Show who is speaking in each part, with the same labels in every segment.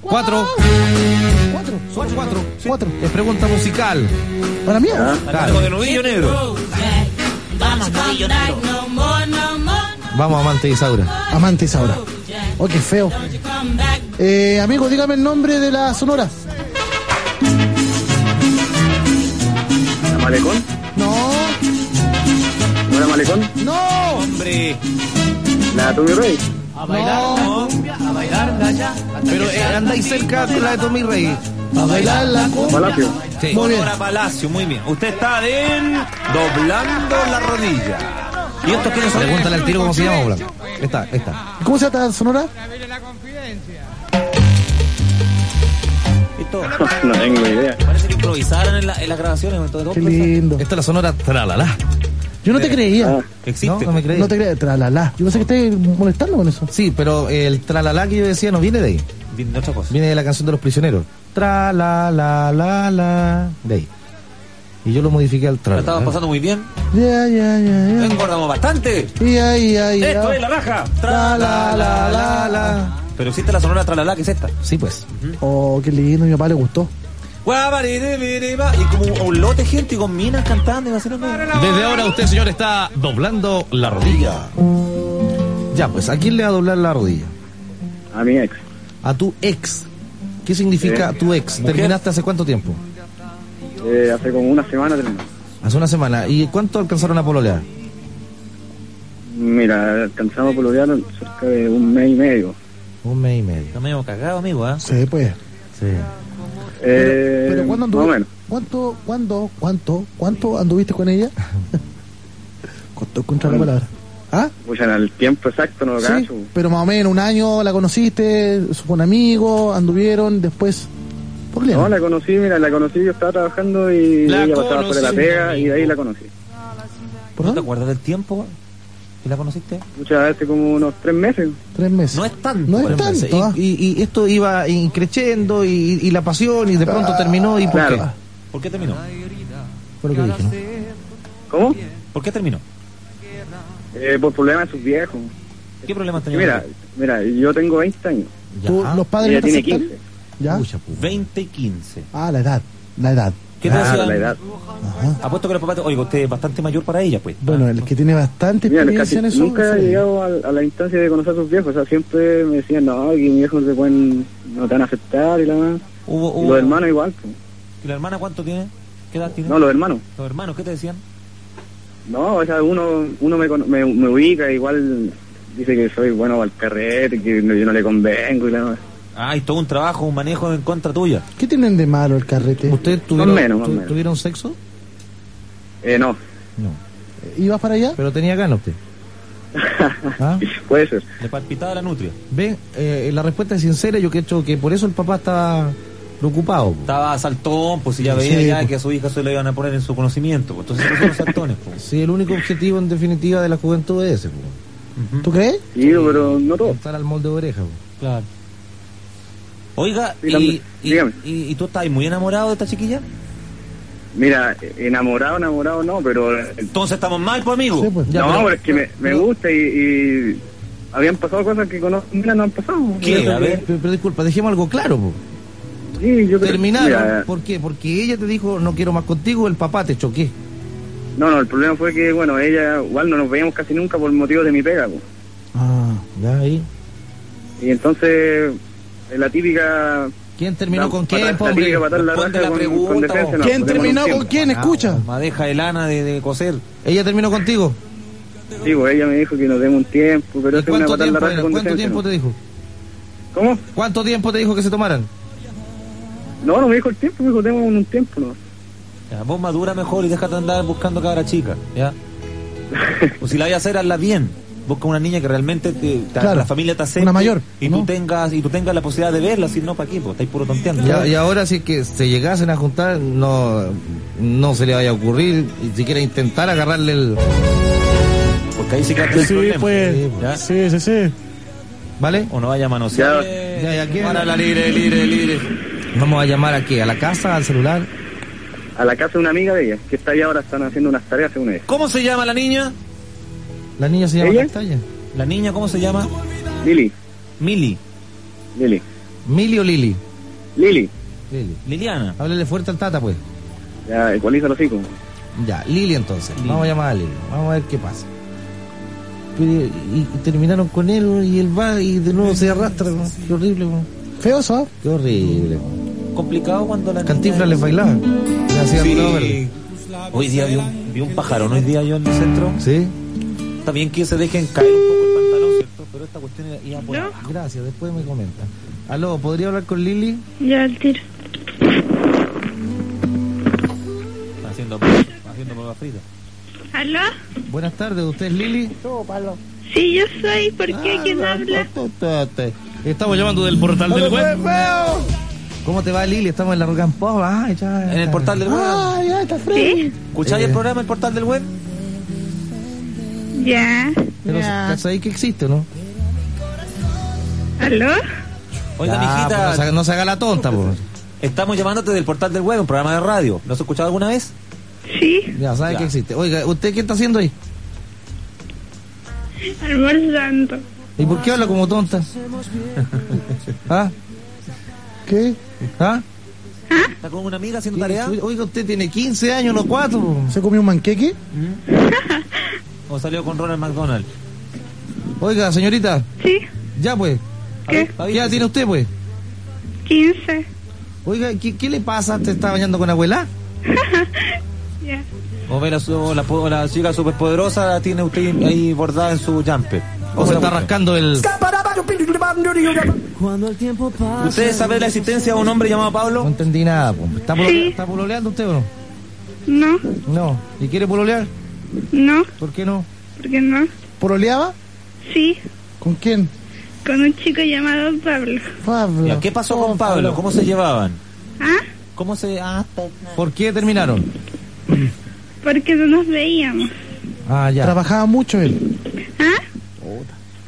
Speaker 1: Cuatro.
Speaker 2: Cuatro.
Speaker 1: Cuatro, cuatro.
Speaker 2: Cuatro.
Speaker 1: Es pregunta musical.
Speaker 2: Para mí, ¿ah?
Speaker 1: Claro.
Speaker 3: Con el nudillo negro.
Speaker 4: Vamos, Murillo Negro.
Speaker 1: Vamos, amante de Isaura.
Speaker 2: Amantes ahora. Oh, qué feo. Eh, amigo, dígame el nombre de la sonora.
Speaker 5: ¿La malecón?
Speaker 2: No,
Speaker 5: ¿No era malecón?
Speaker 2: no.
Speaker 3: Hombre.
Speaker 5: ¿La Tubi Rey?
Speaker 6: A bailar la cumbia, a bailar gacha.
Speaker 1: Pero eh, andáis cerca de la de Tommy Rey.
Speaker 2: A bailar la cumbia.
Speaker 5: Palacio.
Speaker 1: Sí.
Speaker 2: Muy bien.
Speaker 3: Ahora Palacio, muy bien. Usted está en doblando la rodilla. ¿Y estos quiénes son?
Speaker 1: Pregúntale al tiro cómo se llama, Blanco. Esta, esta.
Speaker 2: ¿Cómo se llama esta sonora?
Speaker 3: Esto
Speaker 5: No tengo idea.
Speaker 3: parece que improvisaron en, la- en las grabaciones. entonces,
Speaker 2: Qué lindo.
Speaker 1: Esta es la sonora Tralala.
Speaker 2: Yo no te creía.
Speaker 1: No,
Speaker 3: Existe.
Speaker 1: no me creí.
Speaker 2: No te creía. Tralalá. Yo pensé que esté molestando con eso.
Speaker 1: Sí, pero el Tralala que yo decía no viene de ahí.
Speaker 3: Viene de otra cosa.
Speaker 1: Viene de la canción de los prisioneros. Tra la la la la. De ahí. Y yo lo modifiqué al
Speaker 3: Lo
Speaker 1: tra.
Speaker 3: estamos pasando muy bien.
Speaker 2: Ya, ya, ya,
Speaker 3: Engordamos bastante.
Speaker 2: ya. Ya, ya,
Speaker 3: Esto
Speaker 2: ya.
Speaker 3: es la raja.
Speaker 2: Tra, la, la, la, la.
Speaker 3: Pero existe la sonora tralala que es esta.
Speaker 1: Sí, pues.
Speaker 2: Oh, qué lindo. A mi papá le gustó.
Speaker 3: Guabariribiriba. Y como un- un lote de gente con minas cantando y haciendo.
Speaker 1: Desde ahora usted, señor, está doblando la rodilla. Ya, pues, ¿a quién le va a doblar la rodilla?
Speaker 5: A mi ex.
Speaker 1: A tu ex. ¿Qué significa tu ex?
Speaker 3: Mujer.
Speaker 1: ¿Terminaste hace cuánto tiempo?
Speaker 5: Eh, hace como una semana terminó.
Speaker 1: Hace una semana. ¿Y cuánto alcanzaron a pololear?
Speaker 5: Mira, alcanzamos por lo diario cerca de un mes y medio.
Speaker 1: Un mes y medio.
Speaker 3: Está medio cagado, amigo, ¿eh?
Speaker 2: Sí, pues.
Speaker 1: Sí.
Speaker 5: Eh,
Speaker 2: Pero ¿cuándo
Speaker 5: más o
Speaker 2: anduviste?
Speaker 5: menos.
Speaker 2: ¿Cuánto, cuándo, cuánto, cuánto anduviste con ella? Costó contra la palabra. ¿Ah?
Speaker 5: Pucha, en el tiempo exacto no lo
Speaker 2: Sí,
Speaker 5: cacho.
Speaker 2: pero más o menos un año la conociste, fue un amigo, anduvieron, después. ¿Por qué?
Speaker 5: No, la conocí, mira, la conocí, yo estaba trabajando y
Speaker 1: La
Speaker 5: ella pasaba por la
Speaker 1: conocí.
Speaker 5: pega y de ahí la conocí.
Speaker 2: ¿Por
Speaker 3: ¿No te
Speaker 2: dónde?
Speaker 3: acuerdas del tiempo que la conociste?
Speaker 5: Muchas veces como unos tres meses.
Speaker 2: Tres meses.
Speaker 3: No es tanto.
Speaker 2: No es
Speaker 3: por ejemplo.
Speaker 2: tanto. ah.
Speaker 1: Y, y- y esto iba increciendo y, y la pasión
Speaker 2: Ah.
Speaker 1: y de pronto terminó y por
Speaker 5: Claro.
Speaker 3: ¿Por qué terminó?
Speaker 1: qué? Fue lo que dije, ¿no?
Speaker 5: ¿Cómo?
Speaker 3: ¿Por qué terminó?
Speaker 5: Eh, por problemas de sus viejos.
Speaker 3: ¿Qué problemas tenía?
Speaker 5: Mira, mira, yo tengo 20 años.
Speaker 2: ¿Tú,
Speaker 1: Ya.
Speaker 2: los padres
Speaker 5: Ella
Speaker 2: no te
Speaker 5: tiene
Speaker 2: aceptaron?
Speaker 5: 15.
Speaker 2: ¿Ya?
Speaker 1: Pucha, pu-
Speaker 3: 20 y 15.
Speaker 2: Ah, la edad, la edad.
Speaker 3: ¿Qué te
Speaker 5: Ah,
Speaker 3: decían?
Speaker 5: la edad.
Speaker 3: Apuesto que los papás te... Oiga, usted es bastante mayor para ella, pues.
Speaker 2: Bueno, el que tiene bastante
Speaker 5: Mira,
Speaker 2: experiencia
Speaker 5: casi
Speaker 2: en eso.
Speaker 5: nunca he
Speaker 2: sí.
Speaker 5: llegado a, a la instancia de conocer a sus viejos. O sea, siempre me decían, no, que mis viejos no te pueden, no te van a aceptar y la más.
Speaker 3: Hubo,
Speaker 5: Y
Speaker 3: hubo-
Speaker 5: Los hermanos igual. pues.
Speaker 3: ¿Y la hermana cuánto tiene? ¿Qué edad tiene?
Speaker 5: No, los hermanos.
Speaker 3: ¿Los hermanos qué te decían?
Speaker 5: No, o sea, uno, uno me, cono- me, me ubica, igual dice que soy bueno para el perrete, que no- yo no le convengo y la más.
Speaker 3: Ah, y todo un trabajo, un manejo en contra tuya.
Speaker 2: ¿Qué tienen de malo el carrete?
Speaker 1: ¿Ustedes tuvieron,
Speaker 5: menos, más
Speaker 1: tu-
Speaker 5: menos.
Speaker 1: tuvieron sexo?
Speaker 5: Eh, no,
Speaker 1: No.
Speaker 2: ¿Ibas para allá?
Speaker 1: Pero tenía ganas usted. ¿Ah?
Speaker 5: puede ser.
Speaker 3: Le palpitaba la nutria.
Speaker 1: Ven, eh, la respuesta es sincera. Yo creo que por eso el papá está preocupado. po.
Speaker 3: Estaba saltón, pues si ya veía
Speaker 2: Sí,
Speaker 3: ya
Speaker 2: pues.
Speaker 3: que a su hija se le iban a poner en su conocimiento. Pues, entonces se pusieron saltones, pues.
Speaker 1: Sí, el único objetivo en definitiva de la juventud es ese, po.
Speaker 2: ¿Tú crees?
Speaker 5: Sí, pero no todo.
Speaker 1: estar al molde de oreja. po.
Speaker 3: Claro. Oiga,
Speaker 5: Sí,
Speaker 3: y,
Speaker 5: también.
Speaker 3: y,
Speaker 5: Dígame.
Speaker 3: y- y tú estás muy enamorado de esta chiquilla?
Speaker 5: Mira, enamorado, enamorado no, pero...
Speaker 3: Entonces estamos mal, pues, amigo.
Speaker 2: Sí, pues.
Speaker 1: Ya,
Speaker 5: no,
Speaker 1: pero-
Speaker 5: pero, es que me, me gusta y, y habían pasado cosas que con mira, no han pasado. pues.
Speaker 3: ¿Qué?
Speaker 5: Mira,
Speaker 3: A ver.
Speaker 1: Pero, pero disculpa, dejemos algo claro. po.
Speaker 5: Sí, yo creo-
Speaker 1: Terminaron.
Speaker 5: mira, eh.
Speaker 1: ¿Por qué? Porque ella te dijo no quiero más contigo, el papá te choqué.
Speaker 5: No, no, el problema fue que, bueno, ella, igual no nos veíamos casi nunca por motivos de mi pega, pues.
Speaker 1: Ah, ya ahí.
Speaker 5: Y entonces, eh, la típica...
Speaker 1: ¿Quién terminó
Speaker 5: la-
Speaker 1: con
Speaker 5: pata-
Speaker 1: quién,
Speaker 5: la
Speaker 1: hombre?
Speaker 5: típica patada en la
Speaker 3: Responde
Speaker 5: raja
Speaker 3: la
Speaker 5: con- con
Speaker 3: pregunta,
Speaker 5: defensa,
Speaker 3: vos.
Speaker 5: no,
Speaker 2: ¿Quién
Speaker 5: ponemos
Speaker 2: terminó
Speaker 5: siempre.
Speaker 2: con quién? Escucha.
Speaker 3: Madeja de lana de, de coser.
Speaker 1: ¿Ella terminó contigo?
Speaker 5: Sí, pues ella me dijo que nos demos un tiempo, pero
Speaker 1: ¿Y
Speaker 5: eso es una
Speaker 1: cuánto
Speaker 5: patada en la
Speaker 1: tiempo,
Speaker 5: raja
Speaker 1: era?
Speaker 5: con
Speaker 1: ¿Cuánto
Speaker 5: defensa,
Speaker 1: tiempo
Speaker 5: ¿no?
Speaker 1: te dijo?
Speaker 5: ¿Cómo?
Speaker 1: ¿Cuánto tiempo te dijo que se tomaran?
Speaker 5: No, no me dijo el tiempo, me dijo, demos un tiempo, ¿no?
Speaker 3: Ya, vos madura mejor y déjate andar buscando cabra chica, ¿ya? O si la vas a hacer, hazla bien. Busca una niña que realmente te- te-
Speaker 2: Claro,
Speaker 3: la familia te acepte
Speaker 2: una mayor,
Speaker 3: y
Speaker 2: ¿no?
Speaker 3: tú tengas y tú tengas la posibilidad de verla, si no, ¿para qué? Pues estáis puro tonteando.
Speaker 1: Ya, y ahora si es que se llegasen a juntar, no, no se le vaya a ocurrir ni siquiera intentar agarrarle el...
Speaker 3: Porque ahí sí pues. que va a tener problemas,
Speaker 5: pues.
Speaker 1: pues.
Speaker 3: ¿ya?
Speaker 2: Sí, sí, sí.
Speaker 1: ¿Vale?
Speaker 3: O no vaya a manosear. eh,
Speaker 1: Ya, ya, ¿quién?
Speaker 3: Para la libre, libre, libre.
Speaker 1: Vamos a llamar aquí, a la casa, al celular.
Speaker 5: A la casa de una amiga de ella, que está allá ahora, están haciendo unas tareas según ella.
Speaker 3: ¿Cómo se llama la niña?
Speaker 1: La niña se llama
Speaker 5: ¿Ella?
Speaker 1: Castaña.
Speaker 3: ¿La niña cómo se llama?
Speaker 5: Lili,
Speaker 3: Mili,
Speaker 5: Lili,
Speaker 1: ¿Mili o Lili?
Speaker 5: Lili.
Speaker 1: Lili.
Speaker 3: Liliana.
Speaker 1: Háblele fuerte al tata, pues.
Speaker 5: Ya, ecualiza los hijos.
Speaker 1: Ya, Lili entonces.
Speaker 3: Lili.
Speaker 1: Vamos a llamar a Lili. Vamos a ver qué pasa. Pero, y, y terminaron con él y él va y de nuevo se arrastra. ¿no? Qué horrible. ¿no?
Speaker 2: Feo eso, ¿ah?
Speaker 1: Qué horrible.
Speaker 3: Complicado cuando la
Speaker 1: Cantifla les
Speaker 3: niña-
Speaker 1: bailaba. Le hacían cover.
Speaker 3: Sí. Hoy día vi un, vi un pajarón, hoy día yo en el centro.
Speaker 1: ¿Sí?
Speaker 3: Está bien que se dejen caer un poco el pantalón, ¿cierto? Pero esta cuestión era- iba por abajo.
Speaker 1: Gracias, después me comenta. Aló, ¿podría hablar con Lili?
Speaker 7: Ya el tiro.
Speaker 3: Haciendo, haciendo papa frita.
Speaker 7: ¿Aló?
Speaker 1: Buenas tardes, ¿usted es Lili?
Speaker 7: Sí, yo soy. ¿Por qué? ¿Quién
Speaker 1: Ah,
Speaker 7: habla?
Speaker 1: no, no, no, no. Estamos llamando del portal del web. ¿Cómo te va Lili? Estamos en la Rock and Pop. Ay, ya,
Speaker 3: En el
Speaker 1: ya.
Speaker 3: portal del web.
Speaker 2: Ah, ya está fresco.
Speaker 7: ¿Sí?
Speaker 3: ¿Escucháis
Speaker 1: Eh.
Speaker 3: el programa El Portal del Web?
Speaker 7: Ya.
Speaker 1: Pero sabéis que existe, ¿no?
Speaker 7: ¿Aló?
Speaker 3: Oiga,
Speaker 1: Ya, pues, no, se,
Speaker 3: mijita,
Speaker 1: haga- no se haga la tonta, pues.
Speaker 3: estamos llamándote del Portal del Web, un programa de radio. ¿Nos has escuchado alguna vez?
Speaker 7: Sí,
Speaker 1: Ya sabe
Speaker 3: Ya.
Speaker 1: que existe. Oiga, ¿usted qué está haciendo ahí?
Speaker 7: almorzando.
Speaker 1: ¿Y por qué habla como tonta? ¿Ah?
Speaker 2: ¿Qué?
Speaker 1: ¿Ah?
Speaker 3: ¿Está con una amiga haciendo tarea?
Speaker 1: Oiga, usted tiene 15 años, no 4.
Speaker 2: ¿Se comió un manqueque?
Speaker 3: ¿O salió con Ronald McDonald?
Speaker 1: Oiga, señorita,
Speaker 7: Sí,
Speaker 1: ya pues.
Speaker 7: ¿Qué?
Speaker 1: ¿Qué edad tiene usted, pues?
Speaker 7: 15.
Speaker 1: Oiga, ¿qué, qué le pasa? ¿Te está bañando con abuela?
Speaker 7: Ya.
Speaker 3: ¿O ve la, su- la, po- la chica superpoderosa la tiene usted ahí bordada en su jumper?
Speaker 1: ¿O se está rascando el...?
Speaker 3: ¿Ustedes saben la existencia de un hombre llamado
Speaker 1: No
Speaker 3: Pablo?
Speaker 1: entendí nada, pues. ¿Está, polole-
Speaker 7: Sí.
Speaker 1: ¿Está pololeando usted o no?
Speaker 7: No,
Speaker 1: No. ¿Y quiere pololear?
Speaker 7: no,
Speaker 1: ¿Por qué no?
Speaker 7: porque no.
Speaker 2: ¿Poroleaba?
Speaker 7: Sí,
Speaker 2: ¿Con quién?
Speaker 7: con un chico llamado Pablo.
Speaker 2: Pablo.
Speaker 3: Ya, ¿Qué pasó con Pablo? ¿Cómo se llevaban?
Speaker 7: ¿Ah?
Speaker 3: ¿Cómo se...? Ah,
Speaker 1: ¿Por qué terminaron?
Speaker 7: Porque no nos veíamos.
Speaker 1: Ah, ya.
Speaker 2: Trabajaba mucho él.
Speaker 7: ¿Ah?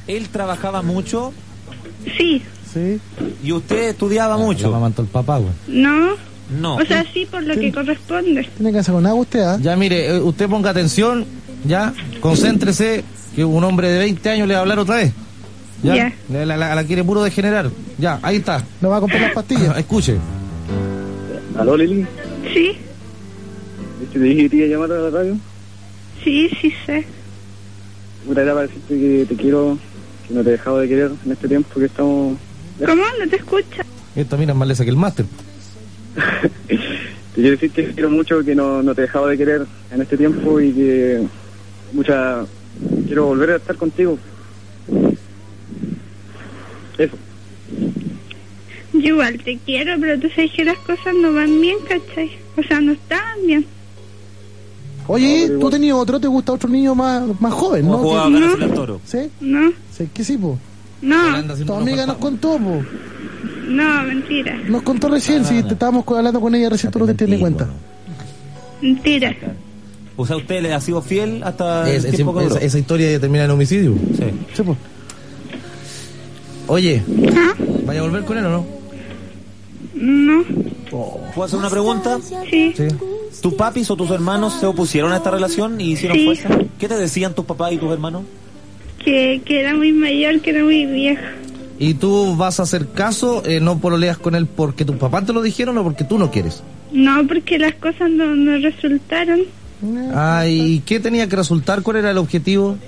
Speaker 3: él trabajaba mucho
Speaker 7: Sí,
Speaker 2: Sí.
Speaker 3: y usted estudiaba
Speaker 1: La
Speaker 3: mucho.
Speaker 1: mamantó el papá, güey.
Speaker 7: no.
Speaker 3: No.
Speaker 7: O sea, sí, por lo que corresponde.
Speaker 2: Tiene que hacer con agua usted, ¿ah?
Speaker 1: Ya mire, eh, usted ponga atención, ya, concéntrese, que un hombre de 20 años le va a hablar otra vez. Ya.
Speaker 7: Ya.
Speaker 1: La, la- la- la quiere puro degenerar. Ya, ahí está. Ah,
Speaker 2: No va a comprar las pastillas.
Speaker 1: Escuche.
Speaker 5: ¿Aló, Lili?
Speaker 7: Sí,
Speaker 5: ¿Viste? Te dije que te iba a llamar a la radio.
Speaker 7: sí, sí sé.
Speaker 5: Puta, era para decirte que te quiero, que no te he dejado de querer en este tiempo que estamos...
Speaker 7: ¿Cómo? ¿No te escuchas?
Speaker 1: Esta mina es más lesa que el máster.
Speaker 5: Te quiero decir que te quiero mucho, que no, no te he dejado de querer en este tiempo y que... Mucha... Quiero volver a estar contigo. Eso.
Speaker 7: Yo igual te quiero, pero tú sabes que las cosas no van bien, ¿cachai? O sea, no estaban bien.
Speaker 2: Oye, tú tenías otro, te gusta otro niño más, más joven,
Speaker 3: ¿Cómo
Speaker 2: ¿no?
Speaker 3: jugaba
Speaker 7: no.
Speaker 3: García el toro?
Speaker 2: ¿Sí?
Speaker 7: No,
Speaker 2: ¿Sí? ¿Qué sí, po?
Speaker 7: no,
Speaker 2: Tu amiga nos contó, po.
Speaker 7: no, mentira,
Speaker 2: Nos contó recién, sí, te estábamos hablando con ella recién, tú no te tienes cuenta.
Speaker 7: mentira.
Speaker 3: O sea, usted le ha sido fiel hasta
Speaker 1: Es-
Speaker 3: Ah, el
Speaker 1: es-
Speaker 3: tiempo que duró.
Speaker 1: esa, esa historia ya termina en homicidio. pues.
Speaker 3: Sí.
Speaker 2: Sí, po.
Speaker 1: Oye,
Speaker 7: ¿Ah?
Speaker 1: ¿vaya a volver con él o no?
Speaker 7: No,
Speaker 3: ¿Puedo hacer una pregunta?
Speaker 7: sí,
Speaker 1: Sí.
Speaker 3: ¿Tus papis o tus hermanos se opusieron a esta relación y hicieron
Speaker 7: Sí.
Speaker 3: fuerza? ¿Qué te decían tus papás y tus hermanos?
Speaker 7: que, que era muy mayor, que era muy viejo.
Speaker 1: ¿Y tú vas a hacer caso? eh, ¿No pololeas con él porque tus papás te lo dijeron o porque tú no quieres?
Speaker 7: No, porque las cosas no, no resultaron.
Speaker 1: Ah, ¿y qué tenía que resultar? ¿Cuál era el objetivo?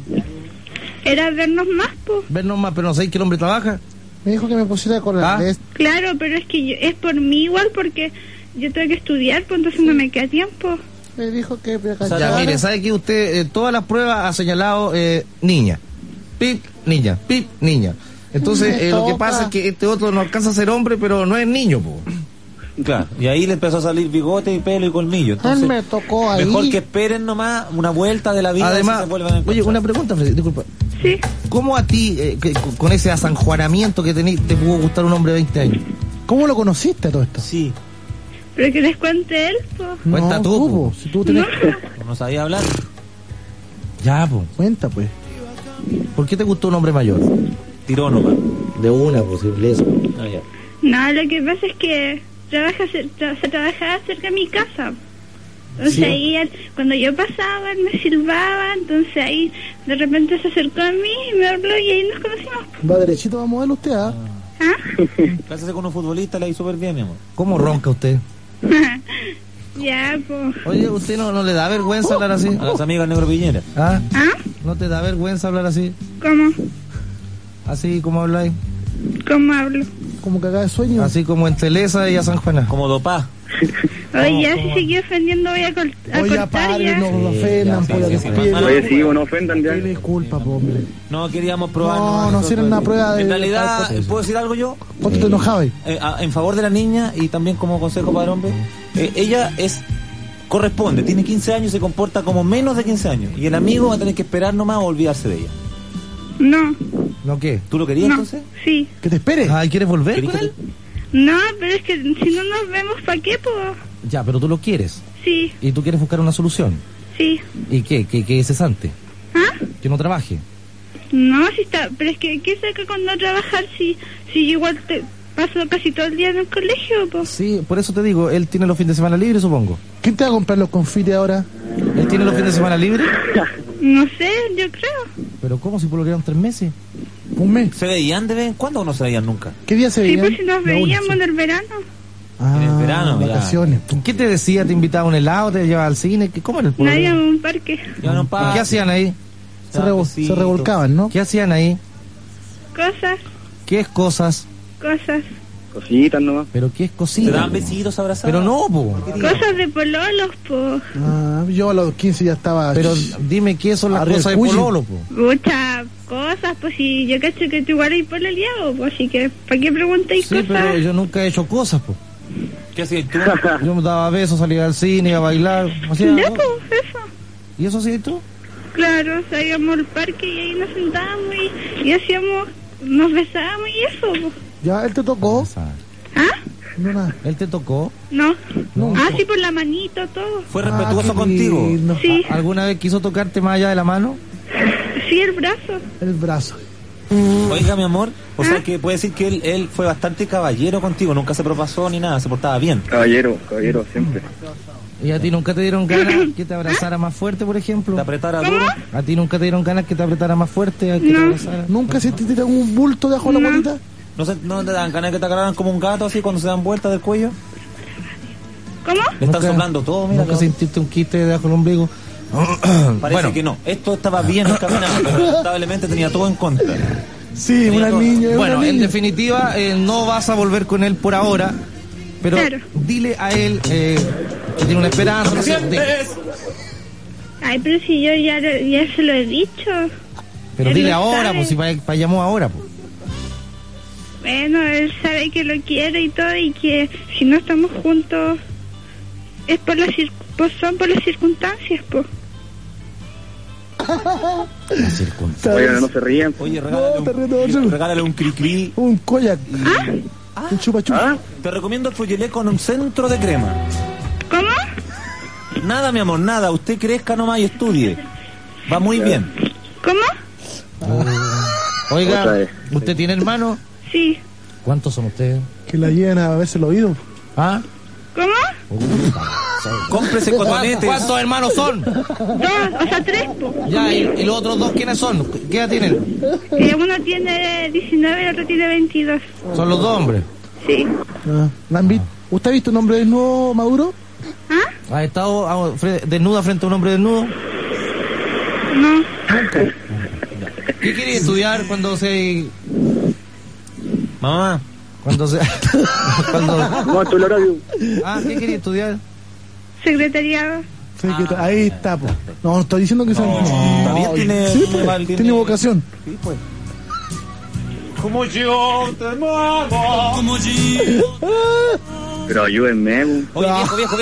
Speaker 7: Era vernos más, pues.
Speaker 1: Vernos más, pero no sabéis que el hombre trabaja.
Speaker 2: Me dijo que me pusiera con la este
Speaker 1: ¿Ah?
Speaker 2: les-
Speaker 7: Claro, pero es que yo- es por mí igual, porque yo tengo que estudiar, pues entonces no me queda tiempo.
Speaker 2: Me dijo que
Speaker 3: sea,
Speaker 2: me
Speaker 1: Ya,
Speaker 2: cachara.
Speaker 1: mire, sabe que usted eh, todas las pruebas ha señalado eh, niña. Pip, niña. Pip, niña. Entonces,
Speaker 2: Me
Speaker 1: eh, lo que
Speaker 2: toca.
Speaker 1: pasa es que este otro no alcanza a ser hombre, pero no es niño, po.
Speaker 3: Claro. Y ahí le empezó a salir bigote y pelo y colmillo. Entonces,
Speaker 2: Él me tocó ahí.
Speaker 3: Mejor que esperen nomás una vuelta de la vida. y
Speaker 1: Además,
Speaker 3: se vuelvan a
Speaker 1: oye,
Speaker 3: encontrar.
Speaker 1: una pregunta, Fred, disculpa.
Speaker 7: Sí,
Speaker 1: ¿Cómo a ti, eh, que- con ese asanjuanamiento que tenés, te pudo gustar un hombre de 20 años?
Speaker 2: ¿Cómo lo conociste a todo esto?
Speaker 3: Sí,
Speaker 7: pero que les cuente él, pues.
Speaker 1: Cuenta tú, po.
Speaker 2: po. Si tú tenés...
Speaker 3: no sabía hablar.
Speaker 1: Ya, po.
Speaker 2: Cuenta, pues.
Speaker 1: ¿Por qué te gustó un hombre mayor?
Speaker 3: Tiró nomás.
Speaker 1: De una posibilidad.
Speaker 7: No, lo que pasa es que trabaja, cer- tra- se trabajaba cerca de mi casa. Entonces ahí él- cuando yo pasaba, él me silbaba, entonces ahí de repente se acercó a mí y me habló y ahí nos conocimos.
Speaker 2: Va derechito a modelo usted, ¿ah?
Speaker 3: Cásese con un futbolista, le va a ir súper bien, mi amor.
Speaker 1: ¿Cómo ronca usted?
Speaker 7: Ya, pues.
Speaker 1: Oye, ¿usted no, no le da vergüenza hablar así?
Speaker 3: A las amigas Negro Piñera.
Speaker 1: ¿Ah?
Speaker 7: ¿Ah?
Speaker 1: ¿No te da vergüenza hablar así?
Speaker 7: ¿Cómo?
Speaker 1: Así como habláis.
Speaker 7: ¿Cómo hablo?
Speaker 2: Como cagada de sueño.
Speaker 1: Así como en Telesa y a San Juana.
Speaker 3: Como dopá.
Speaker 7: Oye, ya si sigue ofendiendo voy a, col- a
Speaker 2: Oye,
Speaker 7: cortar
Speaker 2: paren,
Speaker 7: ya.
Speaker 2: no lo
Speaker 3: Sí,
Speaker 2: ofendan,
Speaker 3: ya,
Speaker 2: por
Speaker 3: sí,
Speaker 2: pues, los
Speaker 3: sí, sí,
Speaker 2: pies.
Speaker 3: más
Speaker 5: Oye, sí, bueno, ofendan ya.
Speaker 2: Tiene culpa, po, hombre.
Speaker 3: No queríamos probar.
Speaker 2: No, no
Speaker 3: nosotros.
Speaker 2: hicieron una prueba de-
Speaker 3: En realidad, ¿puedo decir algo yo?
Speaker 2: ¿Cuánto te enojabas?
Speaker 3: Eh, a- en favor de la niña y también como consejo para el hombre. eh, ella es corresponde, tiene 15 años y se comporta como menos de 15 años. Y el amigo va a tener que esperar nomás o olvidarse de ella.
Speaker 7: No,
Speaker 1: ¿No qué?
Speaker 3: ¿Tú lo querías
Speaker 7: no,
Speaker 3: entonces?
Speaker 7: sí.
Speaker 2: Que te espere.
Speaker 1: Ah, ¿quieres volver
Speaker 3: ¿Querías
Speaker 1: con
Speaker 3: que
Speaker 1: él?
Speaker 7: No, pero es que si no nos vemos, ¿para qué, po?
Speaker 1: Ya, pero tú lo quieres.
Speaker 7: Sí,
Speaker 1: Y tú quieres buscar una solución.
Speaker 7: sí.
Speaker 1: ¿Y qué? ¿Que, que cesante?
Speaker 7: ¿Ah?
Speaker 1: ¿Que no trabaje?
Speaker 7: No, si está... Pero es que, ¿qué saca con no trabajar si, si yo igual te paso casi todo el día en el colegio, po?
Speaker 1: Sí, por eso te digo, él tiene los fines de semana libres, supongo.
Speaker 2: ¿Quién te va a comprar los confites ahora?
Speaker 1: ¿Él tiene los fines de semana libres?
Speaker 7: No sé, yo creo.
Speaker 1: ¿Pero cómo? Si pololearon tres meses.
Speaker 2: ¿Un mes?
Speaker 3: ¿Se veían de vez en cuando o no se veían nunca?
Speaker 2: ¿Qué día se
Speaker 7: Sí,
Speaker 2: veían?
Speaker 7: pues si nos
Speaker 2: La una,
Speaker 7: veíamos
Speaker 2: sí.
Speaker 7: en el verano.
Speaker 2: Ah,
Speaker 3: En el verano, ya.
Speaker 2: vacaciones.
Speaker 1: ¿Qué te decía? ¿Te invitaba a un helado? ¿Te llevaba al cine? ¿Qué- ¿Cómo era el
Speaker 7: Nadie a
Speaker 1: pololeo?
Speaker 7: un parque.
Speaker 3: Ya no
Speaker 1: ¿Y
Speaker 3: pasa.
Speaker 1: ¿Qué hacían ahí?
Speaker 2: Se, revo- se revolcaban, ¿no?
Speaker 1: ¿Qué hacían ahí?
Speaker 7: Cosas,
Speaker 1: ¿Qué es cosas?
Speaker 7: cosas.
Speaker 5: Cositas nomás.
Speaker 1: ¿Pero qué es
Speaker 3: Se daban
Speaker 1: cocina?
Speaker 3: besitos, abrazados.
Speaker 1: Pero no, po.
Speaker 7: Cosas de pololos, po.
Speaker 2: Ah, yo a los 15 ya estaba.
Speaker 1: Pero dime qué son las
Speaker 2: Arriba el
Speaker 1: cosas de
Speaker 2: cuyo.
Speaker 1: pololo, po.
Speaker 7: Muchas cosas, pues si yo cacho que tú igual hay pololeado, pues así que, ¿para qué preguntáis
Speaker 1: Sí,
Speaker 7: cosas?
Speaker 1: pero yo nunca he hecho cosas, po.
Speaker 3: ¿Qué hacías tú?
Speaker 1: Yo me daba besos, salía al cine, a bailar. hacía
Speaker 7: Ya,
Speaker 1: cosas.
Speaker 7: pues, eso.
Speaker 1: ¿Y eso sí tú?
Speaker 7: Claro, salíamos al parque y ahí nos sentábamos y, y hacíamos, nos besábamos y eso, pues.
Speaker 2: Ya él te tocó.
Speaker 7: ¿Ah?
Speaker 2: No, nada.
Speaker 1: Él te tocó.
Speaker 7: No. Ah, sí, por la manito, todo.
Speaker 3: ¿Fue
Speaker 2: Ah,
Speaker 3: respetuoso
Speaker 2: qué
Speaker 3: contigo?
Speaker 2: lindo.
Speaker 7: Sí,
Speaker 1: ¿Alguna vez quiso tocarte más allá de la mano?
Speaker 7: sí, el brazo.
Speaker 2: El brazo.
Speaker 3: Oiga, mi amor, o sea que puede decir que él, él fue bastante caballero contigo, nunca se propasó ni nada, se portaba bien.
Speaker 5: Caballero, caballero, siempre.
Speaker 1: ¿Y a ti nunca te dieron ganas que te abrazara más fuerte, por ejemplo?
Speaker 3: Te apretara duro.
Speaker 1: ¿A ti nunca te dieron ganas que te apretara más fuerte? a que te
Speaker 7: No.
Speaker 1: abrazara?
Speaker 2: ¿Nunca se te tiran un bulto debajo de la bolita?
Speaker 3: ¿No, se- no te dan ganas que te agarraran como un gato así cuando se dan vueltas del cuello?
Speaker 7: ¿Cómo?
Speaker 3: Le están
Speaker 1: Nunca-
Speaker 3: soplando todo, Oh, mira.
Speaker 1: ¿Nunca
Speaker 3: cabrón.
Speaker 1: sentiste un quiste debajo del ombligo?
Speaker 3: Parece
Speaker 1: bueno,
Speaker 3: que no. Esto estaba bien encaminado, pero lamentablemente tenía todo en contra.
Speaker 2: Sí, una
Speaker 3: todo.
Speaker 2: niña. una
Speaker 1: bueno en
Speaker 2: niña.
Speaker 1: definitiva, eh, no vas a volver con él por ahora, pero
Speaker 7: Claro.
Speaker 1: dile a él eh, que tiene una esperanza. no sé, de-
Speaker 7: Ay, pero si yo ya, lo- ya se lo he dicho.
Speaker 1: pero
Speaker 7: Él
Speaker 1: dile
Speaker 7: lo
Speaker 1: ahora,
Speaker 7: sabe.
Speaker 1: pues si para, para llamó ahora. Pues.
Speaker 7: Bueno, él sabe que lo quiere y todo y que si no estamos juntos es por las cir- pues son por las circunstancias, pues.
Speaker 5: Oigan, no se rían.
Speaker 3: Oye,
Speaker 2: No, te
Speaker 3: regálale,
Speaker 2: reto
Speaker 3: un,
Speaker 2: otro.
Speaker 3: regálale un cri-cri.
Speaker 2: Un koyak. Un chupa chupa.
Speaker 5: ¿Ah?
Speaker 3: Te recomiendo el Foyelé con un centro de crema.
Speaker 7: ¿Cómo?
Speaker 3: Nada, mi amor, nada. Usted crezca nomás y estudie. Va muy bien.
Speaker 7: ¿Cómo?
Speaker 5: Otra
Speaker 1: Oiga,
Speaker 5: vez.
Speaker 1: ¿usted tiene hermano?
Speaker 7: Sí.
Speaker 1: ¿Cuántos son ustedes?
Speaker 2: Que la llevan a veces el oído.
Speaker 1: ¿Ah?
Speaker 7: ¿Cómo?
Speaker 3: Cómprese cotonetes.
Speaker 1: ¿Cuántos hermanos son?
Speaker 7: Dos, o sea, tres, po.
Speaker 1: Ya, ¿y, y los otros dos quiénes son? ¿Qué edad tienen?
Speaker 7: Eh, uno tiene 19 y el otro tiene 22.
Speaker 1: Son los dos hombres.
Speaker 7: Sí.
Speaker 2: Ah. ¿La han vi- ¿Usted ha visto un hombre desnudo, Maduro?
Speaker 7: ¿Ah?
Speaker 1: ¿Ha estado ah, fre- desnuda frente a un hombre desnudo?
Speaker 7: No.
Speaker 1: ¿Qué quiere estudiar cuando se...
Speaker 3: Mamá,
Speaker 1: cuando se... cuando...
Speaker 5: No, esto es el horario.
Speaker 1: Ah, ¿qué quiere estudiar?
Speaker 7: Secretariado.
Speaker 2: Sí, que está- ahí está, po. No, no estoy diciendo que sea.
Speaker 3: también tiene-
Speaker 2: Sí, po,
Speaker 3: tiene-
Speaker 2: tiene vocación.
Speaker 5: Pero ayúdenme, pues. bu.
Speaker 3: oye, viejo, viejo,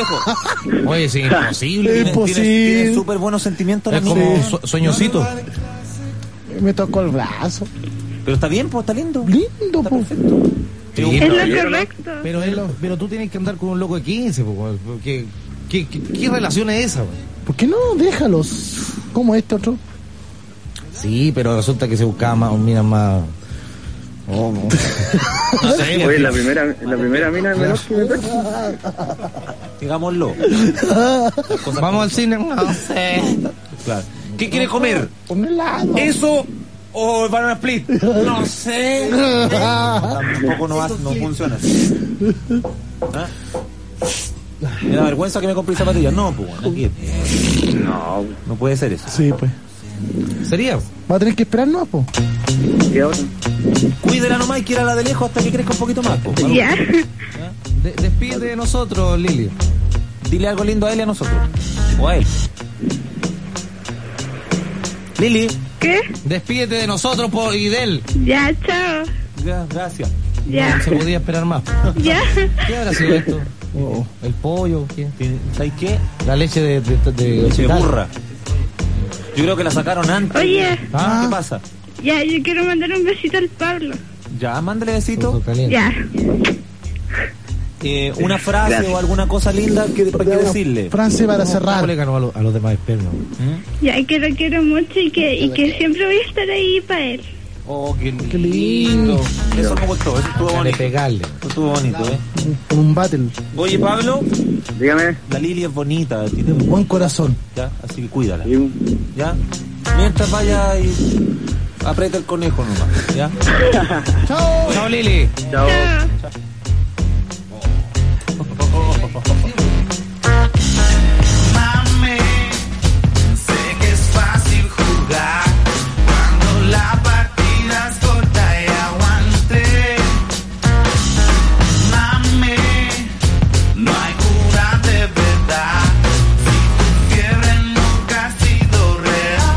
Speaker 3: viejo.
Speaker 1: Oye, es
Speaker 2: Es
Speaker 1: imposible.
Speaker 3: Tienes-
Speaker 2: posible.
Speaker 3: Tienes súper buenos sentimientos, la
Speaker 1: Es
Speaker 3: niña.
Speaker 1: como sue- sueñosito.
Speaker 2: Me tocó el brazo.
Speaker 3: Pero está bien, pues está lindo.
Speaker 2: Lindo, po.
Speaker 1: Sí,
Speaker 7: Es
Speaker 1: pero,
Speaker 7: lo correcto.
Speaker 1: pero él- pero tú tienes que andar con un loco de 15, po, porque... ¿Qué, qué, qué relación es esa? po?
Speaker 2: ¿Por qué no? Déjalos. ¿Cómo este otro?
Speaker 1: Sí, pero resulta que se buscaba más, mira más... Oh, no. No sé,
Speaker 5: Oye, la primera, la primera mina menor que me trajo.
Speaker 3: Digámoslo.
Speaker 1: Vamos al cine. No sé.
Speaker 3: Claro. ¿Qué quiere comer?
Speaker 2: Un helado.
Speaker 3: ¿Eso o para una split. No sé. Tampoco no, vas- no funciona así. ¿Ah? Me da vergüenza que me compré zapatillas. No, pues, bueno, aquí.
Speaker 8: No,
Speaker 3: No puede ser eso.
Speaker 2: Sí, pues.
Speaker 1: Sería.
Speaker 2: Va a tener que esperar no po.
Speaker 8: ¿qué otro?
Speaker 3: Cuídela nomás y quiera la de lejos hasta que crezca un poquito más. pues, po. Algo-
Speaker 7: Ya.
Speaker 1: De- despídete de nosotros, Lili.
Speaker 3: Dile algo lindo a él y a nosotros. O a él. Lili.
Speaker 7: ¿Qué?
Speaker 1: Despídete de nosotros po, y de él.
Speaker 7: Ya, chao.
Speaker 3: Gra- Gracias.
Speaker 7: Ya.
Speaker 1: No se podía esperar más.
Speaker 7: Ya.
Speaker 1: ¿Qué habrá sido esto? ¿El pollo? ¿Qué?
Speaker 3: Tiene- ¿Sabes qué?
Speaker 1: La leche de... de, de- de-
Speaker 3: Se
Speaker 1: vegetal.
Speaker 3: burra. Yo creo que la sacaron antes.
Speaker 7: Oye.
Speaker 1: Ah.
Speaker 3: ¿Qué pasa?
Speaker 7: Ya, yo quiero mandar un besito al Pablo.
Speaker 3: Ya, mándale besito.
Speaker 1: Ojo caliente.
Speaker 7: Ya.
Speaker 3: Eh, una frase o alguna cosa linda que, para que decirle.
Speaker 2: Francia para
Speaker 1: No,
Speaker 2: cerrar.
Speaker 1: colega, no, a, los, a los demás espernos.
Speaker 3: ¿Mm?
Speaker 7: Ya, que lo quiero mucho y que, y que siempre voy a estar ahí para él.
Speaker 3: Oh, qué lindo. Eso me gustó, eso estuvo
Speaker 1: Dale,
Speaker 3: bonito. Eso
Speaker 1: pegarle.
Speaker 3: estuvo bonito, ¿eh?
Speaker 2: Un, un battle.
Speaker 3: Oye, Pablo,
Speaker 8: Dígame.
Speaker 3: la Lili es bonita, tiene
Speaker 2: Un
Speaker 3: un
Speaker 2: buen corazón.
Speaker 3: ya, así que cuídala,
Speaker 8: Sí,
Speaker 3: ¿ya? Mientras vaya y aprieta el conejo nomás, ¿ya?
Speaker 1: Chao, Lili.
Speaker 8: Chao.
Speaker 7: Chao.
Speaker 4: Mame, sé que es fácil jugar cuando la partida es corta y aguante. Mame, no hay cura de verdad si tu fiebre nunca ha sido real.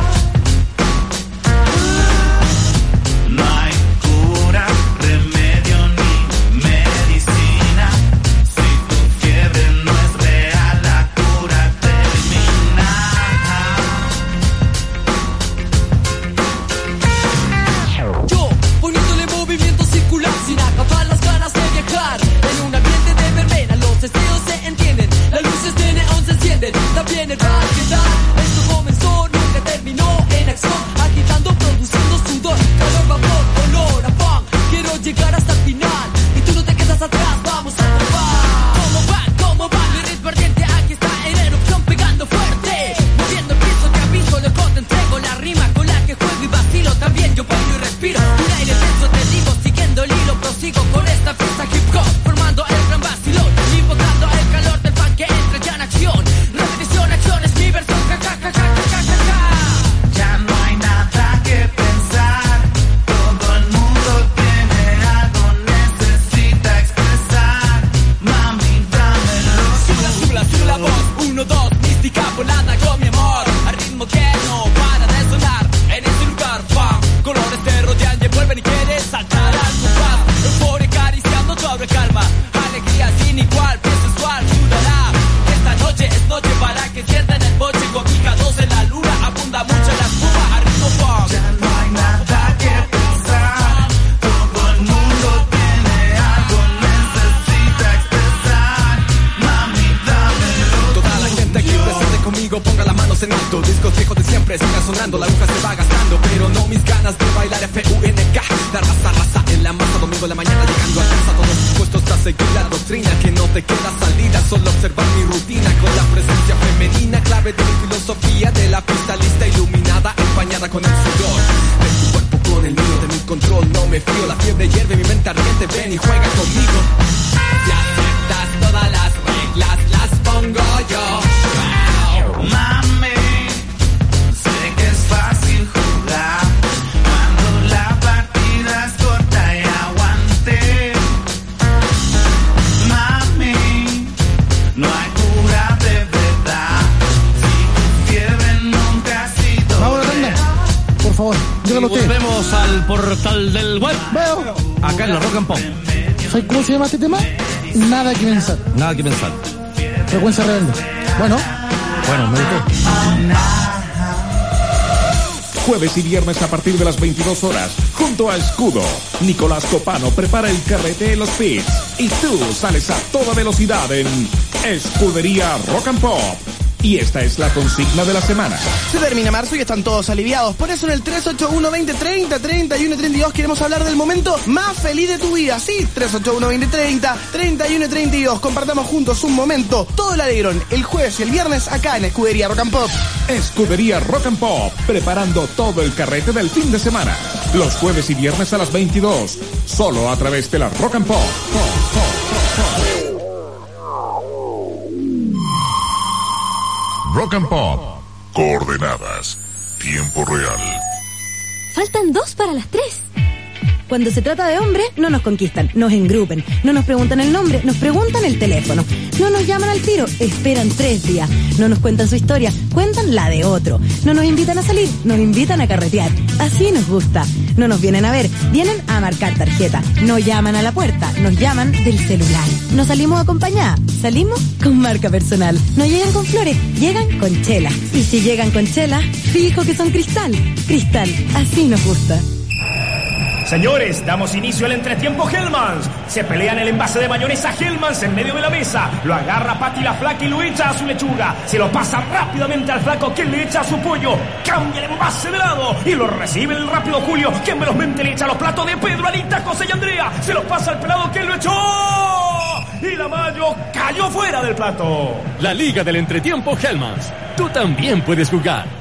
Speaker 4: No hay cura, remedio ni medicina. Si tu fiebre no es real, la cura termina.
Speaker 9: Yo, poniéndole movimiento circular sin acabar las ganas de viajar. En un ambiente de verbena los deseos se entienden, las luces de neón se encienden, también el dar Esto comenzó, nunca terminó en acción, agitando, produciendo sudor, calor, vapor, olor, afán. Quiero llegar hasta el final y tú no te quedas atrás, vamos a acabar. ¿Cómo van? ¿Cómo van? Mi ritmo ardiente aquí está en erupción pegando fuerte, moviendo el piso te aviso, loco te entrego la rima con la que juego y vacilo también yo bailo y respiro un aire tenso te digo siguiendo el hilo prosigo con esta fiesta hip hop formando el gran vacilón invocando el calor del pan que entra ya en acción repetición acción es mi versión ja ja ja ja ja ja, ja.
Speaker 4: Ya no hay nada que pensar, todo el mundo tiene algo, necesita expresar. Mami, dámelo.
Speaker 9: Sula, sula, sube la voz, uno, dos, mística volada con mi amor Al ritmo que no para de sonar en este lugar, fam Colores te rodean y envuelven y quieres saltar al compás Euforia acariciando tu abre calma Alegría sin igual, piel sensual, sudará Esta noche es noche para que sientan el boche Con picados en la luna, abunda mucho la espuma al ritmo funk
Speaker 4: Ya no hay nada que pensar, todo el mundo tiene algo, necesita expresar. Mami, dámelo.
Speaker 10: Toda la gente aquí presente conmigo ponga las manos en alto Discos viejos de siempre sigan sonando La aguja se va gastando Pero no mis ganas de bailar F-U-N-K La raza, raza en la masa Domingo en la mañana llegando a casa Todos dispuestos a seguir la doctrina Que no te queda salida Solo observar mi rutina Con la presencia femenina Clave de mi filosofía De la pista lista iluminada Empañada con el sudor De tu cuerpo con el mío De mi control no me fío La fiebre hierve mi mente ardiente Ven y juega conmigo Si aceptas todas las reglas Las pongo yo
Speaker 4: Mami, sé que es fácil jugar cuando la partida es corta y aguante. Mami, no hay cura de verdad si tu fiebre nunca ha sido.
Speaker 2: Vamos a la
Speaker 4: real.
Speaker 2: tanda. Por favor,
Speaker 1: Y
Speaker 2: dígalo usted.
Speaker 1: volvemos al portal del web.
Speaker 2: Veo.
Speaker 1: Acá en la Rock and Pop.
Speaker 2: ¿Sabes cómo se llama este tema? Nada que pensar.
Speaker 1: Nada que pensar.
Speaker 2: Frecuencia rebelde. Bueno,
Speaker 1: Bueno, me gustó.
Speaker 11: Jueves y viernes a partir de las 22 horas, junto a Escudo, Nicolás Copano prepara el carrete en los pits y tú sales a toda velocidad en Escudería Rock and Pop. y esta es la consigna de la semana.
Speaker 12: Se termina marzo y están todos aliviados. Por eso en el 381 20 30 31 y 32 queremos hablar del momento más feliz de tu vida. Sí, 381 20 30 31 y 32. Compartamos juntos un momento. Todo el alegrón el jueves y el viernes acá en Escudería Rock and Pop.
Speaker 11: Escudería Rock and Pop, preparando todo el carrete del fin de semana. Los jueves y viernes a las 22, solo a través de la Rock and Pop.
Speaker 13: Rock and Pop. Coordenadas. Tiempo real.
Speaker 14: Faltan dos para las tres. Cuando se trata de hombre, no nos conquistan, nos engrupen, no nos preguntan el nombre, nos preguntan el teléfono, no nos llaman al tiro, esperan tres días, no nos cuentan su historia, cuentan la de otro, no nos invitan a salir, nos invitan a carretear, así nos gusta, no nos vienen a ver, vienen a marcar tarjeta, no llaman a la puerta, nos llaman del celular, no salimos acompañada, salimos con marca personal, no llegan con flores, llegan con chela, y si llegan con chela, fijo que son cristal, cristal, así nos gusta.
Speaker 15: Señores, damos inicio al entretiempo Hellmans. Se pelean el envase de mayonesa Hellmans en medio de la mesa. Lo agarra Patty la flaca y lo echa a su lechuga. Se lo pasa rápidamente al flaco que le echa a su pollo. Cambia el envase de lado y lo recibe el rápido Julio que velozmente le echa los platos de Pedro, Anita, José y Andrea. Se los pasa al pelado que lo echó. Y la mayo cayó fuera del plato.
Speaker 16: La Liga del Entretiempo Hellmans. Tú también puedes jugar.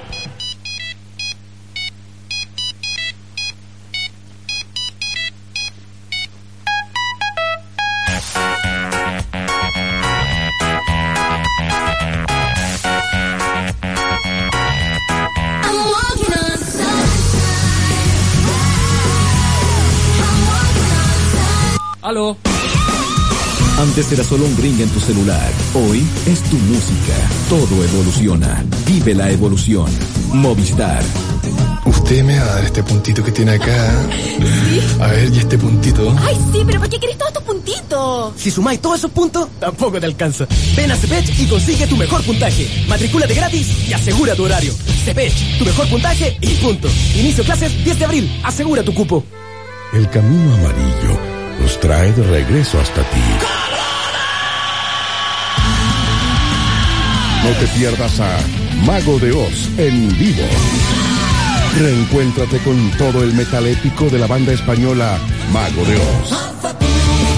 Speaker 4: Aló. Antes era solo un ring en tu celular. Hoy es tu música. Todo evoluciona. Vive la evolución. Movistar.
Speaker 17: Usted me va a dar este puntito que tiene acá. A ver, y este puntito.
Speaker 18: Ay, sí, pero ¿por qué querés todos estos puntitos?
Speaker 9: Si sumáis todos esos puntos, tampoco te alcanza. Ven a Cepech y consigue tu mejor puntaje. Matricúlate gratis y asegura tu horario. Cepech, tu mejor puntaje y punto. Inicio clases 10 de abril. Asegura tu cupo.
Speaker 19: El camino amarillo nos trae de regreso hasta ti. No te pierdas a Mago de Oz en vivo. Reencuéntrate con todo el metal épico de la banda española Mago de Oz.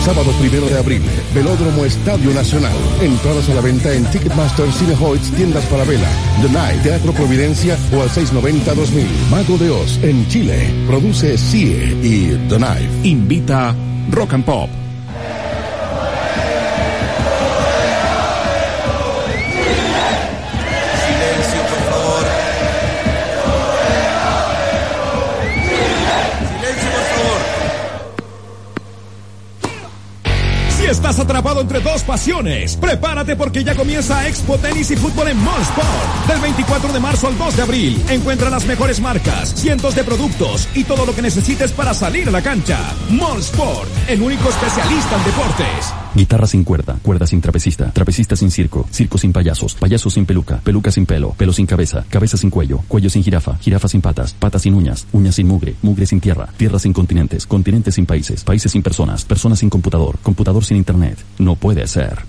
Speaker 19: Sábado primero de abril, Velódromo Estadio Nacional. Entradas a la venta en Ticketmaster, Cinehoids, Tiendas Parabela, The Night, Teatro Providencia o al 690-2000. Mago de Oz en Chile. Produce CIE y The Knife.
Speaker 11: Invita Rock and Pop.
Speaker 20: Silencio, por favor. Silencio, por favor.
Speaker 11: Si estás atrapado entre dos pasiones, prepárate porque ya comienza Expo Tenis y Fútbol en Molsport. Del 24 de marzo al 2 de abril, encuentra las mejores marcas, cientos de productos y todo lo que necesites para salir a la cancha. Molsport, el único especialista en deportes.
Speaker 21: Guitarra sin cuerda, cuerda sin trapecista, trapecista sin circo, circo sin payasos, payasos sin peluca, peluca sin pelo, pelo sin cabeza, cabeza sin cuello, cuello sin jirafa, jirafa sin patas, patas sin uñas, uñas sin mugre, mugre sin tierra, tierra sin continentes, continentes sin países, países sin personas, personas sin computador, computador sin internet. No puede ser.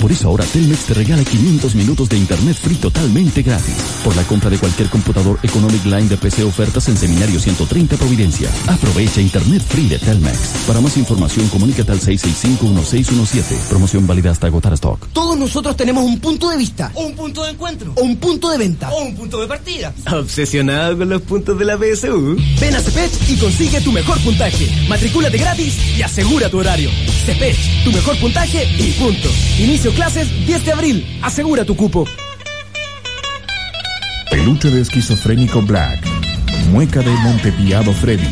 Speaker 21: Por eso ahora Telmex te regala 500 minutos de internet free totalmente gratis. Por la compra de cualquier computador Economic Line de PC ofertas en Seminario 130 Providencia. Aprovecha internet free de Telmex. Para más información comunícate al 665-1617. Promoción válida hasta agotar stock.
Speaker 9: Todos nosotros tenemos un punto de vista.
Speaker 12: O un punto de encuentro.
Speaker 9: O un punto de venta.
Speaker 12: O un punto de partida.
Speaker 9: ¿Obsesionado con los puntos de la PSU? Ven a Cepech y consigue tu mejor puntaje. Matricúlate gratis y asegura tu horario. Cepech, tu mejor puntaje y punto. Inicio clases 10 de abril. Asegura tu cupo.
Speaker 11: Peluche de esquizofrénico Black, mueca de Montepiado Freddy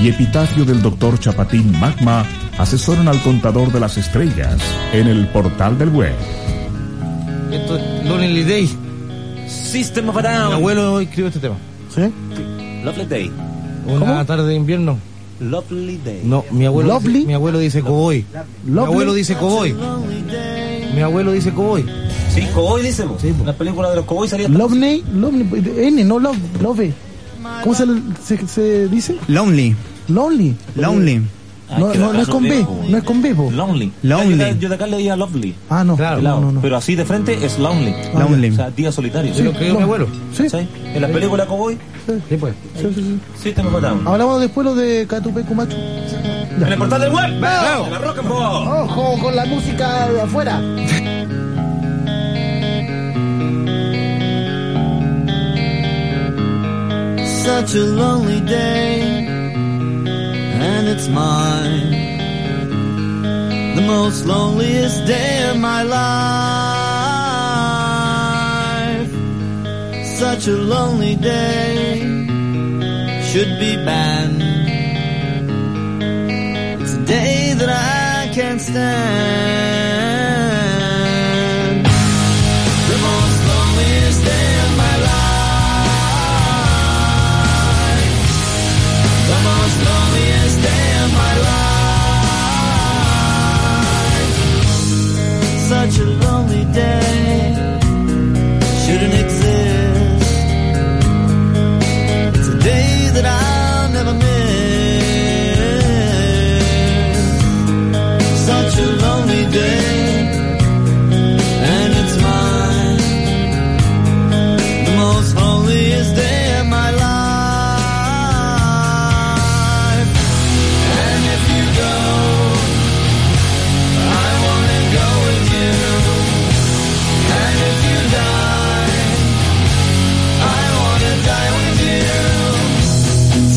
Speaker 11: y epitafio del doctor Chapatín Magma asesoran al contador de las estrellas en el portal del web.
Speaker 1: Esto es Lonely Day.
Speaker 3: System of a Down.
Speaker 1: Mi abuelo escribió este tema. ¿Sí?
Speaker 3: Lovely Day.
Speaker 1: Una
Speaker 3: ¿Cómo?
Speaker 1: tarde de invierno.
Speaker 3: Lovely Day.
Speaker 1: No, mi abuelo
Speaker 3: Lovely.
Speaker 1: dice, mi abuelo dice cowboy. Mi
Speaker 3: Lovely.
Speaker 1: abuelo dice cowboy. Mi abuelo dice cowboy.
Speaker 3: Sí, Cowboy dice. po. la película de los Cowboys sería.
Speaker 2: Lovely, lovely, N, no love, love. ¿Cómo se, se, se dice?
Speaker 22: Lonely.
Speaker 2: Lonely. Eh,
Speaker 22: Lonely.
Speaker 2: No, no, no es con B, no es con B, po.
Speaker 3: Lonely. Yo
Speaker 2: Lonely.
Speaker 3: de acá- Yo de acá le diría Lovely.
Speaker 2: Ah, no.
Speaker 3: Claro,
Speaker 2: no, no, no.
Speaker 3: Pero así de frente es Lonely.
Speaker 1: Ah,
Speaker 2: Lonely.
Speaker 3: O sea, día solitario.
Speaker 2: Sí, Lo que dijo mi abuelo.
Speaker 3: Sí. En la película Cowboy. Sí, pues. Sí, sí, sí. Sí, tengo patado.
Speaker 2: Hablamos después lo de Catupecu Machu.
Speaker 3: En el portal del web.
Speaker 2: Bravo.
Speaker 3: de La rock and roll.
Speaker 2: Ojo con la música de afuera.
Speaker 4: such a lonely day, and it's mine. The most loneliest day of my life. Such a lonely day should be banned. It's a day that I can't stand. The most loneliest day of my life. The most loneliest day of my life. Such a lonely day shouldn't exist. It's a day that I'll never miss. Such a lonely day, and it's mine. The most holiest day of my life. And if you go, I wanna go with you. And if you die, I wanna die with you.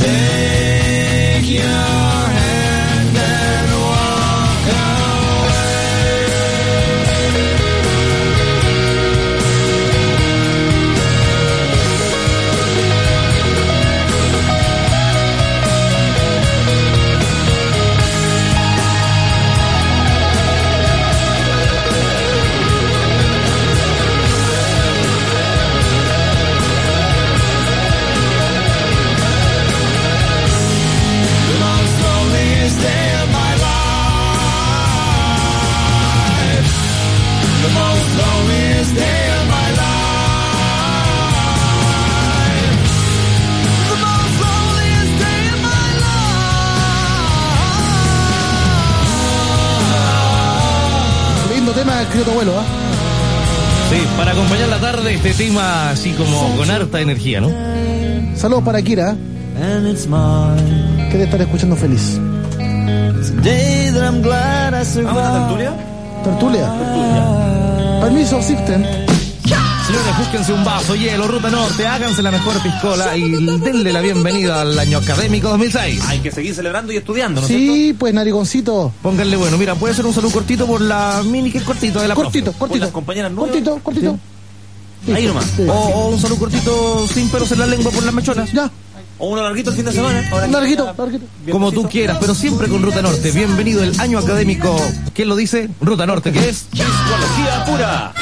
Speaker 4: Take your hand and walk away. The most loneliest day of my life. The most loneliest day of my life. The most loneliest day of my
Speaker 2: Lindo tema, escrito abuelo, ¿ah?
Speaker 1: Sí, para acompañar la tarde, este tema así como con harta energía, ¿no?
Speaker 2: Saludos para Kira. Que debe estar escuchando feliz.
Speaker 4: Day that I'm glad I survived.
Speaker 2: Tertulia. Permiso, Siften.
Speaker 1: Señores, búsquense un vaso, hielo, ruta norte, háganse la mejor piscola y denle la bienvenida al año académico 2006.
Speaker 3: Hay que seguir celebrando y estudiando, ¿no es cierto?
Speaker 2: Sí, pues narigoncito.
Speaker 1: Pónganle bueno, mira, puede ser un saludo cortito por la mini que es cortito de la
Speaker 2: Cortito,
Speaker 1: profe.
Speaker 2: cortito. Cortito, cortito.
Speaker 1: Ahí nomás.
Speaker 2: Sí.
Speaker 1: O, o un saludo cortito sin pelos en la lengua por las mechonas.
Speaker 2: Ya.
Speaker 3: O uno larguito el fin de semana. Ahora
Speaker 2: Larguito, larguito.
Speaker 1: Como tú quieras, pero siempre con Ruta Norte. Bienvenido el año académico. ¿Quién lo dice? Ruta Norte, que es
Speaker 3: Psicología pura.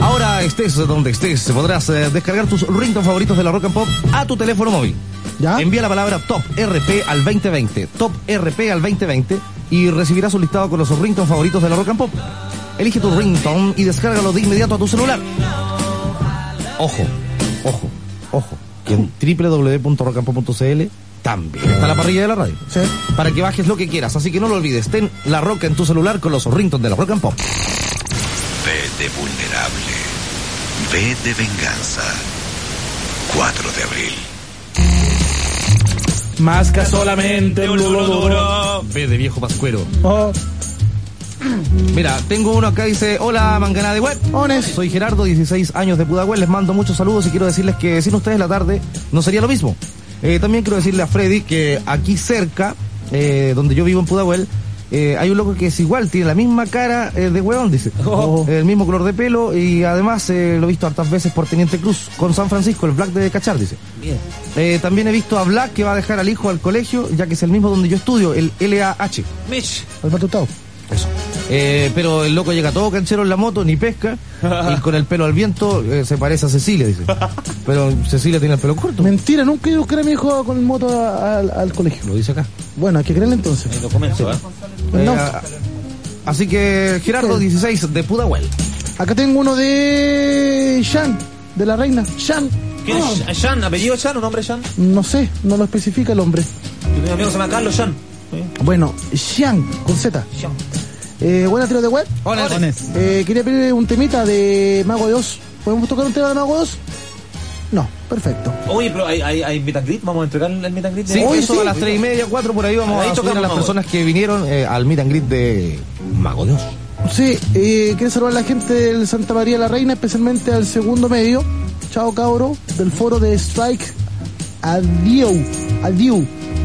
Speaker 1: Ahora estés donde estés, podrás eh, descargar tus ringtones favoritos de la Rock and Pop a tu teléfono móvil. Envía la palabra Top RP al 2020, Top RP al 2020 y recibirás un listado con los ringtones favoritos de la Rock and Pop. Elige tu ringtone y descárgalo de inmediato a tu celular. Ojo, ojo, ojo, que en www.rockandpop.cl también está la parrilla de la radio. Para que bajes lo que quieras, así que no lo olvides, ten la roca en tu celular con los ringtones de la Rock and Pop.
Speaker 11: B de vulnerable. B de venganza. 4 de abril.
Speaker 1: Masca solamente un duro duro. Ve de viejo pascuero. Mira, tengo uno acá dice, hola mangana de web. Soy Gerardo, 16 años de Pudahuel, les mando muchos saludos y quiero decirles que sin ustedes la tarde no sería lo mismo. Eh, también quiero decirle a Freddy que aquí cerca, eh, donde yo vivo en Pudahuel, eh, hay un loco que es igual, tiene la misma cara eh, de hueón, dice. El mismo color de pelo y además eh, lo he visto hartas veces por Teniente Cruz con San Francisco, el Black de Cachar, dice.
Speaker 23: Bien.
Speaker 1: Eh, también he visto a Black que va a dejar al hijo al colegio, ya que es el mismo donde yo estudio, el LAH.
Speaker 3: Mitch.
Speaker 2: Alberto Tau.
Speaker 1: Eh, pero el loco llega todo canchero en la moto, ni pesca, y con el pelo al viento eh, se parece a Cecilia, dice. Pero Cecilia tiene el pelo corto.
Speaker 2: Mentira, nunca he ido a buscar a mi hijo con moto a- al- al colegio.
Speaker 1: Lo dice acá.
Speaker 2: Bueno, hay que creerle entonces.
Speaker 3: Documento, ¿eh?
Speaker 1: Eh,
Speaker 2: No.
Speaker 1: a- así que Gerardo 16 de Pudahuel.
Speaker 2: Acá tengo uno de Shan, de la reina. Shan.
Speaker 3: ¿Quién
Speaker 2: Ah,
Speaker 3: es Shan? ¿Apellido Shan o nombre Shan?
Speaker 2: No sé, no lo especifica el hombre.
Speaker 3: Mi amigo se llama Carlos Shan.
Speaker 2: Bueno, Xiang, con Z. Eh, buenas tiros de web.
Speaker 24: Hola.
Speaker 2: Eh, quería pedir un temita de Mago de Oz. ¿Podemos tocar un tema de Mago de Oz? No, perfecto.
Speaker 3: Oye, pero hay, hay, hay meet and greet, vamos a entregar el meet and greet. de-
Speaker 1: Sí, eso a las 3 y media, 4 por ahí vamos
Speaker 3: Ahí
Speaker 1: a tocar
Speaker 3: tocamos,
Speaker 1: a las
Speaker 3: vamos.
Speaker 1: personas que vinieron eh, al meet and greet de Mago Dios.
Speaker 2: Sí, eh, quiero saludar a la gente del Santa María la Reina, especialmente al segundo medio. Chao, cabro, del foro de Strike. Adiós. Adiós.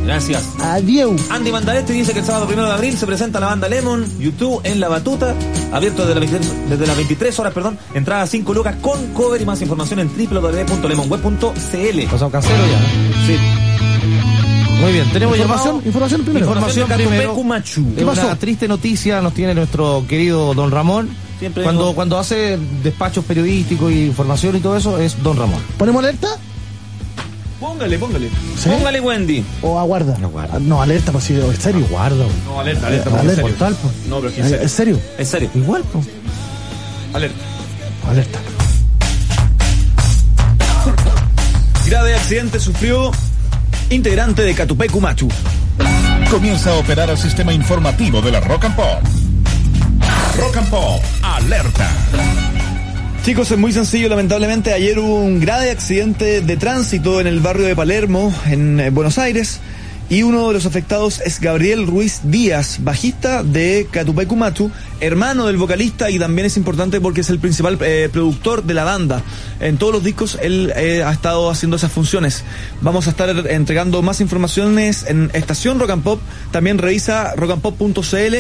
Speaker 3: Gracias.
Speaker 2: Adiós.
Speaker 3: Andy Mandarete dice que el sábado 1 de abril se presenta la banda Lemon, YouTube en La Batuta, abierto desde, la 23 desde las 23 horas, perdón, entrada a 5 lucas con cover y más información en www.lemonweb.cl.
Speaker 1: O sea, un casero ya.
Speaker 3: Sí.
Speaker 1: Muy bien, tenemos
Speaker 3: Información-
Speaker 1: llamado.
Speaker 2: información primero.
Speaker 1: Información
Speaker 3: Información
Speaker 1: primero.
Speaker 3: Catupecu Machu.
Speaker 1: Es
Speaker 3: ¿Qué pasó?
Speaker 1: Una triste noticia nos tiene nuestro querido don Ramón.
Speaker 3: Siempre
Speaker 1: cuando,
Speaker 3: digo-
Speaker 1: cuando hace despachos periodísticos y información y todo eso, es don Ramón.
Speaker 2: ¿Ponemos alerta?
Speaker 3: Póngale, póngale.
Speaker 2: ¿Sí?
Speaker 3: Póngale Wendy.
Speaker 2: ¿O aguarda? Ah, No, alerta, pues sí, en serio. Aguarda.
Speaker 3: No, alerta, alerta,
Speaker 2: Alerta,
Speaker 3: porque es serio.
Speaker 2: portal, pues.
Speaker 3: No, pero es que en
Speaker 2: Eh,
Speaker 3: serio.
Speaker 2: ¿En serio?
Speaker 3: En serio.
Speaker 2: Igual, pues.
Speaker 3: Alerta.
Speaker 2: Alerta.
Speaker 24: Grave accidente sufrió integrante de Catupecu Machu.
Speaker 11: Comienza a operar el sistema informativo de la Rock and Pop. Rock and Pop, alerta.
Speaker 24: Chicos, es muy sencillo. Lamentablemente, ayer hubo un grave accidente de tránsito en el barrio de Palermo, en eh, Buenos Aires. Y uno de los afectados es Gabriel Ruiz Díaz, bajista de Catupecu Machu, hermano del vocalista y también es importante porque es el principal eh, productor de la banda. En todos los discos él eh, ha estado haciendo esas funciones. Vamos a estar entregando más informaciones en Estación Rock and Pop. También revisa rockandpop.cl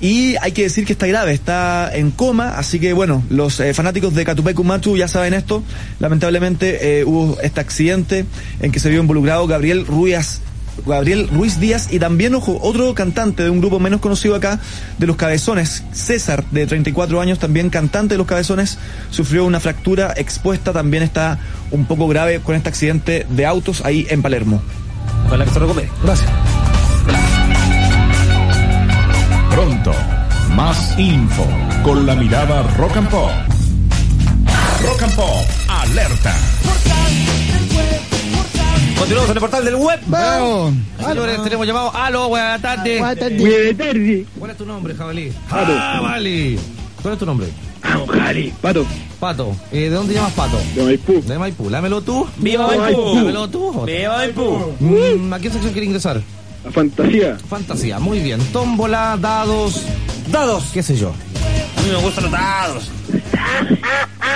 Speaker 24: y hay que decir que está grave, está en coma, así que bueno, los eh, fanáticos de Catupecu Machu ya saben esto. Lamentablemente eh, hubo este accidente en que se vio involucrado Gabriel Ruiz, Gabriel Ruiz Díaz y también ojo, otro cantante de un grupo menos conocido acá, de los Cabezones, César, de 34 años, también cantante de los Cabezones, sufrió una fractura expuesta, también está un poco grave con este accidente de autos ahí en Palermo.
Speaker 3: Ojalá que se recupere.
Speaker 24: Gracias.
Speaker 11: Pronto, más info con la mirada Rock and Pop. Rock and Pop, alerta.
Speaker 3: Continuamos en el portal del web.
Speaker 1: Bravo. Señores, tenemos llamado. Aló, buenas tardes. Buenas tardes. Buenas tardes. ¿Cuál es tu nombre, Jabalí? Pato. Jabalí. Ah, ¿Cuál es tu nombre? Jabalí. Pato. Pato. Eh, ¿De dónde llamas Pato? Ah, De Maipú. De Maipú. Lámelo tú.
Speaker 3: ¡Viva Maipú!
Speaker 1: Lámelo tú.
Speaker 3: ¡Viva Maipú!
Speaker 1: Mm, ¿A qué sección quiere ingresar? fantasía. Fantasía, muy bien. Tómbola, dados. Dados. ¿Qué sé yo?
Speaker 3: A mí me gustan los dados.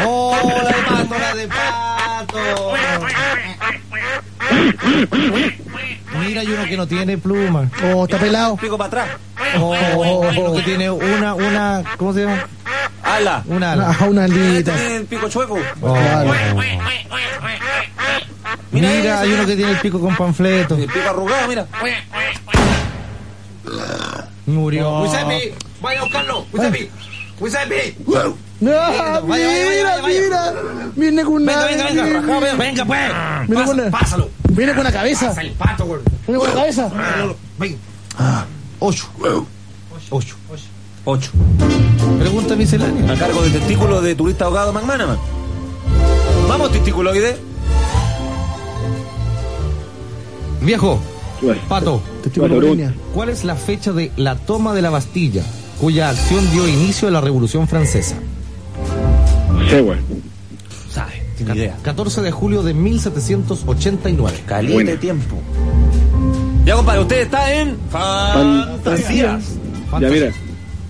Speaker 1: ¡Oh, la de pato, la de pato! Mira, hay uno que no tiene pluma.
Speaker 2: Oh, está pelado.
Speaker 3: Pico para atrás.
Speaker 1: Oh, hay uno que tiene una, una, ¿cómo se llama?
Speaker 3: Ala.
Speaker 1: Una ala.
Speaker 2: Ah, una alita.
Speaker 3: Tiene el pico chueco.
Speaker 1: Oh, claro. Mira, hay uno que tiene el pico con panfleto.
Speaker 3: El pico arrugado, mira.
Speaker 1: Murió.
Speaker 25: Giuseppe,
Speaker 1: vaya Oh, a buscarlo. Giuseppe, Giuseppe.
Speaker 2: No,
Speaker 1: Vaya, vaya,
Speaker 2: mira,
Speaker 1: vaya, vaya.
Speaker 2: mira. Viene con
Speaker 1: Venga,
Speaker 2: una.
Speaker 1: venga, venga, rajá, venga, venga, pues.
Speaker 2: Viene
Speaker 1: Pasa-
Speaker 2: con una-
Speaker 1: pásalo.
Speaker 2: Viene con la cabeza.
Speaker 1: Pasa el pato, güey.
Speaker 2: Viene con la cabeza.
Speaker 1: Venga. Ocho. Ocho.
Speaker 3: Ocho.
Speaker 1: Pregunta miscelánea.
Speaker 3: A cargo del testículo de turista ahogado McManaman. Vamos, testiculoide.
Speaker 1: Viejo. Pato. ¿Cuál es la fecha de la toma de la Bastilla, cuya acción dio inicio a la Revolución Francesa?
Speaker 26: Sí, güey.
Speaker 1: Sabe, tiene idea. 14 de julio de 1789.
Speaker 3: Caliente tiempo. Ya, compadre, usted está en Fantasías.
Speaker 26: Ya, mira,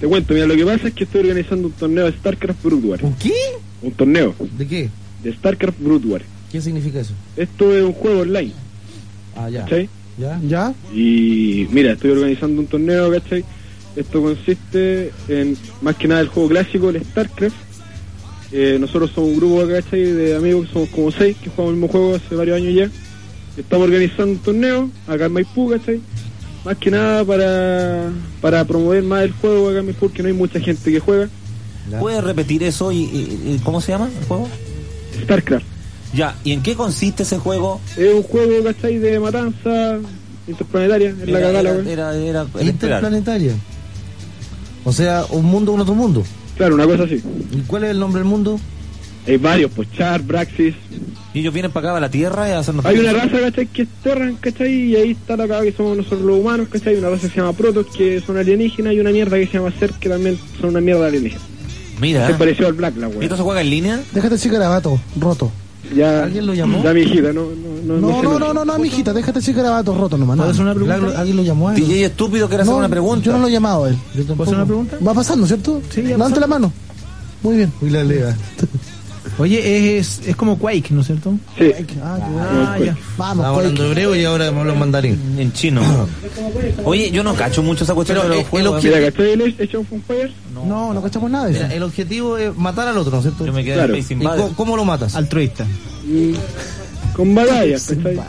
Speaker 26: te cuento, mira, lo que pasa es que estoy organizando un torneo de StarCraft Brood War. ¿Un
Speaker 1: qué?
Speaker 26: Un torneo.
Speaker 1: ¿De qué?
Speaker 26: De StarCraft Brood War.
Speaker 1: ¿Qué significa eso?
Speaker 26: Esto es un juego online,
Speaker 1: Ah, ya.
Speaker 26: ¿cachai?
Speaker 1: ¿Ya?
Speaker 2: ¿Ya?
Speaker 26: Y mira, estoy organizando un torneo, ¿cachai? Esto consiste en, más que nada, el juego clásico, el StarCraft. Eh, nosotros somos un grupo, ¿cachai? De amigos, somos como seis, que jugamos el mismo juego hace varios años ya. Estamos organizando un torneo acá en Maipú, ¿cachai? Más que nada para, para promover más el juego acá en Maipú, que no hay mucha gente que juega.
Speaker 3: ¿Puedes repetir eso y, y- y- cómo se llama el juego?
Speaker 26: StarCraft.
Speaker 3: Ya, ¿y en qué consiste ese juego?
Speaker 26: Es un juego, ¿cachai? De matanza interplanetaria, es la
Speaker 3: Era-
Speaker 26: cagada, la
Speaker 3: era-
Speaker 26: wea.
Speaker 3: era- era el esperar.
Speaker 1: Interplanetaria. O sea, un mundo, un otro mundo.
Speaker 26: Claro, una cosa así.
Speaker 1: ¿Y cuál es el nombre del mundo?
Speaker 26: Hay varios, pues Char, Braxis.
Speaker 3: Y ellos vienen para acá, a la Tierra, y a hacernos...
Speaker 26: Hay una raza, ¿cachai? Que es Terran, ¿cachai? Y ahí está la cagada que somos nosotros los humanos, ¿cachai? Hay una raza que se llama Protos, que son alienígenas, y una mierda que se llama Ser, que también son una mierda alienígena.
Speaker 3: Mira.
Speaker 26: Se pareció al Black, la wea.
Speaker 3: ¿Esto se juega en línea?
Speaker 2: Déjate ese garabato, este roto.
Speaker 26: Ya,
Speaker 2: ¿Alguien lo llamó?
Speaker 26: Ya mi hijita, no, no, no.
Speaker 2: No,
Speaker 26: sé
Speaker 2: no,
Speaker 26: lo-
Speaker 2: no, no, no, mijita, déjate ese garabato roto nomás. No,
Speaker 4: ¿Puedo hacer una pregunta?
Speaker 2: Claro, ¿Alguien lo llamó a él?
Speaker 3: DJ estúpido quiere hacer
Speaker 2: No,
Speaker 3: una pregunta.
Speaker 2: Yo no lo he llamado a él.
Speaker 4: ¿Puedo hacer una pregunta?
Speaker 2: Va pasando, ¿cierto? Sí, Levante la mano. Muy bien.
Speaker 4: Uy, la lea. Oye, es, es como Quake, ¿no es cierto?
Speaker 26: Sí.
Speaker 2: Ah, qué bueno.
Speaker 4: Ah, ya.
Speaker 1: Estamos
Speaker 4: Vamos,
Speaker 1: pues. hablando
Speaker 4: Quake.
Speaker 1: hebreo y ahora hablamos en mandarín. Ah.
Speaker 3: En chino. Oye, yo no cacho mucho esa cuestión
Speaker 1: Pero
Speaker 3: de
Speaker 1: el-
Speaker 3: los juegos.
Speaker 26: Mira,
Speaker 3: ¿eh?
Speaker 26: ¿cachai? El Age of Empires.
Speaker 2: No, no cachamos nada de eso.
Speaker 1: Mira, el objetivo es matar al otro, ¿no es cierto?
Speaker 3: Yo me quedé
Speaker 26: Claro.
Speaker 3: en Space
Speaker 1: ¿Y
Speaker 3: Invaders.
Speaker 1: cómo, cómo lo matas?
Speaker 4: Altruista.
Speaker 26: mm, Con batallas, ¿cachai?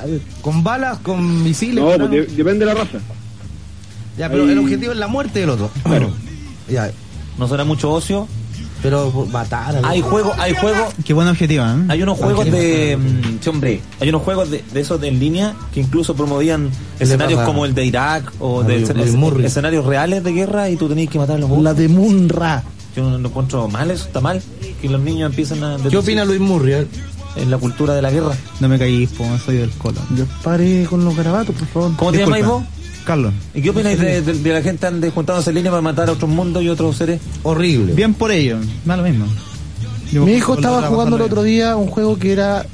Speaker 1: ¿Con balas? ¿Con misiles? con
Speaker 26: No, pues
Speaker 1: armas?
Speaker 26: de- depende de la raza.
Speaker 1: Ya, pero
Speaker 26: ahí-
Speaker 1: el objetivo es la muerte del otro.
Speaker 26: Claro.
Speaker 1: Ya,
Speaker 3: No será mucho ocio.
Speaker 1: pero pues, matar al
Speaker 3: Hay
Speaker 1: otro.
Speaker 3: juegos, hay juegos,
Speaker 4: Qué buena objetiva, ¿eh?
Speaker 3: hay unos juegos de, mm, sí, hombre, hay unos juegos de, de esos de en línea que incluso promovían escenarios
Speaker 1: pasa?
Speaker 3: como el de Irak o
Speaker 1: A
Speaker 3: de
Speaker 1: Bill-
Speaker 3: escen-
Speaker 1: Bill Murray.
Speaker 3: escenarios reales de guerra y tú tenías que matar a los
Speaker 2: La de Munra.
Speaker 3: Yo no lo encuentro mal, eso está mal, que los niños empiezan a...
Speaker 1: ¿Qué opina Luis Murriel?
Speaker 3: En la cultura de la guerra.
Speaker 4: No me caí, po, soy del colo.
Speaker 2: Ya paré con los garabatos, por favor.
Speaker 3: ¿Cómo te
Speaker 4: Disculpa.
Speaker 3: llamáis vos?
Speaker 4: Carlos.
Speaker 3: ¿Y qué opináis de, de- de la gente que ande juntándose en línea para matar a otros mundos y otros seres?
Speaker 1: Horrible.
Speaker 4: Bien por ello, da lo mismo. Yo-
Speaker 2: Mi hijo
Speaker 4: con la
Speaker 2: estaba
Speaker 4: otra
Speaker 2: jugando el
Speaker 4: bastante
Speaker 2: otro día un juego que era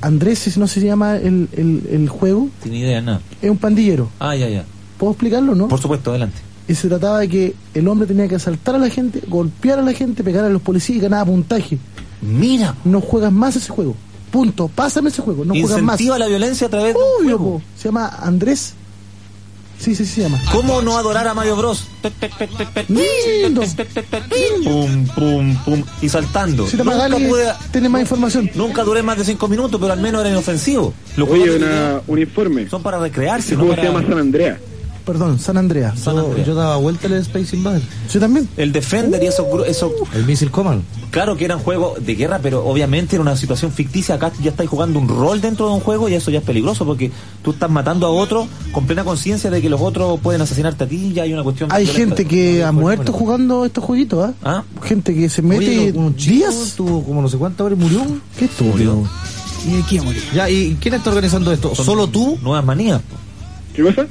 Speaker 2: Andrés, si no se llama el, el, el juego,
Speaker 3: Sin idea, nada.
Speaker 2: es un pandillero.
Speaker 3: Ah, ya, ya.
Speaker 2: ¿Puedo explicarlo, no?
Speaker 3: Por supuesto, adelante.
Speaker 2: Y se trataba de que el hombre tenía que asaltar a la gente, golpear a la gente, pegar a los policías y ganaba puntaje.
Speaker 3: Mira,
Speaker 2: No juegas más ese juego. Punto. Pásame ese juego. No juegas más.
Speaker 3: incentiva la violencia a través de un
Speaker 2: Obvio,
Speaker 3: juego.
Speaker 2: po. Se llama Andrés. Sí, sí, sí, se llama.
Speaker 3: ¿Cómo no adorar a Mario Bros? Pe, pe, pe, pe, pe,
Speaker 2: Lindo.
Speaker 3: pe, pe, pe, pe, Pum, pum, pum. Y saltando.
Speaker 2: Si te
Speaker 3: Nunca,
Speaker 2: pagas,
Speaker 3: pude-
Speaker 2: tienes más información.
Speaker 3: nunca duré más de 5 minutos, pero al menos era inofensivo. Los
Speaker 26: Oye,
Speaker 3: juegos de
Speaker 26: una, un informe.
Speaker 3: video son para recrearse,
Speaker 26: El
Speaker 3: no
Speaker 26: juego se
Speaker 3: para...
Speaker 26: llama San Andrea.
Speaker 2: Perdón, San Andrea.
Speaker 3: San Andreas.
Speaker 1: Yo daba vuelta al Space Invader.
Speaker 2: Yo también. Uh.
Speaker 3: El Defender y esos, gru- esos...
Speaker 1: El Missile Command.
Speaker 3: Claro que eran juegos de guerra, pero obviamente era una situación ficticia. Acá ya estáis jugando un rol dentro de un juego y eso ya es peligroso porque tú estás matando a otro con plena conciencia de que los otros pueden asesinarte a ti y ya hay una cuestión...
Speaker 2: Hay
Speaker 3: violenta.
Speaker 2: gente que ha muerto jugando estos jueguitos, ¿ah?
Speaker 3: ¿Ah?
Speaker 2: Gente que se mete
Speaker 1: Oye, un chico
Speaker 2: días.
Speaker 1: tuvo como no sé cuántas horas y murió.
Speaker 2: Qué estúpido.
Speaker 4: ¿Y de quién murió?
Speaker 1: Ya, ¿y quién está organizando esto?
Speaker 3: Son
Speaker 1: ¿Solo tú?
Speaker 3: Nuevas manías. po.
Speaker 26: ¿Qué cosa?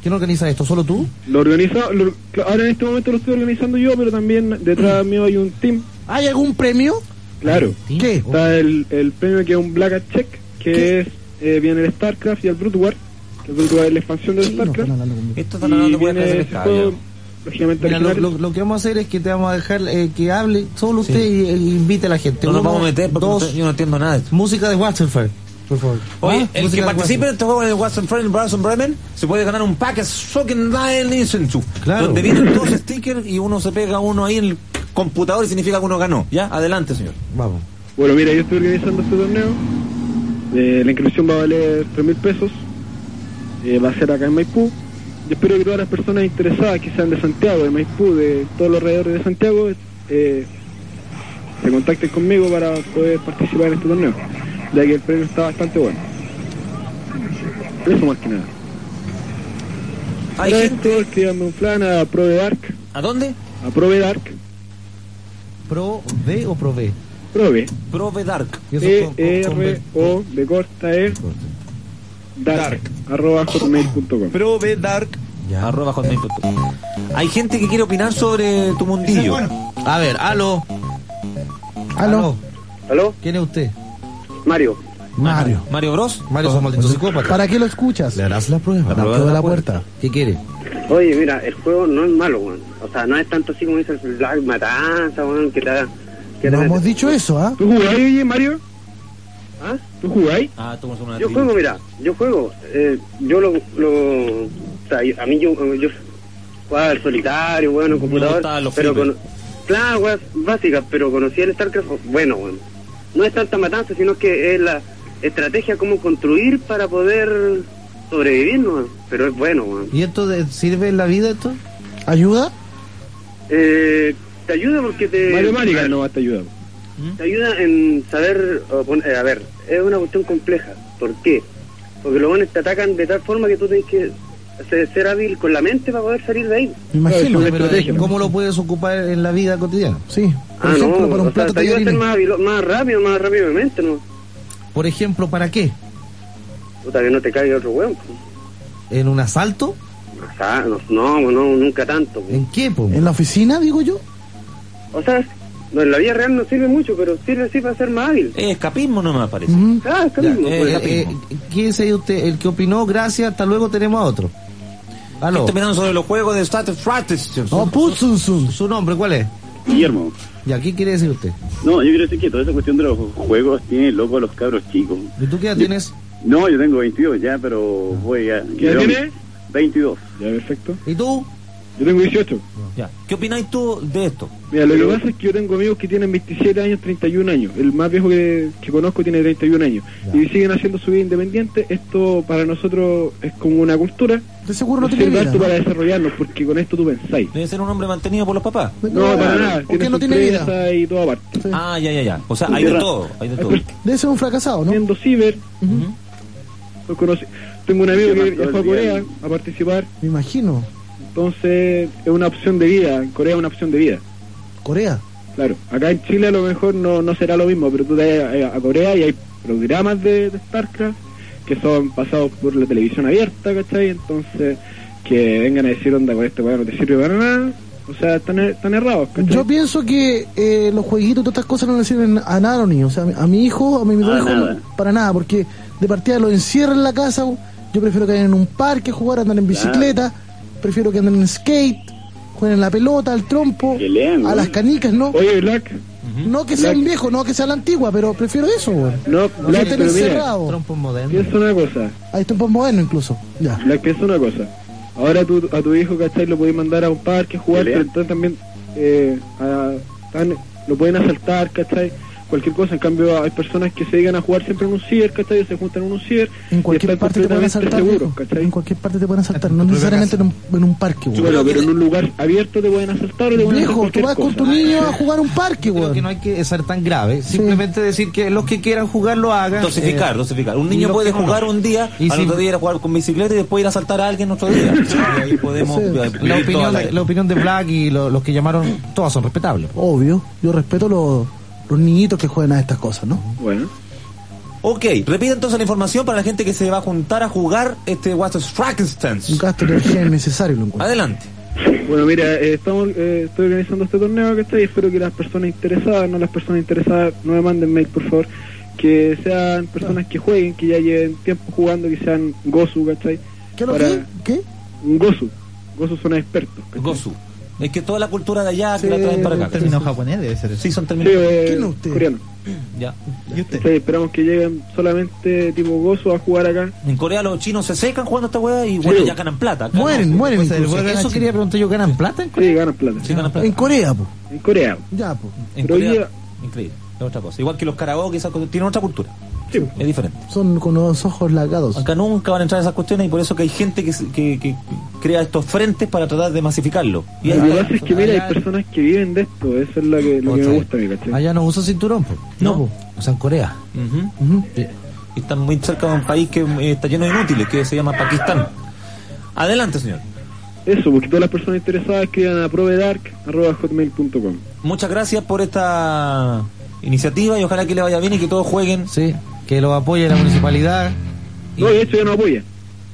Speaker 1: ¿Quién organiza esto? ¿Solo tú?
Speaker 26: Lo organiza, lo- ahora en este momento lo estoy organizando yo, pero también detrás mío hay un team.
Speaker 2: ¿Hay algún premio? Oh.
Speaker 26: Claro.
Speaker 2: ¿Qué?
Speaker 26: Está el, el premio que es un Black Hat Check, que es eh, viene el StarCraft y el Brood War. El Brood War es la expansión del
Speaker 2: Sí, no,
Speaker 26: StarCraft.
Speaker 2: están hablando conmigo.
Speaker 3: Esto está
Speaker 26: Y
Speaker 3: hablando de
Speaker 26: viene
Speaker 3: huevas que
Speaker 26: ese
Speaker 3: se
Speaker 26: juego, lógicamente,
Speaker 1: Mira, lo,
Speaker 26: original.
Speaker 1: lo- lo que vamos a hacer es que te vamos a dejar eh, que hable solo usted y, y invite a la gente.
Speaker 3: No nos
Speaker 1: Uno,
Speaker 3: vamos a meter porque
Speaker 1: dos,
Speaker 3: no te- yo no entiendo nada de esto.
Speaker 1: música de Waterfire, por favor.
Speaker 3: Oye,
Speaker 1: Ah,
Speaker 3: el
Speaker 1: música
Speaker 3: que
Speaker 1: de
Speaker 3: participe en este juego en el Watson Friend Brazen Bremen se puede ganar un pack Socken License
Speaker 1: Claro.
Speaker 3: donde vienen dos stickers y uno se pega uno ahí en el computador y significa que uno ganó. Ya, adelante, señor.
Speaker 1: Waterfire. Vamos.
Speaker 26: Bueno, mira, yo estoy organizando este torneo. Eh, la inscripción va a valer 3 mil pesos. Eh, va a ser acá en Maipú. Yo espero que todas las personas interesadas que sean de Santiago, de Maipú, de todos los alrededores de Santiago, eh, se contacten conmigo para poder participar en este torneo, ya que el premio está bastante bueno. Eso más que nada.
Speaker 3: Hay
Speaker 26: Para
Speaker 3: gente
Speaker 26: esto, escríbanme un plan a ProveArc,
Speaker 3: ¿A dónde?
Speaker 26: a ProveArc,
Speaker 1: ¿Pro D o Pro B?
Speaker 26: Prove,
Speaker 3: Prove Dark.
Speaker 1: Y eso
Speaker 26: E
Speaker 1: con- con-
Speaker 26: R O de corta E dark, arroba hotmail.com.
Speaker 24: Prove Dark.
Speaker 3: Arroba hotmail.com. Hay gente que quiere opinar sobre tu mundillo.
Speaker 1: con- A ver, aló.
Speaker 2: Aló.
Speaker 26: ¿Aló?
Speaker 1: ¿Quién es usted?
Speaker 26: Mario.
Speaker 2: Mario.
Speaker 3: Mario Bros.
Speaker 1: Mario, somos malditos psicópatas.
Speaker 2: ¿Para qué lo escuchas?
Speaker 1: Le harás la prueba.
Speaker 2: La prueba de la puerta.
Speaker 1: ¿Qué quiere?
Speaker 5: Oye, mira, el juego no es malo, weón. O sea, no es tanto así como dice el Black Matanza, weón, que te da- que
Speaker 2: No
Speaker 5: te-
Speaker 2: hemos dicho eso, ¿ah?
Speaker 26: ¿Tú jugáis, oye, Mario?
Speaker 5: ¿Ah?
Speaker 26: ¿Tú jugáis?
Speaker 3: Ah, tú una
Speaker 5: Yo juego, mira, yo juego. eh, yo lo, lo. O sea, yo- a mí yo. yo jugaba al solitario, weón, en computador.
Speaker 3: gustaban los
Speaker 5: pero
Speaker 3: flippers.
Speaker 5: con, Claro, weón, básicas, pero conocí el StarCraft. Bueno, weón. No es tanta matanza, sino que es la estrategia cómo construir para poder sobrevivir, ¿no? weón. Pero es bueno, weón.
Speaker 1: ¿Y esto de- sirve en la vida esto?
Speaker 2: ¿Ayuda?
Speaker 5: Eh, te ayuda porque te. Ah,
Speaker 26: Mario Mariga no va a ayudar.
Speaker 5: Te ayuda en saber, o pon- eh, a ver, es una cuestión compleja. ¿Por qué? Porque los buenos te atacan de tal forma que tú tienes que ser, ser hábil con la mente para poder salir de ahí.
Speaker 2: Me imagino.
Speaker 26: Estrategia.
Speaker 1: ¿Cómo lo puedes ocupar en la vida cotidiana?
Speaker 2: Sí. Por
Speaker 5: ah,
Speaker 2: ejemplo,
Speaker 5: no,
Speaker 2: para un
Speaker 5: o sea,
Speaker 2: plato
Speaker 5: te ayuda a ser
Speaker 2: tallarines.
Speaker 5: más, habilo- más rápido, más rápidamente, ¿no?
Speaker 4: Por ejemplo, ¿para qué?
Speaker 5: Puta, que no te caiga otro hueón. pues,
Speaker 4: ¿En un asalto?
Speaker 5: O sea, no, no, no, nunca tanto. po.
Speaker 4: ¿En qué? po?
Speaker 2: ¿En la oficina, digo yo?
Speaker 5: O sea, no, en la vida real no sirve mucho, pero sirve sí para ser más hábil.
Speaker 3: Es escapismo nomás, parece.
Speaker 5: Ah, escapismo.
Speaker 4: Eh,
Speaker 5: pues.
Speaker 4: eh, ¿Quién es ahí usted? El que opinó, gracias, hasta luego tenemos a otro. Aló.
Speaker 3: Estoy mirando sobre los juegos de Status
Speaker 4: No, Putsunsun. ¿Su nombre cuál es?
Speaker 27: Guillermo.
Speaker 4: ¿Y a qué quiere decir usted?
Speaker 27: No, yo quiero decir que toda esa cuestión de los juegos tiene loco a los cabros chicos.
Speaker 4: ¿Y tú qué edad tienes?
Speaker 27: No, yo tengo 22 ya, pero voy a...
Speaker 4: ¿Qué edad
Speaker 27: yo-
Speaker 4: tiene?
Speaker 27: 22.
Speaker 26: Ya, perfecto.
Speaker 4: ¿Y tú?
Speaker 26: Yo tengo 18.
Speaker 3: Ya. ¿Qué opináis tú de esto?
Speaker 26: Mira, lo que pasa es que yo tengo amigos que tienen 27 años, 31 años. El más viejo que, que conozco tiene 31 años. Y siguen haciendo su vida independiente. Esto para nosotros es como una cultura.
Speaker 2: De seguro no
Speaker 26: Nos
Speaker 2: tiene
Speaker 26: sirve
Speaker 2: vida,
Speaker 26: harto
Speaker 2: ¿no?
Speaker 26: para desarrollarnos, porque con esto tú pensáis.
Speaker 3: Debe ser un hombre mantenido por los papás.
Speaker 26: No, para nada.
Speaker 2: porque
Speaker 26: Tiene
Speaker 2: no
Speaker 26: no
Speaker 2: tiene vida.
Speaker 26: y toda parte.
Speaker 3: Ah, ya, ya, ya. O sea, hay de todo. Hay de todo.
Speaker 2: Debe ser un fracasado, ¿no?
Speaker 26: Siendo ciber. Los conocí. Tengo un amigo
Speaker 27: Se
Speaker 26: que
Speaker 27: mató
Speaker 26: ya fue a
Speaker 27: el día.
Speaker 26: Corea a participar.
Speaker 2: Me imagino.
Speaker 26: Entonces es una opción de vida. En Corea es una opción de vida.
Speaker 2: Corea.
Speaker 26: Claro, acá en Chile a lo mejor no, no será lo mismo, pero tú te vas a, a Corea y hay programas de, de StarCraft que son pasados por la televisión abierta, ¿cachai? Entonces, que vengan a decir, onda, con este weón no te sirve para nada, o sea, están, er- están errados, ¿cachai?
Speaker 2: Yo pienso que eh, los jueguitos, todas estas cosas no le sirven a nada a los niños. O sea, a mi- a mi hijo, a mi
Speaker 26: Ah,
Speaker 27: A
Speaker 2: hijo,
Speaker 27: nada.
Speaker 2: no, para nada, porque de partida lo encierran en la casa. Yo prefiero que anden en un parque, jugar, andar en bicicleta. Prefiero que anden en skate, jueguen en la pelota, al trompo,
Speaker 26: lean,
Speaker 2: a
Speaker 26: ¿no?
Speaker 2: las canicas, ¿no?
Speaker 26: Oye, Black.
Speaker 2: No que sea un viejo, no que sea la antigua, pero prefiero eso, güey.
Speaker 26: No,
Speaker 2: No
Speaker 26: Black,
Speaker 2: estén
Speaker 26: pero mira,
Speaker 2: encerrados.
Speaker 26: piensa una cosa,
Speaker 2: Hay tiempos modernos incluso. Ya.
Speaker 26: Black, piensa una cosa. Ahora tú, a tu hijo, ¿cachai? Lo podéis mandar a un parque a jugar, pero entonces también eh, a- tan- lo pueden asaltar, ¿cachai? Cualquier cosa. En cambio, hay personas que se dedican a jugar siempre en un ciber, ¿cachai? Se juntan en un ciber
Speaker 2: En
Speaker 26: y
Speaker 2: cualquier
Speaker 26: están
Speaker 2: parte te pueden
Speaker 26: completamente
Speaker 2: asaltar.
Speaker 26: seguros,
Speaker 2: viejo.
Speaker 26: ¿cachai?
Speaker 2: En cualquier parte te pueden asaltar, no necesariamente en un, en un parque, güey.
Speaker 26: Bueno, pero en un lugar abierto te pueden asaltar o te pueden
Speaker 2: Viejo, tú
Speaker 26: hacer
Speaker 2: vas con
Speaker 26: cualquier
Speaker 2: tu
Speaker 26: cosa.
Speaker 2: niño a jugar a un parque,
Speaker 1: Creo
Speaker 2: güey.
Speaker 1: que no hay que ser tan grave. Simplemente decir que los que quieran jugar lo hagan.
Speaker 3: Dosificar,
Speaker 1: Eh,
Speaker 3: dosificar. Un
Speaker 1: y
Speaker 3: niño
Speaker 1: los
Speaker 3: puede
Speaker 1: que no,
Speaker 3: jugar
Speaker 1: no.
Speaker 3: un día,
Speaker 1: Y
Speaker 3: al
Speaker 1: si-
Speaker 3: otro día ir a jugar con bicicleta y después ir a saltar a alguien otro día. Y ahí podemos. eh,
Speaker 1: la, opinión de, la opinión de Black y lo- los que llamaron, todas son respetables.
Speaker 2: Obvio, yo respeto los, los niñitos que juegan a estas cosas, ¿no?
Speaker 26: Bueno.
Speaker 3: Ok, repite entonces la información para la gente que se va a juntar a jugar este What's Frankenstein's.
Speaker 2: Un gasto de energía innecesario lo encuentro.
Speaker 3: Adelante.
Speaker 26: Bueno, mira, eh, estamos, eh, estoy organizando este torneo que está y espero que las personas interesadas, no las personas interesadas, no me manden mail, por favor, que sean personas que jueguen, que ya lleven tiempo jugando, que sean Gozu, ¿cachai?
Speaker 2: ¿Qué lo que? ¿Qué?
Speaker 26: Un Gozu. Gozu son expertos.
Speaker 3: Gozu. Es que toda la cultura de allá Ah, que la traen para acá.
Speaker 14: Término japonés debe ser.
Speaker 3: Sí, son
Speaker 26: Sí,
Speaker 3: términos.
Speaker 26: eh,
Speaker 14: usted?
Speaker 26: coreano.
Speaker 3: Ya.
Speaker 26: Sí, esperamos que lleguen solamente tipo Gozu a jugar acá.
Speaker 3: En Corea los chinos se secan jugando esta weá y bueno,
Speaker 26: Sí.
Speaker 3: ya ganan plata. Acá
Speaker 2: Mueren,
Speaker 3: no.
Speaker 2: mueren.
Speaker 3: Pues, el
Speaker 2: incluso.
Speaker 3: weá gana China.
Speaker 2: preguntar yo, ¿ganan plata en
Speaker 26: Sí, ganan plata.
Speaker 3: Sí, ganan plata.
Speaker 2: En Corea, po.
Speaker 26: En Corea.
Speaker 2: Ya, po.
Speaker 3: En
Speaker 26: Pero hoy
Speaker 3: Corea,
Speaker 26: día-
Speaker 3: increíble. Es otra cosa. Igual que los karaoke, esas cosas, tienen otra cultura. Es diferente.
Speaker 2: Son con los ojos lagados.
Speaker 3: Acá nunca van a entrar esas cuestiones y por eso que hay gente que, se- que, que crea estos frentes para tratar de masificarlo. Y
Speaker 26: Lo
Speaker 3: hay-
Speaker 26: que pasa es que, mira, hay personas que viven de esto, Pues eso es lo que, lo que me
Speaker 4: Otra.
Speaker 26: gusta a mí, ¿cachai?
Speaker 4: Allá no usa cinturón, po. No, po. O sea, en Corea.
Speaker 3: Ujú. Y Están muy cerca de un país que eh, está lleno de inútiles, que se llama Pakistán. Adelante, señor.
Speaker 26: Eso, porque todas las personas interesadas escriban a provedark.hotmail.com.
Speaker 3: Muchas gracias por esta iniciativa y ojalá que le vaya bien y que todos jueguen.
Speaker 4: Sí, que lo apoye la municipalidad.
Speaker 26: No, de hecho ya no apoya.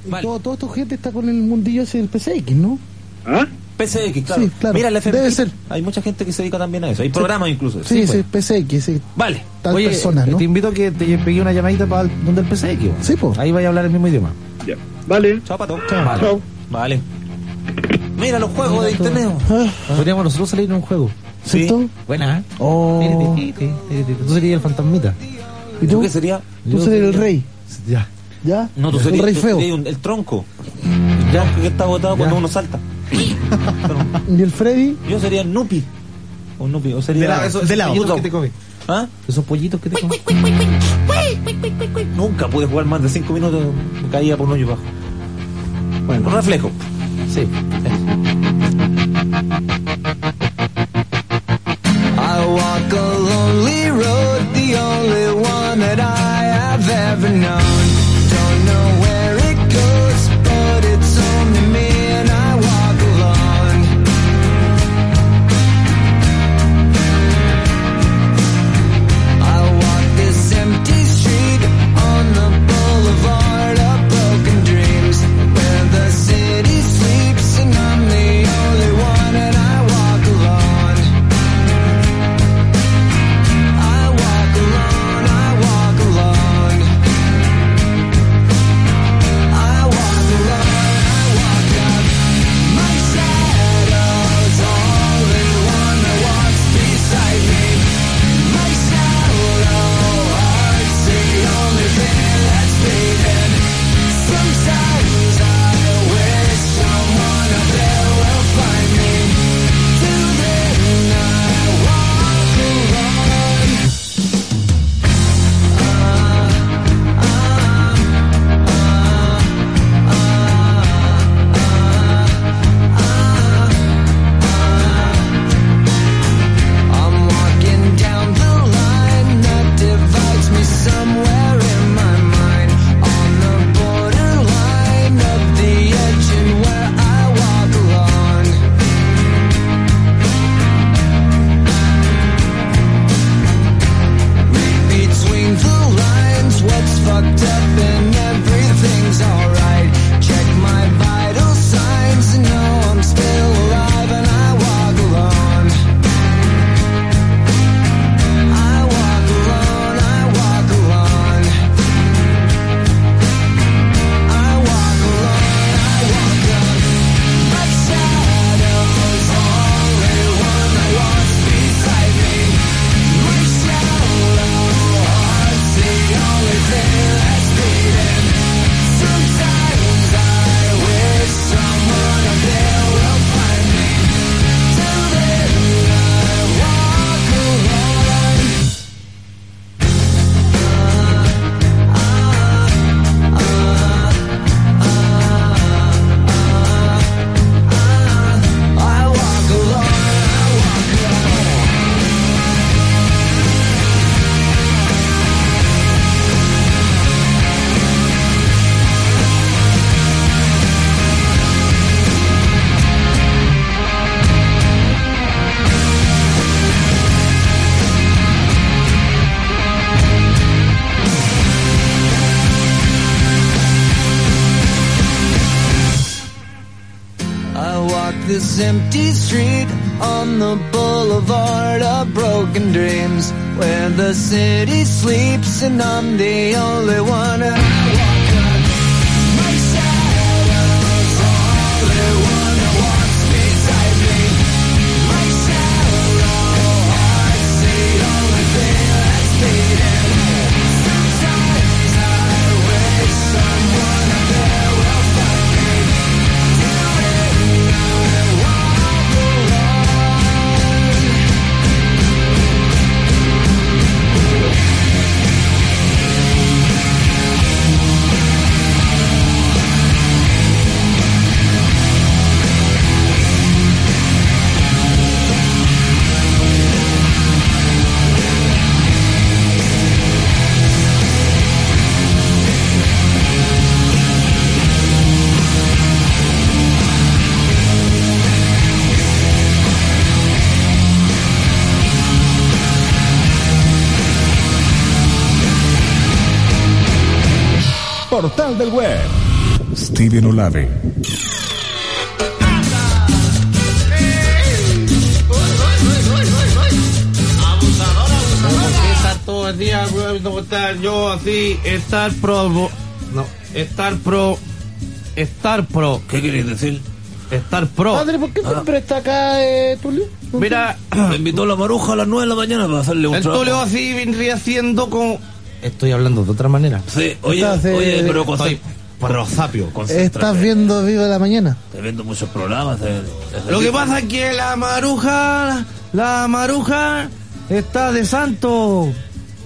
Speaker 2: Y todo, toda esta gente está con el mundillo ese del PCX, ¿no?
Speaker 26: ¿Ah?
Speaker 3: PCX, claro.
Speaker 2: Sí, claro.
Speaker 3: Mira, la FMI,
Speaker 2: Debe ser.
Speaker 3: Hay mucha gente que se dedica también a eso. Hay programas incluso. pues. de
Speaker 2: Sí,
Speaker 3: eso.
Speaker 2: sí, PCX, sí.
Speaker 3: Vale.
Speaker 2: Tal
Speaker 1: Oye,
Speaker 2: persona, ¿no?
Speaker 1: te invito a que te pegué una llamadita para donde el PCX. weón.
Speaker 2: Sí, po.
Speaker 1: Ahí vaya a hablar el mismo idioma.
Speaker 26: Ya. Vale.
Speaker 3: Chao, pato. Vale. Vale. Mira los juegos de internet.
Speaker 2: Ah.
Speaker 4: Podríamos nosotros salir en un juego.
Speaker 2: ¿Cierto?
Speaker 4: Buena, ¿eh?
Speaker 2: Oh.
Speaker 4: Tú serías el fantasmita.
Speaker 2: ¿Y
Speaker 3: tú qué sería?
Speaker 2: Tú
Speaker 4: Yo
Speaker 2: serías el
Speaker 4: sería-
Speaker 2: rey.
Speaker 4: Ya.
Speaker 2: ¿Ya?
Speaker 3: No, tú
Speaker 2: El
Speaker 3: serías,
Speaker 2: rey
Speaker 3: tú
Speaker 2: feo.
Speaker 3: serías un- el tronco. El tronco que está botado cuando uno salta.
Speaker 2: ¿Y el Freddy?
Speaker 3: Yo sería el Nupi. O Nupi. O sería.
Speaker 2: De lado, eso- de lado.
Speaker 3: Yudo.
Speaker 2: que te come.
Speaker 3: ¿Ah?
Speaker 4: Esos pollitos que te comen.
Speaker 3: Nunca pude jugar más de 5 minutos. Me caía por un hoyo bajo. Bueno. Un reflejo. Sí.
Speaker 25: I walk a lonely road, the only one that I have ever known. Don't know where it goes, but it's only me and I walk alone. I walk this empty street on the boulevard of broken dreams where the city sleeps and I'm the only one. who-
Speaker 11: Portal del Web.
Speaker 19: Steven Olave.
Speaker 4: Empieza todo el día, weón, no estar yo así, estar pro. No, estar pro. Estar pro. ¿Qué quieres decir? Estar pro.
Speaker 2: Padre, ¿por qué siempre está acá eh, Tulio? No
Speaker 4: Mira,
Speaker 3: Me invitó la maruja a las 9 de la mañana para hacerle un
Speaker 2: El
Speaker 3: trabajo.
Speaker 2: Tulio
Speaker 1: así vendría siendo como.
Speaker 4: Estoy hablando de otra manera.
Speaker 3: Sí, oye,
Speaker 2: Estás, eh,
Speaker 3: oye, pero con
Speaker 2: estoy
Speaker 3: prosapio.
Speaker 2: entiendo. Estás viendo Viva la Mañana.
Speaker 3: Te vendo muchos programas. te- te-
Speaker 1: Lo que pasa es que la maruja, la maruja está de santo.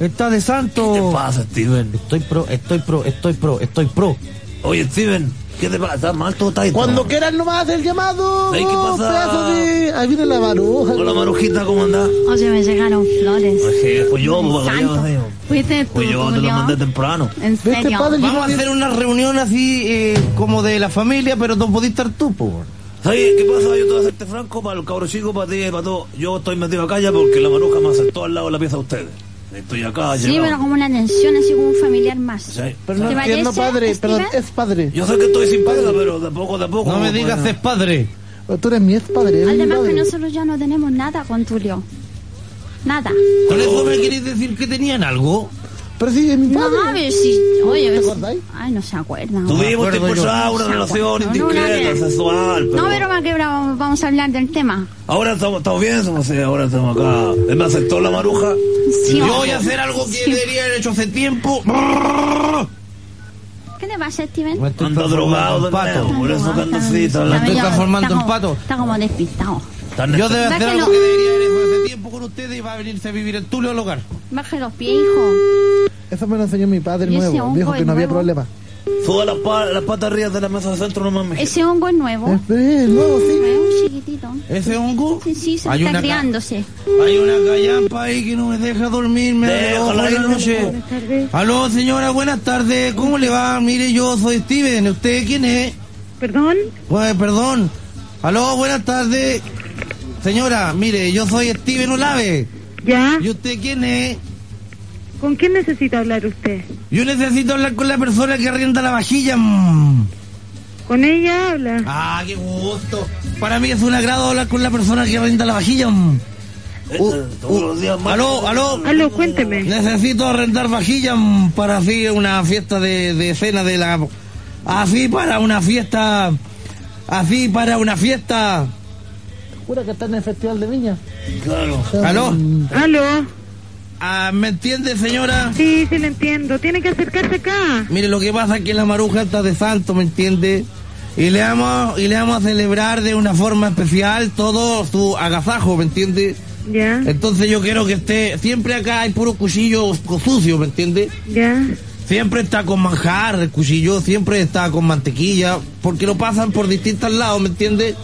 Speaker 1: Está de santo.
Speaker 4: ¿Qué te pasa, Steven? Estoy pro, estoy pro, estoy pro, estoy pro.
Speaker 3: Oye, Steven, ¿qué te pasa? ¿Estás mal todo está ahí,
Speaker 2: Cuando
Speaker 3: todo?
Speaker 2: quieran nomás el llamado.
Speaker 3: Ay, ¿qué
Speaker 2: vos,
Speaker 3: pasa?
Speaker 2: pedazo de- Ahí viene la maruja.
Speaker 3: Hola, Marujita, ¿cómo andás?
Speaker 14: Oye, me llegaron flores.
Speaker 3: Pues, fui yo,
Speaker 14: Santo.
Speaker 3: pues, para que yo, digo.
Speaker 14: Fuiste tú,
Speaker 3: Pues yo te lo
Speaker 14: Julio.
Speaker 3: mandé temprano.
Speaker 14: En
Speaker 1: este
Speaker 14: serio.
Speaker 1: Vamos a hacer una reunión así eh, como de la familia, pero no podís estar tú, po.
Speaker 3: ¿Sabes qué pasa? Yo te voy a hacerte franco para los cabros chicos, para ti, para todo. Yo estoy metido acá ya porque la maruja me aceptó al lado de la pieza de ustedes. Estoy
Speaker 1: Ah,
Speaker 3: acá,
Speaker 14: Sí,
Speaker 3: llegado.
Speaker 14: pero como una tensión, así como un familiar más.
Speaker 2: Pero no
Speaker 14: ¿Te
Speaker 2: entiendo,
Speaker 14: parece,
Speaker 2: padre. Perdón,
Speaker 14: Steven?
Speaker 2: es padre.
Speaker 3: Yo sé que estoy sin padre, pero tampoco, tampoco.
Speaker 1: No me digas es padre.
Speaker 2: Tú eres mi ¿eh? ex padre. eres mi
Speaker 14: Además que
Speaker 2: padre.
Speaker 14: nosotros ya no tenemos nada con Tulio. Nada.
Speaker 1: ¿Con eso me querés decir que tenían algo?
Speaker 2: Pero sí, es mi
Speaker 14: No,
Speaker 2: padre.
Speaker 14: a ver si... Oye, a ver
Speaker 2: ¿Te
Speaker 14: si-
Speaker 2: acordáis?
Speaker 14: Ay, no se acuerdan.
Speaker 3: Tuvimos
Speaker 1: acuerdo
Speaker 3: tiempo
Speaker 1: yo.
Speaker 3: ya una relación
Speaker 14: No, no,
Speaker 3: indiscreta,
Speaker 14: nada.
Speaker 3: sexual. Pero
Speaker 14: No, pero más que ahora vamos- vamos a hablar del tema.
Speaker 3: Ahora estamos, estamos bien, somos, eh, ahora estamos acá. Él me aceptó la maruja.
Speaker 14: Sí,
Speaker 1: Yo
Speaker 14: vamos.
Speaker 1: voy a hacer algo que
Speaker 14: Sí.
Speaker 1: debería haber hecho hace tiempo.
Speaker 14: ¿Qué te pasa, Steven?
Speaker 3: Ando drogado de pato, por eso que ando así. está
Speaker 1: Me
Speaker 3: hablando.
Speaker 1: estoy
Speaker 14: Ya,
Speaker 1: transformando
Speaker 14: está
Speaker 1: en
Speaker 14: como-
Speaker 1: pato.
Speaker 14: Está como despistado.
Speaker 3: Tan-
Speaker 1: Yo debo
Speaker 14: Bájelo.
Speaker 1: hacer algo que debería haber hecho hace tiempo con ustedes y va a venirse a vivir el Tulio al hogar.
Speaker 14: Baje los pies, hijo.
Speaker 2: Eso me lo enseñó mi padre
Speaker 14: ¿Y ese
Speaker 2: nuevo.
Speaker 14: hongo
Speaker 2: Dijo que
Speaker 14: es
Speaker 2: no había
Speaker 14: nuevo?
Speaker 2: problema.
Speaker 3: Suba las pa- las patas arriba de la mesa de centro, no mames.
Speaker 14: Ese hongo es nuevo.
Speaker 2: Es es nuevo, sí.
Speaker 14: Es un chiquitito.
Speaker 1: ¿Ese hongo?
Speaker 14: Sí, sí, se
Speaker 1: Hay
Speaker 14: está
Speaker 1: una ca-
Speaker 14: criándose.
Speaker 1: Hay una callampa ahí que no me deja dormir, me abre los ojos
Speaker 3: Déjala
Speaker 1: en la
Speaker 3: ahí,
Speaker 1: noche. Aló, señora, buenas tardes. ¿Cómo le va? Mire, yo soy Steven. ¿Usted quién es?
Speaker 28: Perdón,
Speaker 1: Pues, perdón. Aló, buenas tardes. Señora, mire, yo soy Steven Olave.
Speaker 28: ¿Ya?
Speaker 1: ¿Y usted quién es?
Speaker 28: ¿con quién necesita hablar usted?
Speaker 1: Yo necesito hablar con la persona que arrienda la vajilla. mm.
Speaker 28: ¿Con ella habla?
Speaker 1: Ah, qué gusto. Para mí es un agrado hablar con la persona que arrienda la vajilla. mm. Uh, uh, aló, aló.
Speaker 28: Aló, cuénteme.
Speaker 1: Necesito arrendar vajilla mm, para así una fiesta de, de cena de la... Así para una fiesta... Así para una fiesta...
Speaker 2: Jura que está en el Festival de Viña.
Speaker 3: Claro.
Speaker 1: ¿Aló?
Speaker 28: ¿Aló?
Speaker 1: Ah, ¿Me entiende, señora?
Speaker 28: Sí, sí, le entiendo. Tiene que acercarse acá.
Speaker 1: Mire, lo que pasa es que la maruja está de santo, ¿me entiende? Y le vamos, y le vamos a celebrar de una forma especial todo su agasajo, ¿me entiende?
Speaker 28: ¿Ya?
Speaker 1: Entonces yo quiero que esté, siempre acá hay puro cuchillo sucio, ¿me entiende?
Speaker 28: ¿Ya?
Speaker 1: Siempre está con manjar el cuchillo, siempre está con mantequilla, porque lo pasan por distintos lados, ¿me entiende?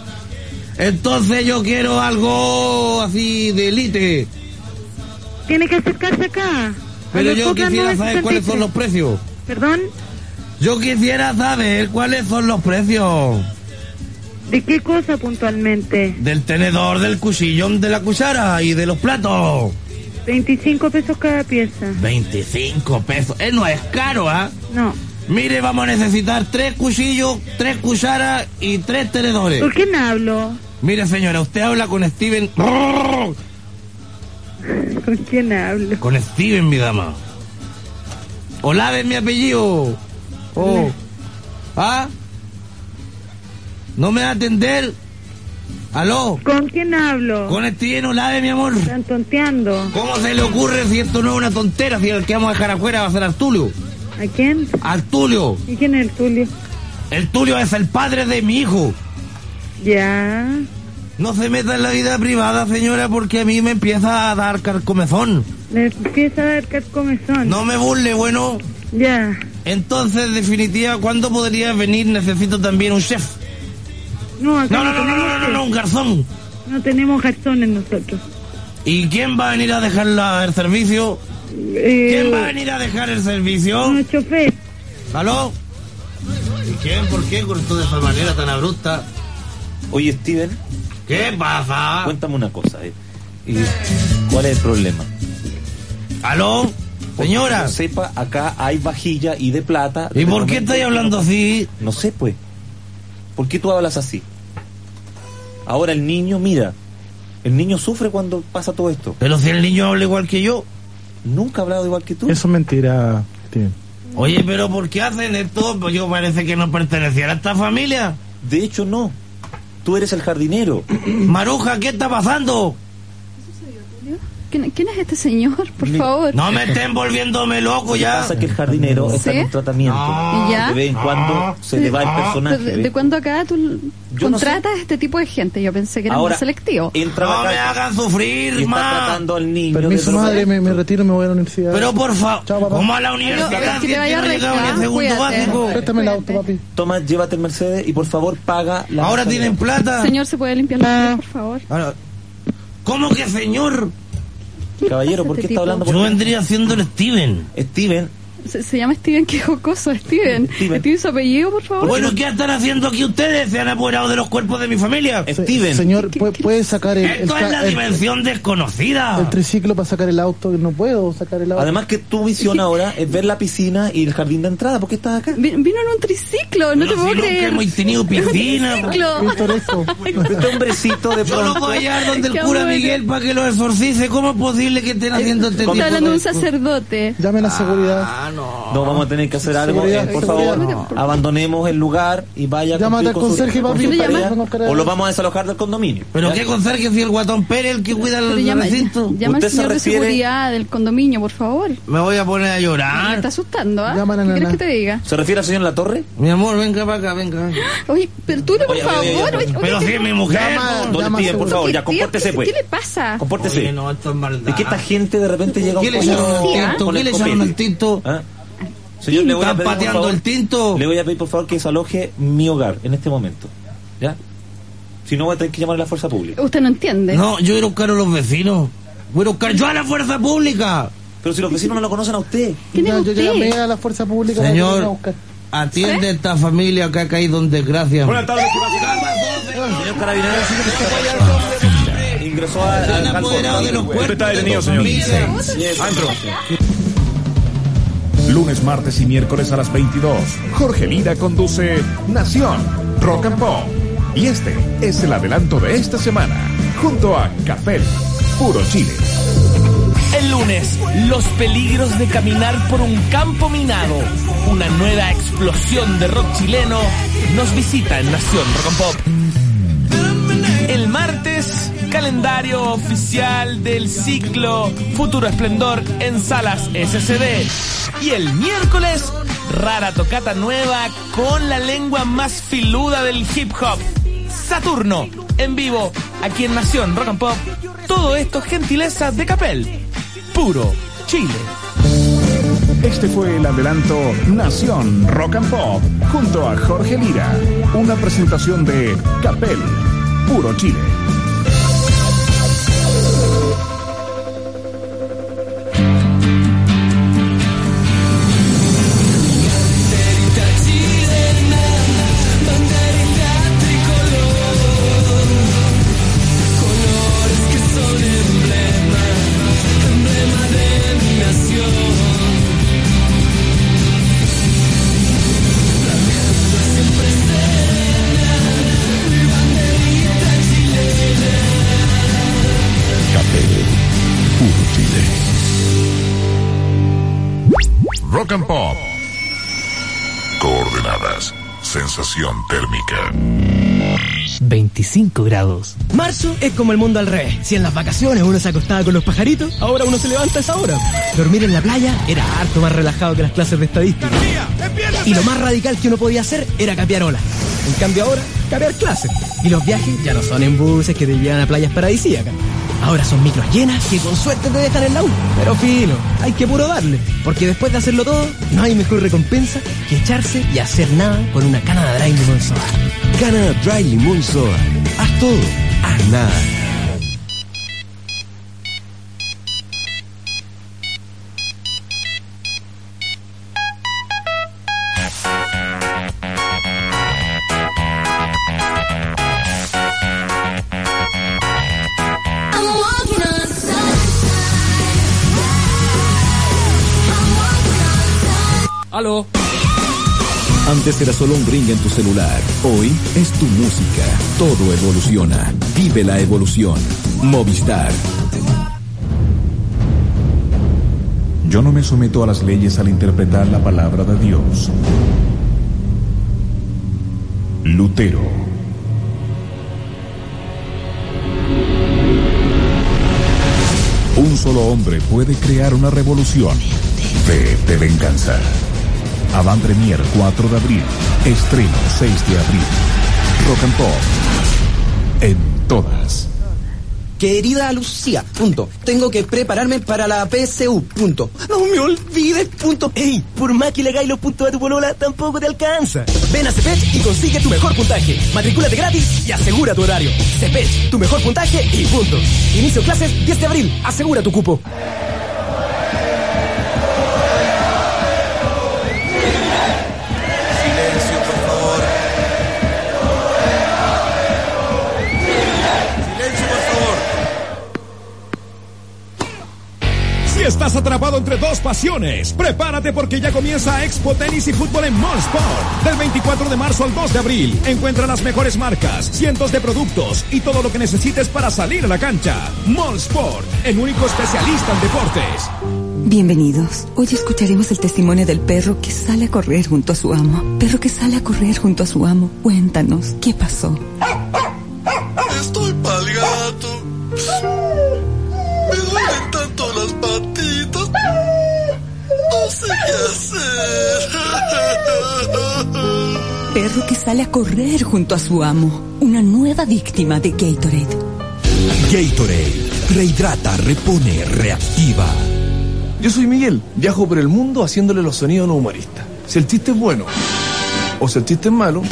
Speaker 1: Entonces yo quiero algo así de élite,
Speaker 28: Tiene que acercarse acá.
Speaker 1: pero
Speaker 28: A los
Speaker 1: yo
Speaker 28: Coplas
Speaker 1: quisiera saber cuáles son
Speaker 28: 963.
Speaker 1: los precios.
Speaker 28: ¿Perdón?
Speaker 1: Yo quisiera saber cuáles son los precios.
Speaker 28: ¿De qué cosa puntualmente?
Speaker 1: Del tenedor, del cuchillón, de la cuchara y de los platos.
Speaker 28: 25 pesos cada pieza.
Speaker 1: 25 pesos. Eh, no es caro, ¿ah?
Speaker 28: No.
Speaker 1: Mire, vamos a necesitar tres cuchillos, tres cucharas y tres tenedores.
Speaker 29: ¿Por quién hablo?
Speaker 1: Mire, señora, usted habla con Steven.
Speaker 29: ¿Con quién hablo?
Speaker 1: Con Steven, mi dama. Olave es mi apellido. Oh. ¿Ah? ¿No me va a atender? ¿Aló?
Speaker 29: ¿Con quién hablo?
Speaker 1: Con Steven Olave, mi amor.
Speaker 29: Están tonteando.
Speaker 1: ¿Cómo se le ocurre si esto no es una tontera? Si el que vamos a dejar afuera va a ser Artulio.
Speaker 29: ¿A quién?
Speaker 1: Artulio.
Speaker 29: ¿Y quién es el Tulio?
Speaker 1: El Tulio es el padre de mi hijo.
Speaker 29: Ya.
Speaker 1: No se meta en la vida privada, señora, porque a mí me empieza a dar carcomezón.
Speaker 29: Me empieza a dar carcomezón.
Speaker 1: No me burle, bueno.
Speaker 29: Ya.
Speaker 1: Entonces, en definitiva, ¿cuándo podrías venir? Necesito también un chef.
Speaker 29: No, acá
Speaker 1: No, no, no, no,
Speaker 29: tenemos
Speaker 1: no, no,
Speaker 29: chef.
Speaker 1: no, un garzón.
Speaker 29: No tenemos garzones nosotros.
Speaker 1: ¿Y quién va a venir a dejar la- el servicio?
Speaker 29: Eh,
Speaker 1: ¿Quién va a venir a dejar el servicio?
Speaker 29: No, chofer.
Speaker 1: ¿Aló? ¿Y quién? ¿Por qué cortó de esa manera tan abrupta?
Speaker 3: Oye, Steven.
Speaker 1: ¿Qué pasa?
Speaker 3: Cuéntame una cosa. eh. ¿Y ¿Cuál es el problema?
Speaker 1: ¿Aló? Señora.
Speaker 3: No sepa, acá hay vajilla y de plata.
Speaker 1: ¿Y por qué estáis hablando así?
Speaker 3: No sé, pues. ¿Por qué tú hablas así? Ahora el niño, mira. El niño sufre cuando pasa todo esto.
Speaker 1: Pero si el niño habla igual que yo.
Speaker 3: Nunca ha hablado igual que tú.
Speaker 2: Eso es mentira, Steven.
Speaker 1: Oye, pero ¿por qué hacen esto? Pues yo parece que no perteneciera a esta familia.
Speaker 3: De hecho, no. Tú eres el jardinero.
Speaker 1: Maruja, ¿qué está pasando?
Speaker 7: ¿Quién, quién es este señor? Por favor.
Speaker 1: No me estén volviéndome loco
Speaker 3: Lo
Speaker 1: ya.
Speaker 3: que pasa es que el jardinero está en
Speaker 7: ¿Sí?
Speaker 3: un tratamiento.
Speaker 7: No. ¿Y ya?
Speaker 3: De vez en cuando se le va el personaje.
Speaker 7: Ah, ¿De,
Speaker 3: ¿ves?
Speaker 7: de cuándo acá tú
Speaker 3: Yo no
Speaker 7: contratas a este tipo de gente? Yo pensé que era
Speaker 3: Ahora,
Speaker 7: más selectivo.
Speaker 3: Entra
Speaker 1: No
Speaker 3: la
Speaker 1: me
Speaker 3: calle
Speaker 1: hagan sufrir,
Speaker 3: y
Speaker 1: ma.
Speaker 3: está tratando al niño.
Speaker 2: Permiso,
Speaker 3: de droga.
Speaker 2: madre, me, me retiro, me voy a la universidad.
Speaker 1: Pero por favor,
Speaker 2: Chao, papá.
Speaker 1: como a la
Speaker 7: Pero
Speaker 1: universidad
Speaker 7: es que
Speaker 1: si
Speaker 7: te vaya
Speaker 1: no
Speaker 7: a
Speaker 1: llegaba ni
Speaker 7: rezar,
Speaker 1: a segundo
Speaker 7: cuídate.
Speaker 1: básico.
Speaker 2: Préstame el auto, papi.
Speaker 3: Toma, llévate el Mercedes y por favor paga la.
Speaker 1: Ahora tienen plata.
Speaker 7: Señor, ¿se puede limpiar
Speaker 29: Ah.
Speaker 7: la piel, por favor?
Speaker 3: Ahora,
Speaker 1: ¿Cómo que señor?
Speaker 3: caballero, ¿por qué
Speaker 7: Este
Speaker 3: está
Speaker 7: tipo.
Speaker 3: hablando?
Speaker 1: Yo
Speaker 3: por-
Speaker 1: vendría siendo el Steven.
Speaker 3: Steven,
Speaker 7: Se, se llama Steven, qué jocoso, Steven.
Speaker 3: Steven.
Speaker 7: Steven. su apellido, por favor?
Speaker 1: Bueno, ¿qué están haciendo aquí ustedes? Se han apoderado de los cuerpos de mi familia.
Speaker 2: Se- Señor, ¿puede, puede sacar el, el,
Speaker 1: Esto es
Speaker 2: ca-
Speaker 1: la
Speaker 2: el-
Speaker 1: dimensión
Speaker 2: el
Speaker 1: desconocida.
Speaker 2: triciclo para sacar el auto? No puedo sacar el auto.
Speaker 3: además que tu visión ahora es ver la piscina y el jardín de entrada. ¿Por qué estás acá?
Speaker 7: Vi- Vino en un triciclo,
Speaker 1: Pero
Speaker 7: no te
Speaker 1: si
Speaker 7: puedo
Speaker 1: nunca
Speaker 7: creer.
Speaker 1: hemos tenido piscina.
Speaker 7: Triciclo.
Speaker 2: Pintoresco.
Speaker 3: Este hombrecito de
Speaker 1: Yo no
Speaker 3: pronto.
Speaker 1: voy a llegar donde el
Speaker 7: Qué
Speaker 1: cura
Speaker 7: bueno.
Speaker 1: Miguel para que lo exorcice. ¿Cómo es posible que estén haciendo este tipo
Speaker 7: Está hablando de
Speaker 1: de
Speaker 7: un sacerdote.
Speaker 2: Llame a la seguridad.
Speaker 1: Ah, no.
Speaker 3: No, vamos a tener que hacer algo.
Speaker 2: Seguridad,
Speaker 3: eh, por
Speaker 2: seguridad.
Speaker 3: favor, abandonemos el lugar y vaya a
Speaker 2: Llámate
Speaker 3: cumplir
Speaker 2: al
Speaker 3: con su-
Speaker 2: conserje,
Speaker 3: con
Speaker 2: papi.
Speaker 3: su
Speaker 7: ¿Por qué le
Speaker 3: tarea,
Speaker 2: llamas?
Speaker 3: O lo vamos a desalojar del condominio.
Speaker 1: Pero
Speaker 3: ¿Ya?
Speaker 1: qué conserje si el guatón Pérez el que cuida
Speaker 7: Pero
Speaker 1: el
Speaker 7: llama,
Speaker 1: recinto.
Speaker 7: llama al
Speaker 3: ¿Usted se
Speaker 7: señor de
Speaker 3: refiere-
Speaker 7: seguridad del condominio, por favor. Me
Speaker 1: Me voy a poner a
Speaker 7: está
Speaker 1: llorar.
Speaker 7: asustando, ¿ah?
Speaker 2: Llama a la
Speaker 7: ¿Qué
Speaker 2: nana.
Speaker 7: quieres que te diga?
Speaker 3: ¿Se refiere al señor La Torre?
Speaker 1: Mi amor, venga para acá, venga.
Speaker 7: Oye, pero tú, por
Speaker 3: Oye, oye,
Speaker 7: favor.
Speaker 3: oye, oye,
Speaker 7: oye,
Speaker 1: Pero
Speaker 7: oye,
Speaker 1: si es
Speaker 7: ¿qué-
Speaker 1: mi mujer.
Speaker 2: Llama-
Speaker 1: po.
Speaker 3: No le
Speaker 2: llama
Speaker 3: piden, por
Speaker 2: seguro.
Speaker 3: favor, ya
Speaker 7: qué- tío,
Speaker 3: compórtese,
Speaker 7: ¿qué- Ah.
Speaker 3: pues.
Speaker 7: ¿Qué le pasa?
Speaker 3: Compórtese.
Speaker 1: Oye, no, esto es maldad.
Speaker 3: Es que esta gente de repente llega
Speaker 1: ¿Qué
Speaker 3: un
Speaker 1: le
Speaker 3: poco
Speaker 1: echaron el
Speaker 7: Sí, ¿ah?
Speaker 1: tinto?
Speaker 3: con
Speaker 1: ¿Qué
Speaker 3: el
Speaker 1: le echaron
Speaker 3: copete.
Speaker 1: el tinto?
Speaker 3: ¿Ah? Señor, le voy a
Speaker 1: Están
Speaker 3: pedir, por
Speaker 1: pateando
Speaker 3: favor,
Speaker 1: el tinto.
Speaker 3: Le voy a pedir, por favor, que desaloje mi hogar en este momento. ¿Ya? Si no, voy a tener que llamar a la fuerza pública.
Speaker 7: Usted no entiende.
Speaker 1: No, yo quiero buscar a los vecinos. Voy a buscar yo a la fuerza pública.
Speaker 3: Pero si los vecinos no lo conocen a usted.
Speaker 7: ¿Quién es
Speaker 2: Ya, yo
Speaker 7: usted?
Speaker 2: llamé a la fuerza pública para que
Speaker 1: Señor.
Speaker 2: venga a buscar.
Speaker 1: Atiende a esta familia que ha caído en desgracia.
Speaker 30: Buenas tardes, ¿qué pasa?
Speaker 3: Señor carabinero, ingresó a- al
Speaker 1: Han apoderado de los
Speaker 30: Usted
Speaker 1: cuerpos
Speaker 30: está
Speaker 1: de
Speaker 30: detenido,
Speaker 1: los
Speaker 30: señor.
Speaker 1: familiares.
Speaker 11: Lunes, martes y miércoles a las 22. Jorge Lira conduce Nación Rock and Pop. Y este es el adelanto de esta semana, junto a Café, Puro Chile.
Speaker 12: El lunes, los peligros de caminar por un campo minado. Una nueva explosión de rock chileno nos visita en Nación Rock and Pop. El martes, calendario oficial del ciclo Futuro Esplendor en salas SCD. Y el miércoles, rara tocata nueva con la lengua más filuda del hip hop. Saturno, en vivo, aquí en Nación Rock and Pop. Todo esto gentileza de Capel. Puro Chile.
Speaker 11: Este fue el adelanto Nación Rock and Pop, junto a Jorge Lira. Una presentación de Capel, Puro Chile. Rock and Pop.
Speaker 13: Coordenadas. Sensación térmica.
Speaker 1: 25 grados.
Speaker 9: Marzo es como el mundo al revés. Si en las vacaciones uno se acostaba con los pajaritos, ahora uno se levanta a esa hora. Dormir en la playa era harto más relajado que las clases de estadística. Y lo más radical que uno podía hacer era cambiar olas. En cambio ahora, cambiar clases. Y los viajes ya no son en buses que te llevan a playas paradisíacas. Ahora son micros llenas que con suerte te dejan en la U. Pero fino, hay que puro darle. Porque después de hacerlo todo, no hay mejor recompensa que echarse y hacer nada con una cana de dry limón soda.
Speaker 31: Canada Dry Limón Soda. Haz todo, haz nada.
Speaker 4: I'm walking on
Speaker 12: Aló.
Speaker 32: Antes era solo un ring en tu celular. Hoy es tu música. Todo evoluciona. Vive la evolución. Movistar.
Speaker 11: Yo no me someto a las leyes al interpretar la palabra de Dios. Lutero. Un solo hombre puede crear una revolución. Ve de venganza. Avant Premier 4 de abril. Estreno 6 de abril. Rock and Pop. En todas.
Speaker 33: Querida Lucía, punto. Tengo que prepararme para la PSU, punto.
Speaker 9: No me olvides, punto. Ey, por más que le hagáis los puntos a tu polola, tampoco te alcanza. Ven a Cepech y consigue tu mejor puntaje. Matricúlate gratis y asegura tu horario. Cepech, tu mejor puntaje y punto. Inicio clases 10 de abril. Asegura tu cupo.
Speaker 4: Silencio, por favor. Silencio, por favor.
Speaker 16: Si estás atrapado entre dos pasiones, prepárate porque ya comienza Expo Tenis y Fútbol en Molsport. Del 24 de marzo al 2 de abril, encuentra las mejores marcas, cientos de productos y todo lo que necesites para salir a la cancha. Molsport, el único especialista en deportes.
Speaker 34: Bienvenidos. Hoy escucharemos el testimonio del perro que sale a correr junto a su amo. Perro que sale a correr junto a su amo. Cuéntanos, ¿qué pasó?
Speaker 4: Estoy pal gato. Me duelen tanto las patitas. No sé qué hacer.
Speaker 34: Perro que sale a correr junto a su amo. Una nueva víctima de Gatorade.
Speaker 31: Gatorade. Rehidrata, repone, reactiva.
Speaker 17: Yo soy Miguel, viajo por el mundo haciéndole los sonidos no humoristas. Si el chiste es bueno o si el chiste es malo,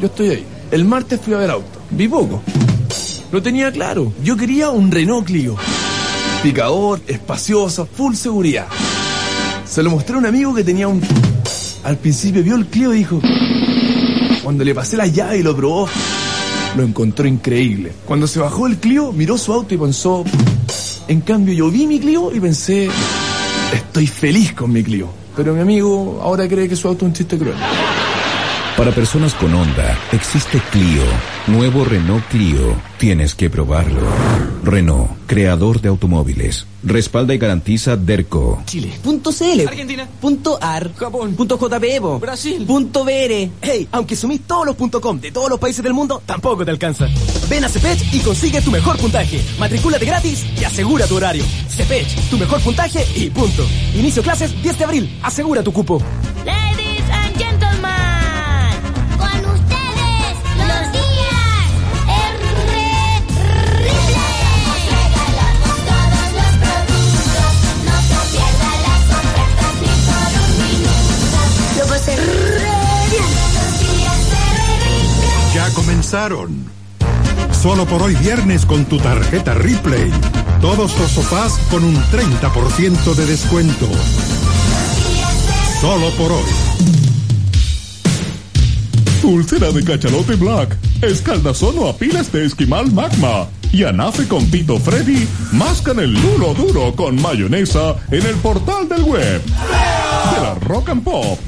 Speaker 17: yo estoy ahí. El martes fui a ver auto, vi poco. Lo tenía claro, yo quería un Renault Clio. Picador, espacioso, full seguridad. Se lo mostré a un amigo que tenía un... Al principio vio el Clio y dijo... Cuando le pasé la llave y lo probó, lo encontró increíble. Cuando se bajó el Clio, miró su auto y pensó... En cambio, yo vi mi Clio y pensé, estoy feliz con mi Clio. Pero mi amigo ahora cree que su auto es un chiste cruel.
Speaker 31: Para personas con onda, existe Clio. Nuevo Renault Clio. Tienes que probarlo. Renault, creador de automóviles. Respalda y garantiza Derco.
Speaker 33: Punto CL. Argentina. Punto AR. Japón. Punto
Speaker 9: E
Speaker 33: JPEPO. Brasil. Punto BR.
Speaker 9: Hey, aunque sumís todos los punto .com de todos los países del mundo, tampoco te alcanza. Ven a Cepech y consigue tu mejor puntaje. Matricúlate gratis y asegura tu horario. Cepech, tu mejor puntaje y punto. Inicio clases 10 de abril. Asegura tu cupo.
Speaker 4: Ladies and gentlemen, con ustedes los días
Speaker 35: Lo pasé re bien.
Speaker 36: Ya comenzaron. Solo por hoy viernes con tu tarjeta Replay. Todos los sofás con un 30% de descuento. Solo por hoy.
Speaker 37: Úlcera de cachalote black, escaldazón o a pilas de esquimal magma y anafe con pito Freddy, mascan el lulo duro con mayonesa en el portal del web de la Rock and Pop.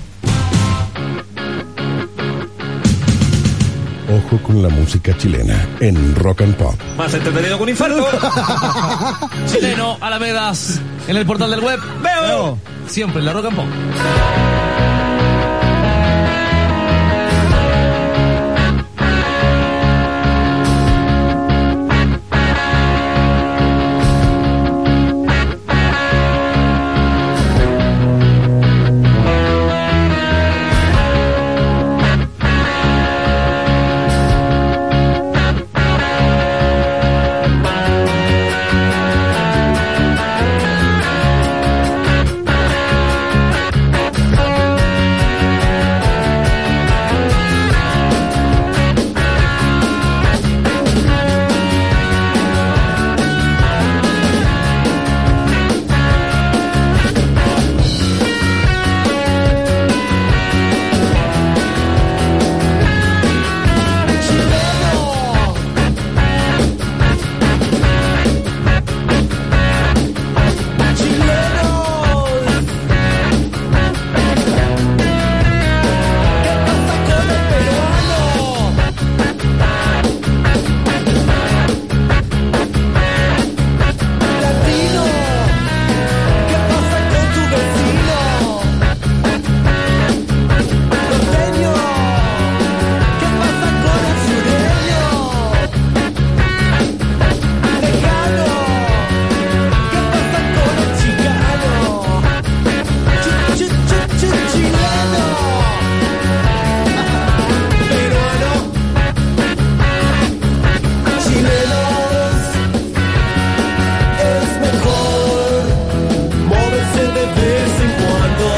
Speaker 19: Ojo con la música chilena en Rock and Pop.
Speaker 3: Más entretenido que un infarto.
Speaker 1: Chileno, Alamedas, en el portal del web. Veo. Siempre en la Rock and Pop.
Speaker 4: Es mejor moverse de vez en cuando.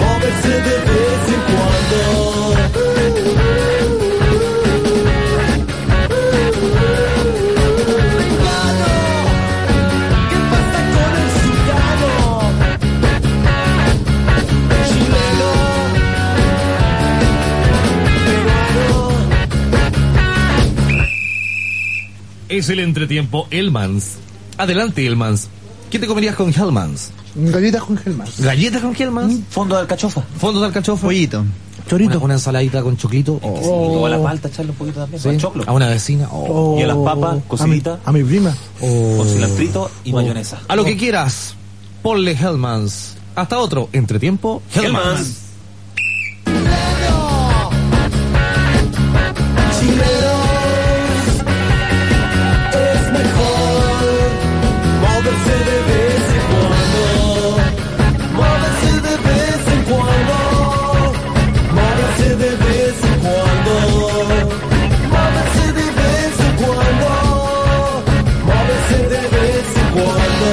Speaker 4: Moverse de vez en cuando.
Speaker 1: Es el entretiempo Elmans. Adelante, Elmans. ¿Qué te comerías con Hellmans?
Speaker 2: Galletas con gelmas.
Speaker 1: ¿Galletas con Hellmans? Fondo de alcachofa. Fondo de alcachofa. Pollito. Chorito. Una, una ensaladita con choclito. Oh.
Speaker 3: O a la palta, echarle un poquito también.
Speaker 1: Sí.
Speaker 3: Con choclo.
Speaker 1: A una vecina. Oh.
Speaker 3: Y a las papas, cocidita.
Speaker 2: A mi prima.
Speaker 3: Con cilantrito y mayonesa.
Speaker 1: Oh. A lo que quieras. Ponle Hellmans. Hasta otro. Entretiempo. Hellmans.
Speaker 4: Es mejor moverse de vez en cuando. Moverse de vez en cuando. Moverse de vez en cuando. Moverse de vez en cuando. Moverse de vez en cuando.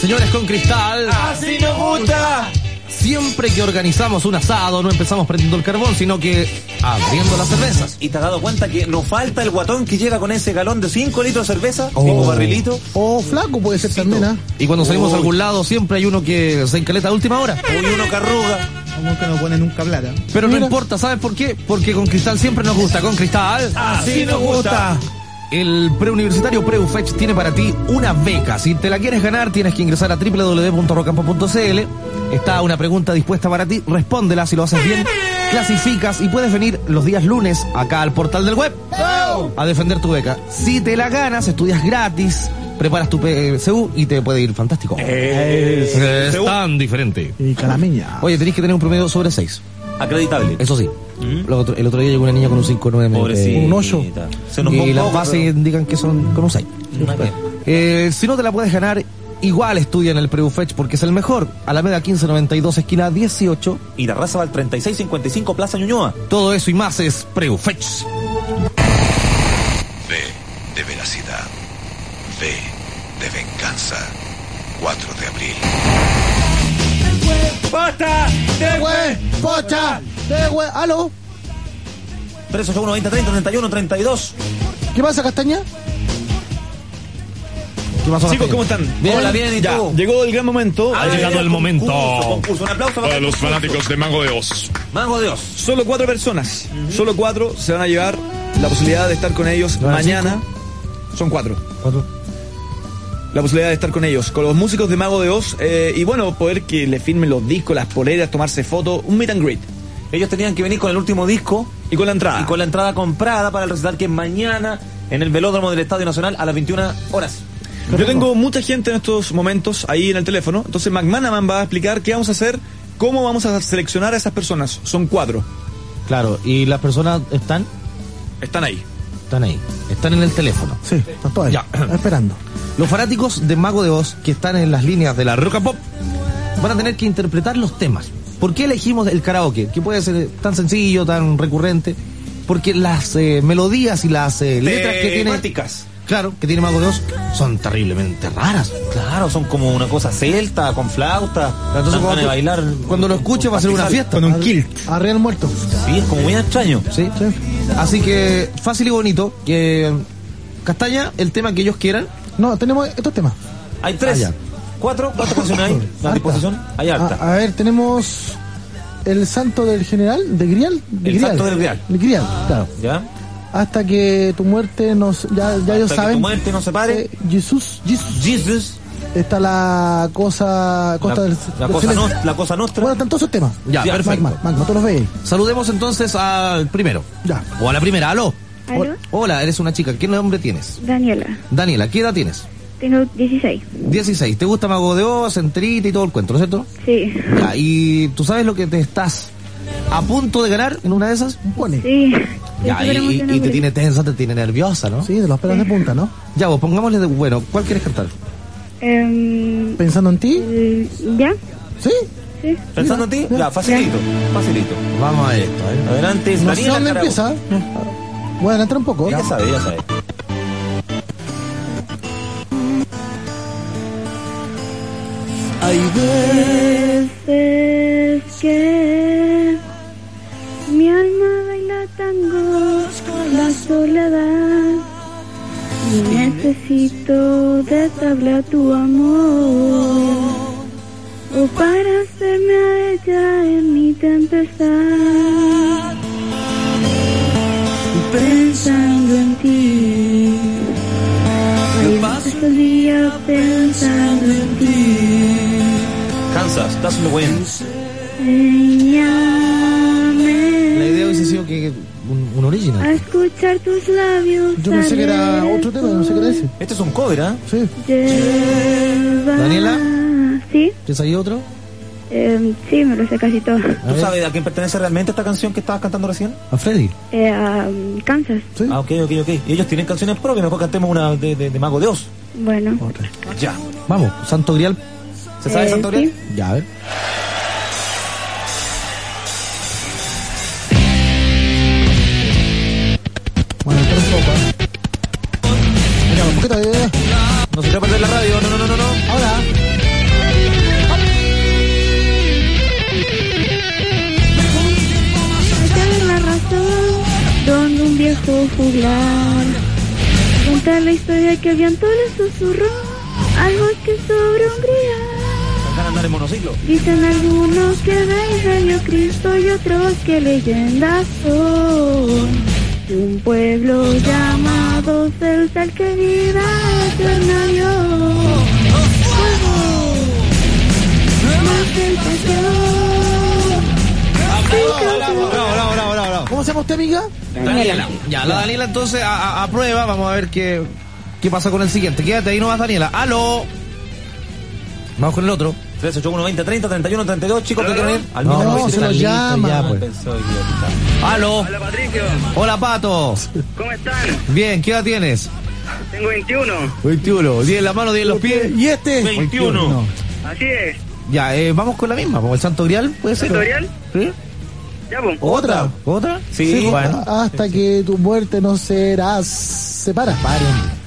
Speaker 1: Señores con cristal. Así nos gusta. Siempre que organizamos un asado, no empezamos prendiendo el carbón, sino que abriendo las cervezas.
Speaker 3: Y te has dado cuenta que nos falta el guatón que llega con ese galón de 5 litros de cerveza,
Speaker 1: Oh.
Speaker 3: tipo barrilito.
Speaker 2: O flaco puede ser también, ¿ah?
Speaker 1: Y cuando salimos a
Speaker 2: Uy.
Speaker 1: algún lado, siempre hay uno que se encaleta a última hora.
Speaker 3: Uy, uno que arruga.
Speaker 24: Uno que no pone nunca plata.
Speaker 25: ¿eh?
Speaker 1: Pero no importa, ¿sabes por qué? Porque con Cristal siempre nos gusta. Con Cristal.
Speaker 24: Así nos gusta.
Speaker 1: El preuniversitario Preufetch tiene para ti una beca. Si te la quieres ganar, tienes que ingresar a www.rocampo.cl. Está una pregunta dispuesta para ti. Respóndela si lo haces bien. Clasificas y puedes venir los días lunes acá al portal del web
Speaker 24: Oh.
Speaker 1: a defender tu beca. Si te la ganas, estudias gratis, preparas tu PSU y te puede ir fantástico. Es, tan diferente.
Speaker 2: Y calameña.
Speaker 1: Oye, tenés que tener un promedio sobre 6.
Speaker 3: Acreditable.
Speaker 1: Eso sí. Lo otro- el otro día llegó una niña con un 5
Speaker 3: Pobrecita.
Speaker 1: un 8.
Speaker 3: Se enojó
Speaker 1: Y
Speaker 3: un
Speaker 1: las
Speaker 3: poco,
Speaker 1: bases
Speaker 3: pero-
Speaker 1: indican que son con un 6.
Speaker 3: Una que-
Speaker 1: Eh, si no te la puedes ganar, igual estudia en el Preufetch porque es el mejor. Alameda 1592, esquina 18.
Speaker 3: Y la raza va al 3655 Plaza Ñuñoa.
Speaker 1: Todo eso y más es Preufetch.
Speaker 11: B de veracidad. B de venganza. 4 de abril.
Speaker 2: ¡Pocha! ¡De güey! ¡Pocha! ¡De güey! ¡Aló!
Speaker 3: 381 20 30 31 32.
Speaker 2: ¿Qué pasa, Castaña?
Speaker 24: Chicos, ¿cómo están?
Speaker 3: Hola, bien, ¿y
Speaker 24: Ya,
Speaker 3: tú?
Speaker 24: Llegó el gran momento.
Speaker 3: Ha llegado el momento. Concurso, concurso. Un aplauso para
Speaker 24: Para
Speaker 3: el
Speaker 24: los
Speaker 3: concurso.
Speaker 24: fanáticos
Speaker 38: de Mango de Oz.
Speaker 3: Mango de Oz.
Speaker 24: Solo cuatro personas. Solo cuatro se van a llevar la posibilidad de estar con ellos
Speaker 1: ¿No eran
Speaker 24: mañana. Son cuatro. La posibilidad de estar con ellos, con los músicos de Mago de Oz. eh, y bueno, poder que le firmen los discos, las poleras, tomarse fotos. Un meet and greet.
Speaker 3: Ellos tenían que venir con el último disco.
Speaker 24: Y con la entrada.
Speaker 3: Y con la entrada comprada para el recital que es mañana en el velódromo del Estadio Nacional a las 21 horas.
Speaker 24: Yo tengo mucha gente en estos momentos ahí en el teléfono, entonces McManaman va a explicar qué vamos a hacer, cómo vamos a seleccionar a esas personas. Son cuatro,
Speaker 1: Claro, y las personas están
Speaker 24: están ahí.
Speaker 1: Están ahí. Están en el teléfono. Sí, están todas ahí.
Speaker 2: Esperando.
Speaker 1: Los fanáticos de Mago de Oz que están en las líneas de la Rock and Pop van a tener que interpretar los temas. ¿Por qué elegimos el karaoke? Que puede ser tan sencillo, tan recurrente. Porque las eh, melodías y las eh, letras que tiene.
Speaker 3: Temáticas.
Speaker 1: Claro, que tiene Mago de Oz son terriblemente raras.
Speaker 3: Claro, son como una cosa celta, con flauta.
Speaker 1: Entonces,
Speaker 3: van
Speaker 1: cuando,
Speaker 3: a
Speaker 1: tú-
Speaker 3: bailar.
Speaker 1: cuando lo escuches va a ser una
Speaker 3: pastizal.
Speaker 1: fiesta.
Speaker 2: A Real Muerto.
Speaker 3: Sí, es como muy extraño.
Speaker 1: Sí. Así que fácil y bonito. Que Castaña, el tema que ellos quieran.
Speaker 2: No, tenemos estos temas.
Speaker 3: Hay tres.
Speaker 2: Ah, ya.
Speaker 3: cuatro, cuatro canciones hay. La disposición. Hay harta.
Speaker 2: Ah, A, a ver, tenemos el santo del general, de Grial. De
Speaker 3: El
Speaker 2: Grial.
Speaker 3: santo del Grial.
Speaker 2: De Grial, claro.
Speaker 3: ¿Ya?
Speaker 2: Hasta que tu muerte nos. Ya, ya ellos
Speaker 3: Hasta que
Speaker 2: saben.
Speaker 3: tu muerte nos separe.
Speaker 2: Eh, Jesús, Jesús.
Speaker 3: Jesus.
Speaker 2: Está la cosa. Costa
Speaker 1: La-
Speaker 2: del,
Speaker 1: la
Speaker 2: del
Speaker 1: cosa
Speaker 2: celeste.
Speaker 1: no- la
Speaker 3: cosa
Speaker 1: nostra.
Speaker 2: Bueno, están todos esos temas.
Speaker 1: Ya, perfecto.
Speaker 2: Magma, magma, todos los veis.
Speaker 1: Saludemos entonces al primero.
Speaker 2: Ya.
Speaker 1: O a la primera, aló.
Speaker 7: ¿Aló?
Speaker 1: Hol- Hola, eres una chica. ¿Qué nombre tienes?
Speaker 7: Daniela,
Speaker 1: Daniela, ¿qué edad tienes?
Speaker 7: tengo 16.
Speaker 1: 16. ¿Te gusta Mago de Oz, Enterita y todo el cuento, ¿no es cierto?
Speaker 7: Sí.
Speaker 1: Ya, ¿Y tú sabes lo que te estás a punto de ganar en una de esas? Pone.
Speaker 7: Sí.
Speaker 1: Ya, y, y- y
Speaker 7: Estoy súper emocionada
Speaker 1: te
Speaker 7: por
Speaker 1: tiene tensa, te tiene nerviosa, ¿no?
Speaker 2: Sí, de los pelos de punta, ¿no?
Speaker 1: Ya, vos pongámosle de bueno. ¿Cuál quieres cantar?
Speaker 7: esto. Em, mm,
Speaker 2: ¿Pensando en ti?
Speaker 7: ¿Ya?
Speaker 2: Sí.
Speaker 7: Sí.
Speaker 3: Pensando en ti, ya, facilito. Facilito.
Speaker 1: Vamos a esto, ¿eh?
Speaker 3: Adelante,
Speaker 2: No sé
Speaker 3: Daniela
Speaker 2: dónde
Speaker 3: Carago.
Speaker 2: empieza. Bueno, entra un poco.
Speaker 3: Ya sabe, ya sabe.
Speaker 7: Hay veces que mi alma baila tango con la soledad. Y necesito de tabla tu amor. O para hacerme a ella en mi tempestad. Pensando en ti. Yo paso el día pensando en ti.
Speaker 3: Kansas, doesn't win.
Speaker 7: Enséñame
Speaker 1: La idea hubiese sido que un, un
Speaker 7: a
Speaker 1: original.
Speaker 7: escuchar tus labios.
Speaker 2: Yo pensé que era
Speaker 7: arder.
Speaker 2: otro tema, no sé qué era ese.
Speaker 3: Este es un cover, ¿ah?
Speaker 2: Sí.
Speaker 7: Lleva-
Speaker 1: Daniela.
Speaker 7: ¿Sí?
Speaker 1: ¿Tienes ahí otro?
Speaker 7: Eh, sí, me lo sé casi todo.
Speaker 3: ¿Tú sabes a quién pertenece realmente esta canción que estabas cantando recién?
Speaker 1: A Freddy.
Speaker 7: Eh, a, um, Kansas.
Speaker 3: Ah, ok, ok, ok. Y ellos tienen canciones propias, mejor cantemos una de, de, de Mago de Oz.
Speaker 7: Bueno.
Speaker 3: Ya.
Speaker 1: Vamos, Santo Grial.
Speaker 3: ¿Se sabe
Speaker 7: Eh,
Speaker 3: Santo Grial?
Speaker 1: Ya, a ver.
Speaker 2: Bueno, entra un poco. ¿eh? Mira, un poquito de.
Speaker 3: No se echa a perder la radio, no, no, no, no. no.
Speaker 2: Ahora.
Speaker 7: Allá en la razón, donde un viejo juglar cuenta la historia que el viento le susurró al bosque sobre un grial.
Speaker 3: Van a andar en monociclo.
Speaker 7: Dicen algunos que veis Radio Cristo y otros que leyendas son de un pueblo llamado Celta el que viva eterna
Speaker 2: ¿Cómo se llama usted, amiga?
Speaker 1: Daniela. Ya, la Daniela entonces a, a- aprueba. Vamos a ver qué, qué pasa con el siguiente. Quédate ahí nomás, Daniela. ¡Aló! Vamos con el otro.
Speaker 3: 381 30 31 32 chicos que quieren ir al
Speaker 1: No,
Speaker 3: mismo
Speaker 1: se lo
Speaker 3: Listo,
Speaker 1: llama.
Speaker 3: ya, pues. Pensó idiota.
Speaker 1: ¡Aló!
Speaker 4: Hola Patricio,
Speaker 1: Hola, Pato.
Speaker 4: ¿cómo están?
Speaker 1: Bien, ¿qué edad tienes?
Speaker 4: Tengo 21.
Speaker 1: 21. 10 en la mano, 10 en los pies. ¿Y este?
Speaker 4: 21. Así es.
Speaker 1: Ya, eh, vamos con la misma, como el Santo Grial, puede ser.
Speaker 4: ¿Santo Grial?
Speaker 1: Sí.
Speaker 4: Ya, pues.
Speaker 1: ¿Otra? ¿Otra?
Speaker 2: Sí, hasta que tu muerte no será separa.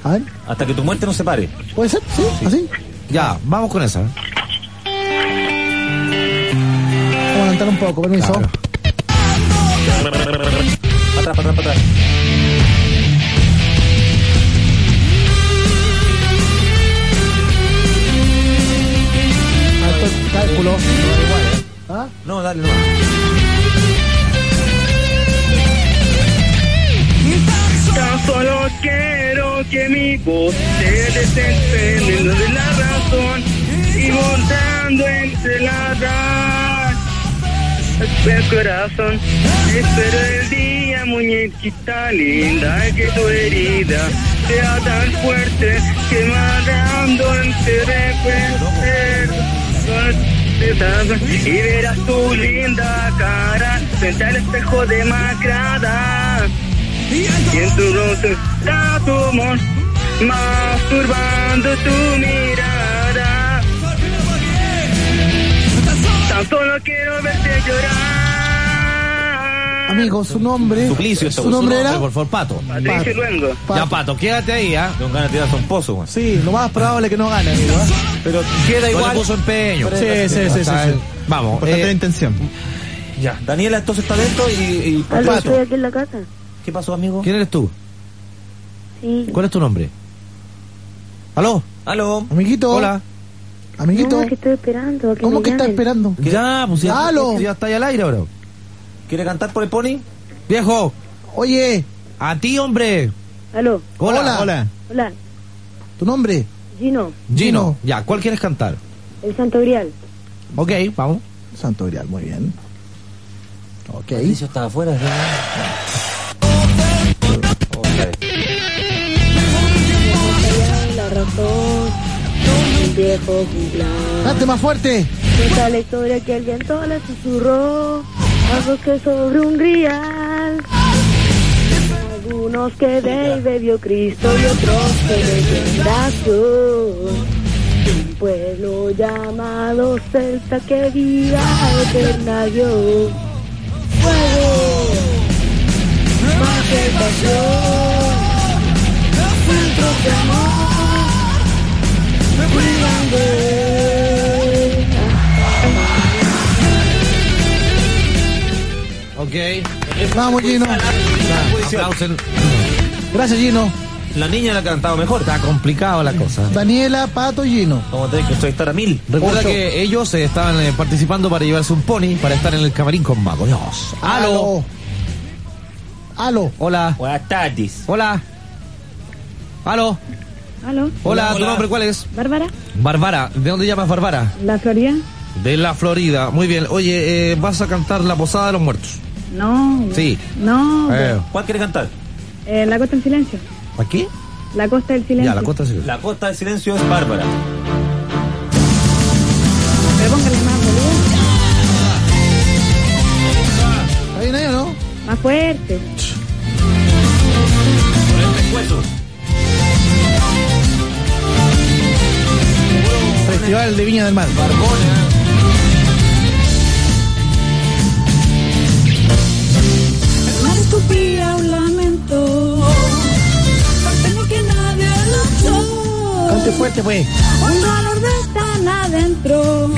Speaker 2: A ver,
Speaker 3: Hasta que tu muerte nos separe.
Speaker 2: ¿Puede ser? ¿Sí? ¿Así?
Speaker 1: Ya, vamos con esa.
Speaker 2: Vamos a adelantar un poco, permiso.
Speaker 3: Para atrás, para atrás, para atrás.
Speaker 2: Alto cálculo.
Speaker 3: ¿Ah? No, dale, no.
Speaker 4: Tan solo quiero que mi voz se desespere de la razón y montando entre la paz. El corazón, espero el día, muñequita linda, que tu herida sea tan fuerte que matando te recuerde. Y verás tu linda cara frente al espejo demacrada. Y en tu rostro está tu amor, masturbando tu mirada. Tan solo quiero verte llorar.
Speaker 2: Amigo, su nombre.
Speaker 1: Suplicio,
Speaker 2: su nombre era.
Speaker 1: Por favor, Pato.
Speaker 4: Patricio Luengo.
Speaker 1: Ya, Pato, quédate ahí, ¿ah?
Speaker 3: Don ganas tirar son pozo, güey.
Speaker 2: Sí, lo más probable es que no gane, amigo. ¿eh?
Speaker 3: Pero
Speaker 1: No le puso empeño.
Speaker 2: Sí, sí, sí, sí,
Speaker 1: Está
Speaker 2: sí.
Speaker 1: bien. Vamos.
Speaker 2: Importante la
Speaker 1: intención.
Speaker 3: Ya. Daniela entonces está dentro y, y
Speaker 27: Aló,
Speaker 3: Patricio.
Speaker 27: estoy aquí en la casa.
Speaker 3: ¿Qué pasó, amigo?
Speaker 1: ¿Quién eres tú?
Speaker 27: Sí.
Speaker 1: ¿Cuál es tu nombre? ¿Aló?
Speaker 3: ¿Aló?
Speaker 2: Amiguito.
Speaker 1: Hola.
Speaker 2: Amiguito.
Speaker 27: No, que estoy esperando. Que
Speaker 2: ¿Cómo
Speaker 27: me
Speaker 2: que está
Speaker 27: llamen.
Speaker 2: esperando?
Speaker 1: Ya, pues ya,
Speaker 2: ¡Halo!
Speaker 1: ya está ahí al aire, bro.
Speaker 3: ¿Quiere cantar por el pony?
Speaker 1: Viejo.
Speaker 2: Oye.
Speaker 1: A ti, hombre.
Speaker 27: Aló.
Speaker 1: Hola. Hola.
Speaker 27: Hola.
Speaker 2: ¿Tu nombre?
Speaker 27: Gino,
Speaker 1: Gino. Ya, ¿cuál quieres cantar?
Speaker 27: el Santo Grial.
Speaker 1: Ok, vamos.
Speaker 2: Santo Grial, muy bien. Ok.
Speaker 3: Patricio estaba afuera.
Speaker 27: La razón. Un viejo cumpleaños.
Speaker 2: Date más fuerte.
Speaker 27: Cuenta la historia que el viento le susurró. Algo que sobre un grial. Algunos que de y bebió Cristo y otros que leyendas son. Un pueblo llamado Celta que vida eterna dio. Fuego, más que pasión, filtros de amor, cuidan de él.
Speaker 1: Ok.
Speaker 2: Vamos, Gino.
Speaker 1: Aplausen.
Speaker 2: Gracias, Gino.
Speaker 3: La niña la ha cantado mejor.
Speaker 1: Está complicado la cosa.
Speaker 2: Daniela, Pato, Gino.
Speaker 3: Vamos a tener que entrevistar a mil.
Speaker 1: Recuerda
Speaker 2: Ocho.
Speaker 1: que ellos eh, estaban eh, participando para llevarse un pony para estar en el camarín con Mago Dios. Ah, ¡Aló!
Speaker 2: ¡Aló!
Speaker 1: Hola.
Speaker 3: Buenas tardes.
Speaker 1: Hola. ¿Aló?
Speaker 27: ¿Aló?
Speaker 1: Hola, ¿tu nombre cuál es?
Speaker 27: ¿Bárbara?
Speaker 1: Bárbara. ¿De dónde llamas Bárbara?
Speaker 27: ¿La Florida?
Speaker 1: De la Florida. Muy bien. Oye, eh, vas a cantar La Posada de los Muertos.
Speaker 27: No.
Speaker 1: Sí.
Speaker 27: No.
Speaker 1: Eh,
Speaker 3: ¿Cuál quiere cantar?
Speaker 27: Eh, la Costa del Silencio.
Speaker 1: ¿Aquí?
Speaker 27: La Costa del Silencio.
Speaker 1: Ya, la costa sí.
Speaker 3: La costa del silencio es Bárbara.
Speaker 27: Pero póngale más volumen,
Speaker 2: ¿Está bien ahí o no?
Speaker 27: más fuerte.
Speaker 2: Festival de Viña del Mar.
Speaker 7: Más escupía un lamento. Tengo que nadie luchó.
Speaker 1: Este
Speaker 2: Cante fuerte, pues.
Speaker 7: Un dolor de tan adentro.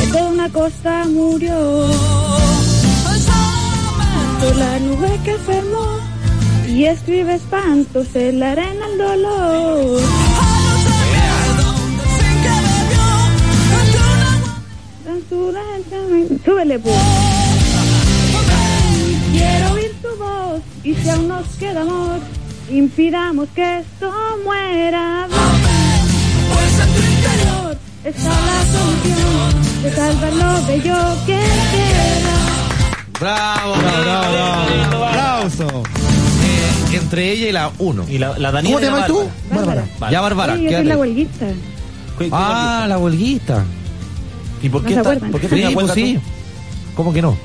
Speaker 7: Que de una costa murió. Por la nube que fermó.
Speaker 27: Y escribe espantos en la arena el dolor. Censura el camino. Súbele, pues. Quiero oír tu voz y si aún nos queda amor, impidamos que esto muera. Fuerza en tu interior, está la solución de salvar lo que yo que quiero.
Speaker 1: Bravo, bravo, bravo, bravo. Aplauso. Eh, entre ella y la 1.
Speaker 3: Y la, la
Speaker 2: ¿Cómo
Speaker 3: Daniela.
Speaker 2: te
Speaker 3: y la
Speaker 2: llamas tú?
Speaker 3: Bárbara.
Speaker 2: Bárbara.
Speaker 1: Ya, Bárbara,
Speaker 27: Oye, yo soy
Speaker 1: quédate.
Speaker 27: la huelguista.
Speaker 1: Ah, la huelguista.
Speaker 3: ¿Y por
Speaker 1: No
Speaker 3: qué,
Speaker 1: se
Speaker 3: está,
Speaker 1: acuerdan.
Speaker 3: por qué
Speaker 1: Sí,
Speaker 3: tenía
Speaker 1: pues
Speaker 3: huelga
Speaker 1: sí.
Speaker 3: tú?
Speaker 1: ¿Cómo que no?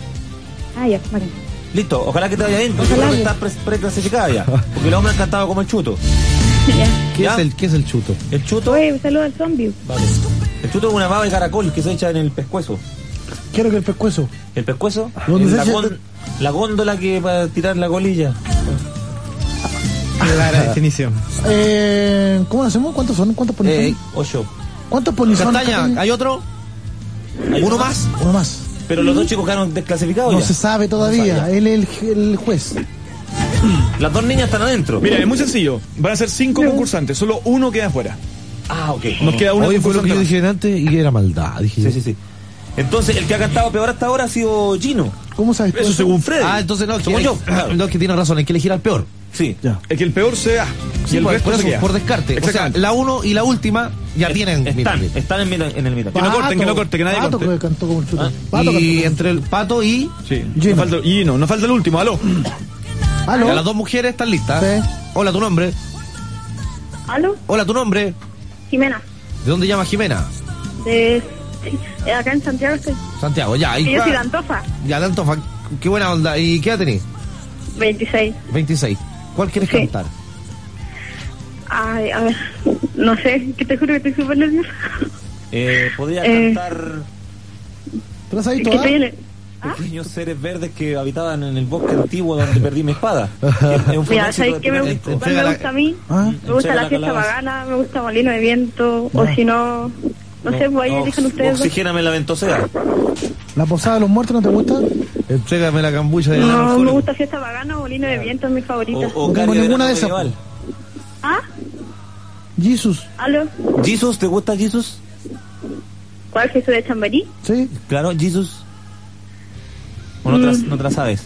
Speaker 7: Ah, ya, bueno.
Speaker 3: Listo, ojalá que te vaya bien. Yo creo que estás pre- preclasificada ya. Porque el hombre ha cantado como el chuto.
Speaker 1: ¿Qué, es el, ¿Qué es el chuto?
Speaker 3: El chuto.
Speaker 7: Oye, un saludo al zombie.
Speaker 3: Vale. El chuto es una baba de caracol que se echa en el pescuezo.
Speaker 2: ¿Qué era que el pescuezo?
Speaker 3: ¿El pescuezo?
Speaker 2: ¿Dónde
Speaker 3: Es
Speaker 2: se
Speaker 3: la,
Speaker 2: echa?
Speaker 3: gón- la góndola que para tirar la colilla.
Speaker 2: Clara definición. Eh, ¿Cómo lo hacemos? ¿Cuántos son? ¿Cuántos polizones?
Speaker 3: Eh, Ocho.
Speaker 2: ¿Cuántos polizones?
Speaker 3: Castaña,
Speaker 2: ¿hay
Speaker 1: otro?
Speaker 2: ¿Uno más? Uno más.
Speaker 3: Pero los dos chicos quedaron desclasificados.
Speaker 2: No
Speaker 3: ya.
Speaker 2: se sabe todavía. Él es el, el juez.
Speaker 3: Las dos niñas están adentro.
Speaker 24: Mira, es muy sencillo. Van a ser cinco concursantes, solo uno queda afuera.
Speaker 3: Ah, ok.
Speaker 24: Nos queda una
Speaker 1: Oye, fue lo que
Speaker 24: concursante
Speaker 1: yo
Speaker 24: más.
Speaker 1: dije antes y era maldad. Dije sí, sí,
Speaker 3: sí. Entonces, el que ha cantado peor hasta ahora ha sido Gino.
Speaker 2: ¿Cómo sabes
Speaker 1: tú eso? Ah, entonces no,
Speaker 3: Según
Speaker 1: que-
Speaker 3: yo.
Speaker 1: no, que tiene razón, hay que elegir al peor.
Speaker 3: Sí.
Speaker 24: Es que el peor sea.
Speaker 1: Sí,
Speaker 24: y el
Speaker 1: por,
Speaker 24: resto
Speaker 1: por
Speaker 24: se
Speaker 1: eso,
Speaker 24: queda.
Speaker 1: por descarte. O sea,
Speaker 24: Exactamente.
Speaker 1: la uno y la última ya tienen.
Speaker 3: Están, están en, mitad- en el mitad.
Speaker 1: Que no corten, que no corten, que nadie
Speaker 2: Pato
Speaker 1: corte. Ah,
Speaker 2: que cantó como el chuto. Pato
Speaker 1: Y
Speaker 2: cantó.
Speaker 1: entre el pato y.
Speaker 24: Sí. Nos falta, y no, nos falta el último, aló.
Speaker 2: ¿Aló?
Speaker 1: Ya, Las dos mujeres están listas. Hola, tu nombre.
Speaker 7: ¿Aló?
Speaker 1: Hola, tu nombre.
Speaker 7: Jimena.
Speaker 1: ¿De dónde llamas Jimena?
Speaker 7: De... eh, Acá en Santiago estoy.
Speaker 1: Santiago, ya.
Speaker 7: Y
Speaker 1: Y
Speaker 7: yo soy de
Speaker 1: cua-
Speaker 7: Antofa.
Speaker 1: ya, de Antofa. Qué buena onda. ¿Y qué edad tenés?
Speaker 7: 26.
Speaker 1: 26. ¿Cuál quieres cantar?
Speaker 7: Ay, a ver. No sé, que te juro que estoy súper nerviosa.
Speaker 3: Eh, podría
Speaker 7: Eh.
Speaker 3: cantar
Speaker 2: ¿Estás ahí
Speaker 7: Es que
Speaker 2: toda?
Speaker 7: estoy en el-
Speaker 3: pequeños seres verdes que habitaban en el bosque antiguo donde perdí mi espada. Es un
Speaker 7: Mira,
Speaker 3: fanático de
Speaker 7: ¿sabes qué me,
Speaker 3: primer
Speaker 7: gusta?
Speaker 3: disco.
Speaker 7: ¿Cuál me gusta a mí?
Speaker 1: Ah,
Speaker 7: Me gusta
Speaker 3: Entrega
Speaker 7: la
Speaker 3: la
Speaker 7: fiesta
Speaker 3: calabaza.
Speaker 7: pagana, me gusta Molino de Viento, o si no... No, sé, pues ahí elijan ustedes dos.
Speaker 3: Oxigéname la ventosera.
Speaker 2: ¿La posada de los muertos no te gusta?
Speaker 1: Entrégame la cambucha de
Speaker 7: No, me gusta Fiesta Pagana, Molino de Viento es mi favorita.
Speaker 2: No tengo ninguna de esas.
Speaker 7: ¿Ah?
Speaker 2: Jesus.
Speaker 7: ¿Aló?
Speaker 3: ¿Jesus? ¿Te gusta Jesus?
Speaker 7: ¿Cuál Jesús de Chamberí?
Speaker 2: Sí.
Speaker 3: Claro, Jesus. ¿O no, te la- no te la sabes?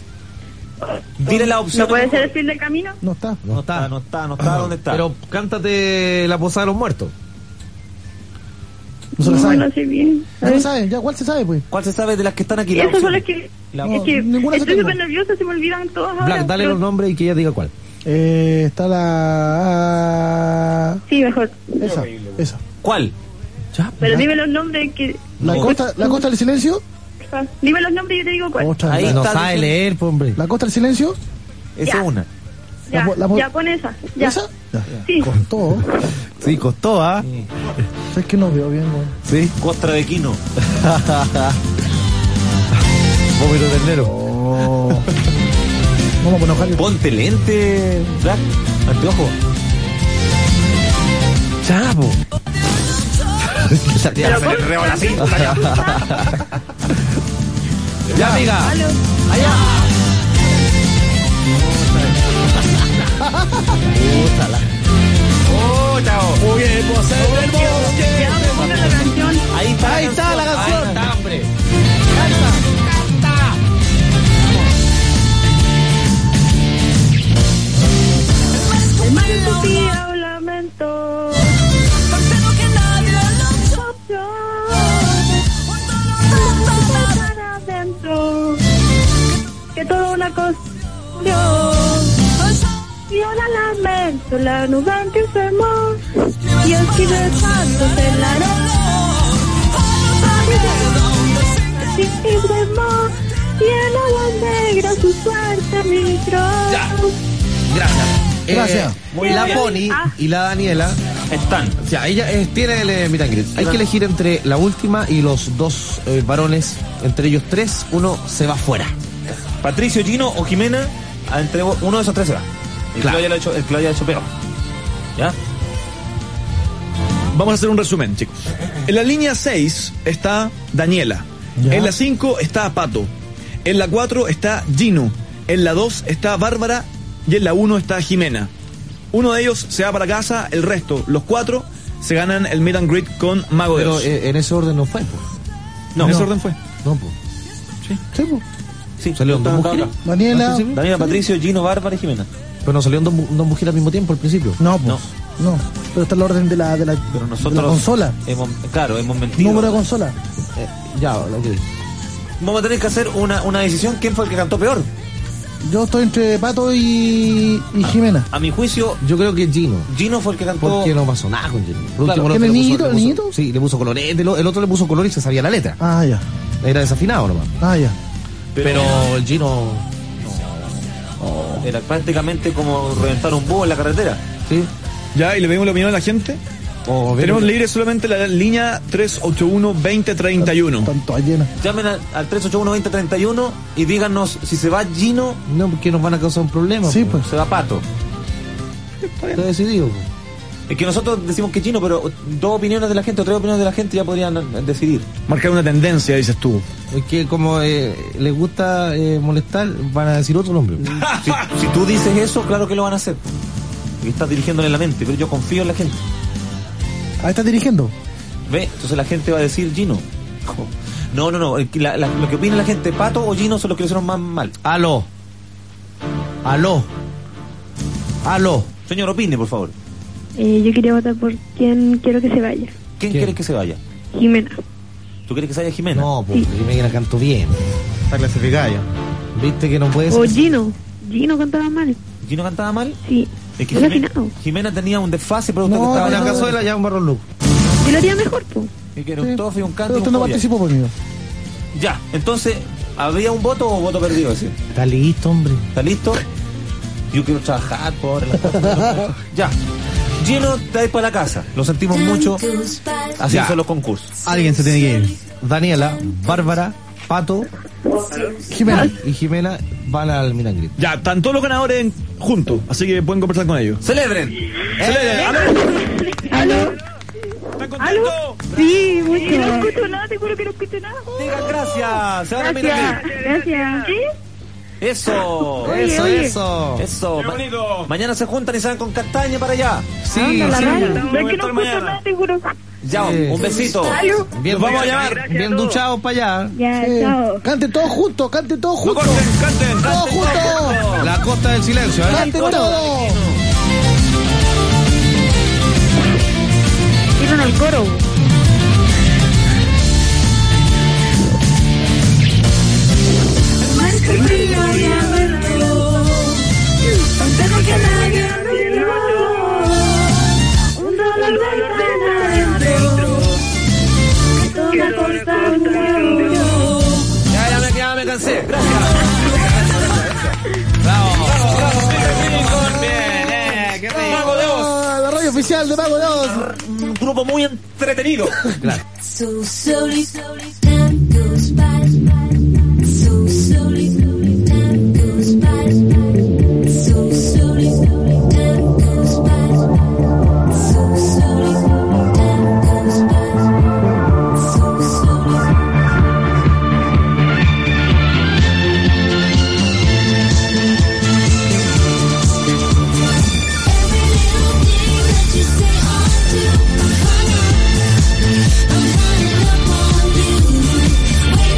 Speaker 3: Dile la opción.
Speaker 7: ¿No puede ser el fin del camino?
Speaker 2: No está.
Speaker 3: No está, no está, no está. ¿Dónde está?
Speaker 1: Pero cántate Eh, La Posada de los Muertos.
Speaker 2: No se la
Speaker 7: No,
Speaker 2: sabe.
Speaker 7: no sé bien.
Speaker 2: Ya lo saben, ya, ¿cuál se sabe, pues?
Speaker 3: ¿Cuál se sabe de las que están aquí?
Speaker 7: Esas son las que...
Speaker 2: La-
Speaker 7: es que
Speaker 2: Ninguna se
Speaker 7: estoy
Speaker 2: tengo.
Speaker 7: súper nerviosa, se me olvidan todas ahora.
Speaker 1: Black, dale
Speaker 7: pero-
Speaker 1: los nombres y que ella diga cuál.
Speaker 2: Eh, está la...
Speaker 7: Sí, mejor.
Speaker 2: Esa, esa.
Speaker 3: ¿Cuál?
Speaker 7: Pero dime los nombres que...
Speaker 2: ¿La costa, la costa del silencio?
Speaker 7: Dime los nombres y yo te digo cuál.
Speaker 2: Otra, la-
Speaker 1: no sabe leer, po, hombre.
Speaker 2: ¿La costa del silencio?
Speaker 7: Esa Ya.
Speaker 1: una.
Speaker 7: Ya,
Speaker 2: La- la-
Speaker 7: ya, pon esa. Ya.
Speaker 2: ¿Esa?
Speaker 7: Sí.
Speaker 2: Todo.
Speaker 1: Sí, costó, ¿ah?
Speaker 2: Es que no veo bien, güey.
Speaker 1: Sí.
Speaker 3: Costra de Quino.
Speaker 1: Vómito de ternero.
Speaker 2: Vamos a poner
Speaker 3: Oh. Ponte lente, Black. Anteojo.
Speaker 1: Chavo.
Speaker 3: Pero
Speaker 1: se le
Speaker 3: ¿cómo?
Speaker 1: enredó la cinta, ya. Ya, amiga.
Speaker 7: Aló.
Speaker 3: ¡Oh, chao!
Speaker 24: Muy bien, pues el bosque.
Speaker 7: Ya, me pongo la canción.
Speaker 3: Ahí está,
Speaker 1: Ahí está la canción. hombre.
Speaker 7: El mar en tu tía un lamento. Para adentro. Que todo una cuestión. Y ahora lamento la nube en que enfermó. Y el que de tanto se la Así que remó. Y el agua negra su suerte mi
Speaker 1: Gracias. Eh,
Speaker 2: Gracias.
Speaker 1: Muy la
Speaker 7: bien.
Speaker 1: Pony
Speaker 7: Ah.
Speaker 1: y la Daniela.
Speaker 3: Están.
Speaker 1: O sea, ella eh, tiene el eh, meet and greet. Hay que elegir entre la última y los dos eh, varones. Entre ellos tres, uno se va fuera.
Speaker 3: Patricio, Gino o Jimena, ah, entre uno de esos tres se va. El
Speaker 1: Claro.
Speaker 3: que lo haya hecho, el que lo haya hecho peor. ¿Ya?
Speaker 24: Vamos a hacer un resumen, chicos. En la línea 6 está Daniela. En la 5 está Pato. En la 4 está Gino. En la 2 está Bárbara. Y en la 1 está Jimena. Uno de ellos se va para casa, el resto, los cuatro, se ganan el meet and greet con Mago de
Speaker 1: Pero
Speaker 24: Oz.
Speaker 1: eh, en ese orden no fue. pues.
Speaker 24: no, ese orden fue.
Speaker 1: No, pues.
Speaker 2: Sí, pues.
Speaker 3: Sí,
Speaker 1: Salieron dos
Speaker 3: Está- está
Speaker 1: mujeres.
Speaker 3: acá.
Speaker 2: Daniela.
Speaker 3: Daniela, Patricio, Gino, Bárbara y Jimena.
Speaker 1: Pero no salieron dos, mu- dos mujeres al mismo tiempo al principio.
Speaker 2: No, pues. No. Pero está el orden de la, de la,
Speaker 3: Pero nosotros.
Speaker 2: de la consola.
Speaker 3: Hemos, claro, hemos mentido.
Speaker 2: Número de consola.
Speaker 1: Ya, ok.
Speaker 3: Vamos a tener que hacer una, una decisión. ¿Quién fue el que cantó peor?
Speaker 2: Yo estoy entre Pato y, y Jimena.
Speaker 3: A mi juicio,
Speaker 1: yo creo que Gino.
Speaker 3: Gino fue el que cantó.
Speaker 1: Porque no pasó nada con Gino. Por
Speaker 2: Claro.
Speaker 1: el otro
Speaker 2: ¿Tiene
Speaker 1: le
Speaker 2: nido,
Speaker 1: le puso-
Speaker 2: nido?
Speaker 1: Sí, le puso color. El, el otro le puso color y se sabía la letra.
Speaker 2: Ah, ya.
Speaker 1: Era desafinado nomás.
Speaker 2: Ah, ya.
Speaker 1: Pero, el Gino.
Speaker 3: Era prácticamente como reventar un búho en la carretera.
Speaker 1: Sí.
Speaker 24: ¿Ya? ¿Y le pedimos la opinión a la gente? Tenemos libre solamente la línea 381-2031.
Speaker 2: Tanto llena.
Speaker 3: Llamen al, al 381-2031 y díganos si se va Gino.
Speaker 1: No, porque nos van a causar un problema.
Speaker 3: Sí, pues. Se va Pato.
Speaker 1: Está decidido. pues.
Speaker 3: Es que nosotros decimos que Gino, pero dos opiniones de la gente o tres opiniones de la gente ya podrían eh, decidir.
Speaker 24: Marcar una tendencia, dices tú.
Speaker 1: Es que como eh, les gusta eh, molestar, van a decir otro nombre.
Speaker 3: si, si tú dices eso, claro que lo van a hacer. Y estás dirigiéndole la mente, pero yo confío en la gente.
Speaker 2: Ahí estás dirigiendo.
Speaker 3: ¿Ve? Entonces la gente va a decir Gino. No, no, no. el que- la- la- lo que opina la gente, Pato o Gino son los que lo hicieron más mal.
Speaker 1: Aló. Aló. Aló.
Speaker 3: Señor, opine, por favor.
Speaker 7: Eh, yo quería votar por quien quiero que se vaya.
Speaker 3: ¿Quién, quieres que se vaya?
Speaker 7: Jimena.
Speaker 3: ¿Tú quieres que se vaya Jimena?
Speaker 1: No, pues Jimena cantó bien.
Speaker 24: Está clasificada ya.
Speaker 1: Viste que no puede
Speaker 7: O
Speaker 1: ser.
Speaker 7: Gino. Gino cantaba mal.
Speaker 3: ¿Gino cantaba mal?
Speaker 7: Sí.
Speaker 3: Es que
Speaker 7: Era
Speaker 3: Jimena,
Speaker 7: afinado.
Speaker 3: Jimena tenía un desfase, pero usted
Speaker 1: No,
Speaker 3: estaba
Speaker 1: en el caso de la un barro look.
Speaker 7: Yo lo haría mejor, po.
Speaker 3: Y que era un tofe, un canto. y
Speaker 2: Pero
Speaker 3: un
Speaker 2: usted no
Speaker 3: joya.
Speaker 2: participó pues, conmigo.
Speaker 3: Ya, entonces, ¿había un voto o voto perdido? Ese?
Speaker 1: Está listo, hombre.
Speaker 3: ¿Está listo? Yo quiero trabajar, pobre. las cosas. ya. Gino, te vais para la casa. Lo sentimos mucho. Así
Speaker 1: Ya.
Speaker 3: son los concursos.
Speaker 1: Alguien se tiene que ir. Daniela, Bárbara, Pato Jimena. y Jimena van al Mirangrid.
Speaker 24: Ya, están todos los ganadores en- juntos, así que pueden conversar con ellos.
Speaker 3: ¡Celebren!
Speaker 24: ¡Celebren! ¡Aló!
Speaker 7: ¿Aló? ¿Aló? Sí, mucho.
Speaker 4: Sí, no
Speaker 7: escucho nada, te juro que no escucho nada.
Speaker 3: Digan gracias. Se van a
Speaker 7: Gracias.
Speaker 3: Mirangrid.
Speaker 7: Gracias.
Speaker 3: Eso,
Speaker 7: Oye,
Speaker 3: eso,
Speaker 7: oye.
Speaker 3: eso. Eso. Ma- mañana se juntan y se van con castaña para allá.
Speaker 1: Sí,
Speaker 7: Anda, Ah, la
Speaker 1: sí.
Speaker 7: radio.
Speaker 1: Nos
Speaker 7: No es que no
Speaker 3: vemos
Speaker 7: escucho nada, te juro.
Speaker 3: Ya, un besito.
Speaker 7: Aló.
Speaker 1: Bien,
Speaker 3: Nos vamos a llamar.
Speaker 1: Bien duchados para allá.
Speaker 7: Ya, chao.
Speaker 2: Cante todo junto, cante todo junto.
Speaker 24: canten,
Speaker 2: todo junto.
Speaker 1: La costa del silencio, ¿eh?
Speaker 2: Cante todo.
Speaker 7: Vieron al coro.
Speaker 4: Más que frío y aventuró, tan perro que nadie miró. Un dolor de pena dentro, que toma cortando.
Speaker 3: Ya, ya me, ya me cansé. Gracias. Bravo. Bravo, bravo. Rincón, bien, eh, qué rico. Mago de Oz,
Speaker 2: Ah, la radio oficial de Pago de Oz.
Speaker 3: Un grupo muy entretenido.
Speaker 4: So slowly, slowly, time goes by. So slowly, slowly, time goes by. So slowly, slowly, time goes by. So slowly, slowly, time goes by. So slowly. Every little thing that you say or do, I'm hung up. I'm hung up on you.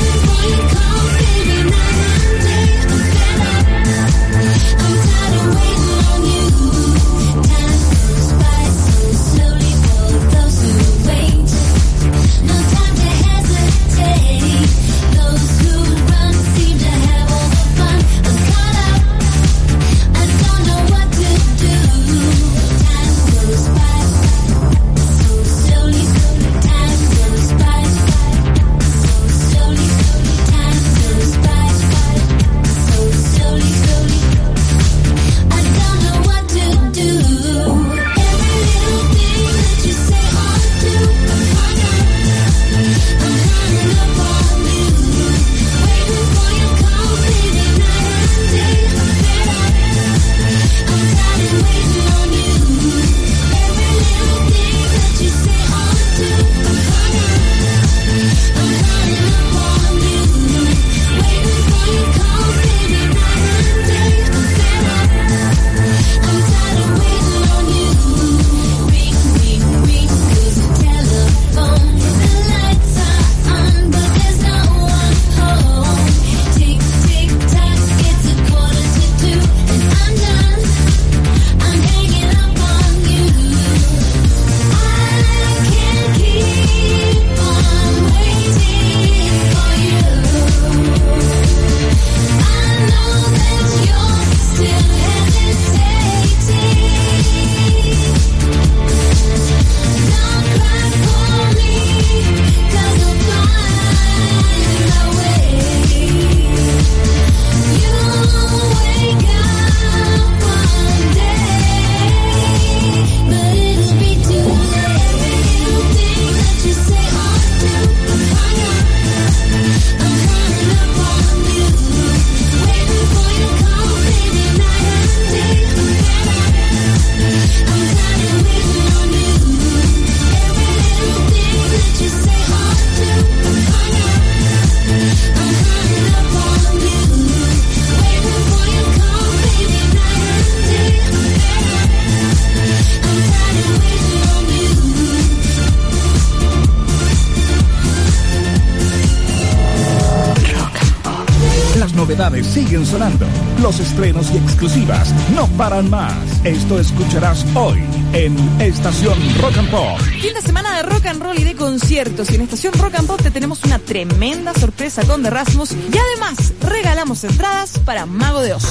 Speaker 11: siguen sonando. Los estrenos y exclusivas no paran más. Esto escucharás hoy en Estación Rock and Pop.
Speaker 34: Fin de semana de rock and roll y de conciertos. Y en Estación Rock and Pop te tenemos una tremenda sorpresa con The Rasmus. Y además, regalamos entradas para Mago de Oz.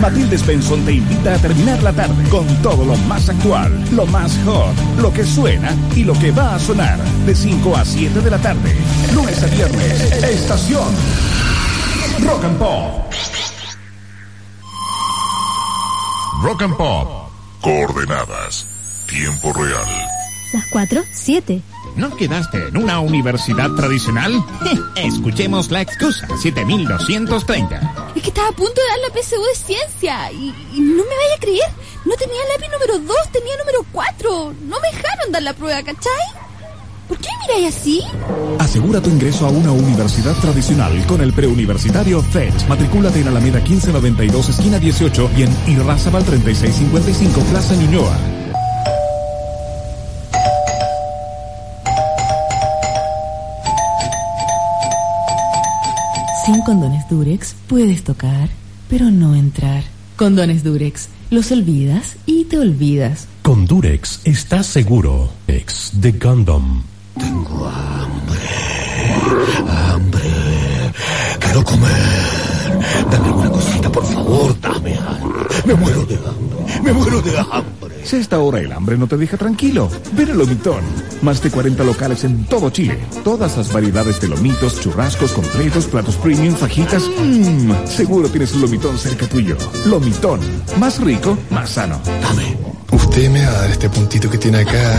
Speaker 11: Matilde Spenson te invita a terminar la tarde con todo lo más actual, lo más hot, lo que suena y lo que va a sonar de 5 a 7 de la tarde. Lunes a viernes, estación Rock and Pop.
Speaker 37: Rock and Pop. Coordenadas. Tiempo real.
Speaker 7: Las 4, 7.
Speaker 39: ¿No quedaste en una universidad tradicional? Escuchemos la excusa 7230.
Speaker 7: Es que estaba a punto de dar la PSU de ciencia. Y, y no me vaya a creer. No tenía lápiz número 2, tenía número 4. No me dejaron dar la prueba, ¿cachai? ¿Por qué me miráis así?
Speaker 11: Asegura tu ingreso a una universidad tradicional con el preuniversitario FEDS. Matricúlate en Alameda 1592, esquina 18 y en Irrazabal 3655, Plaza Ñuñoa.
Speaker 40: Sin condones Durex puedes tocar, pero no entrar. Condones Durex, los olvidas y te olvidas.
Speaker 19: Con Durex estás seguro. Ex de Gundam.
Speaker 17: Tengo hambre. Hambre. Quiero comer. Dame alguna cosita, por favor. Dame hambre. Me muero de hambre. Me muero de hambre.
Speaker 11: Si a esta hora el hambre no te deja tranquilo, ven a Lomitón. Más de 40 locales en todo Chile. Todas las variedades de lomitos, churrascos completos, platos premium, fajitas. Mmm, seguro tienes un Lomitón cerca tuyo. Lomitón. Más rico, más sano.
Speaker 17: Dame. Usted me va a dar este puntito que tiene acá.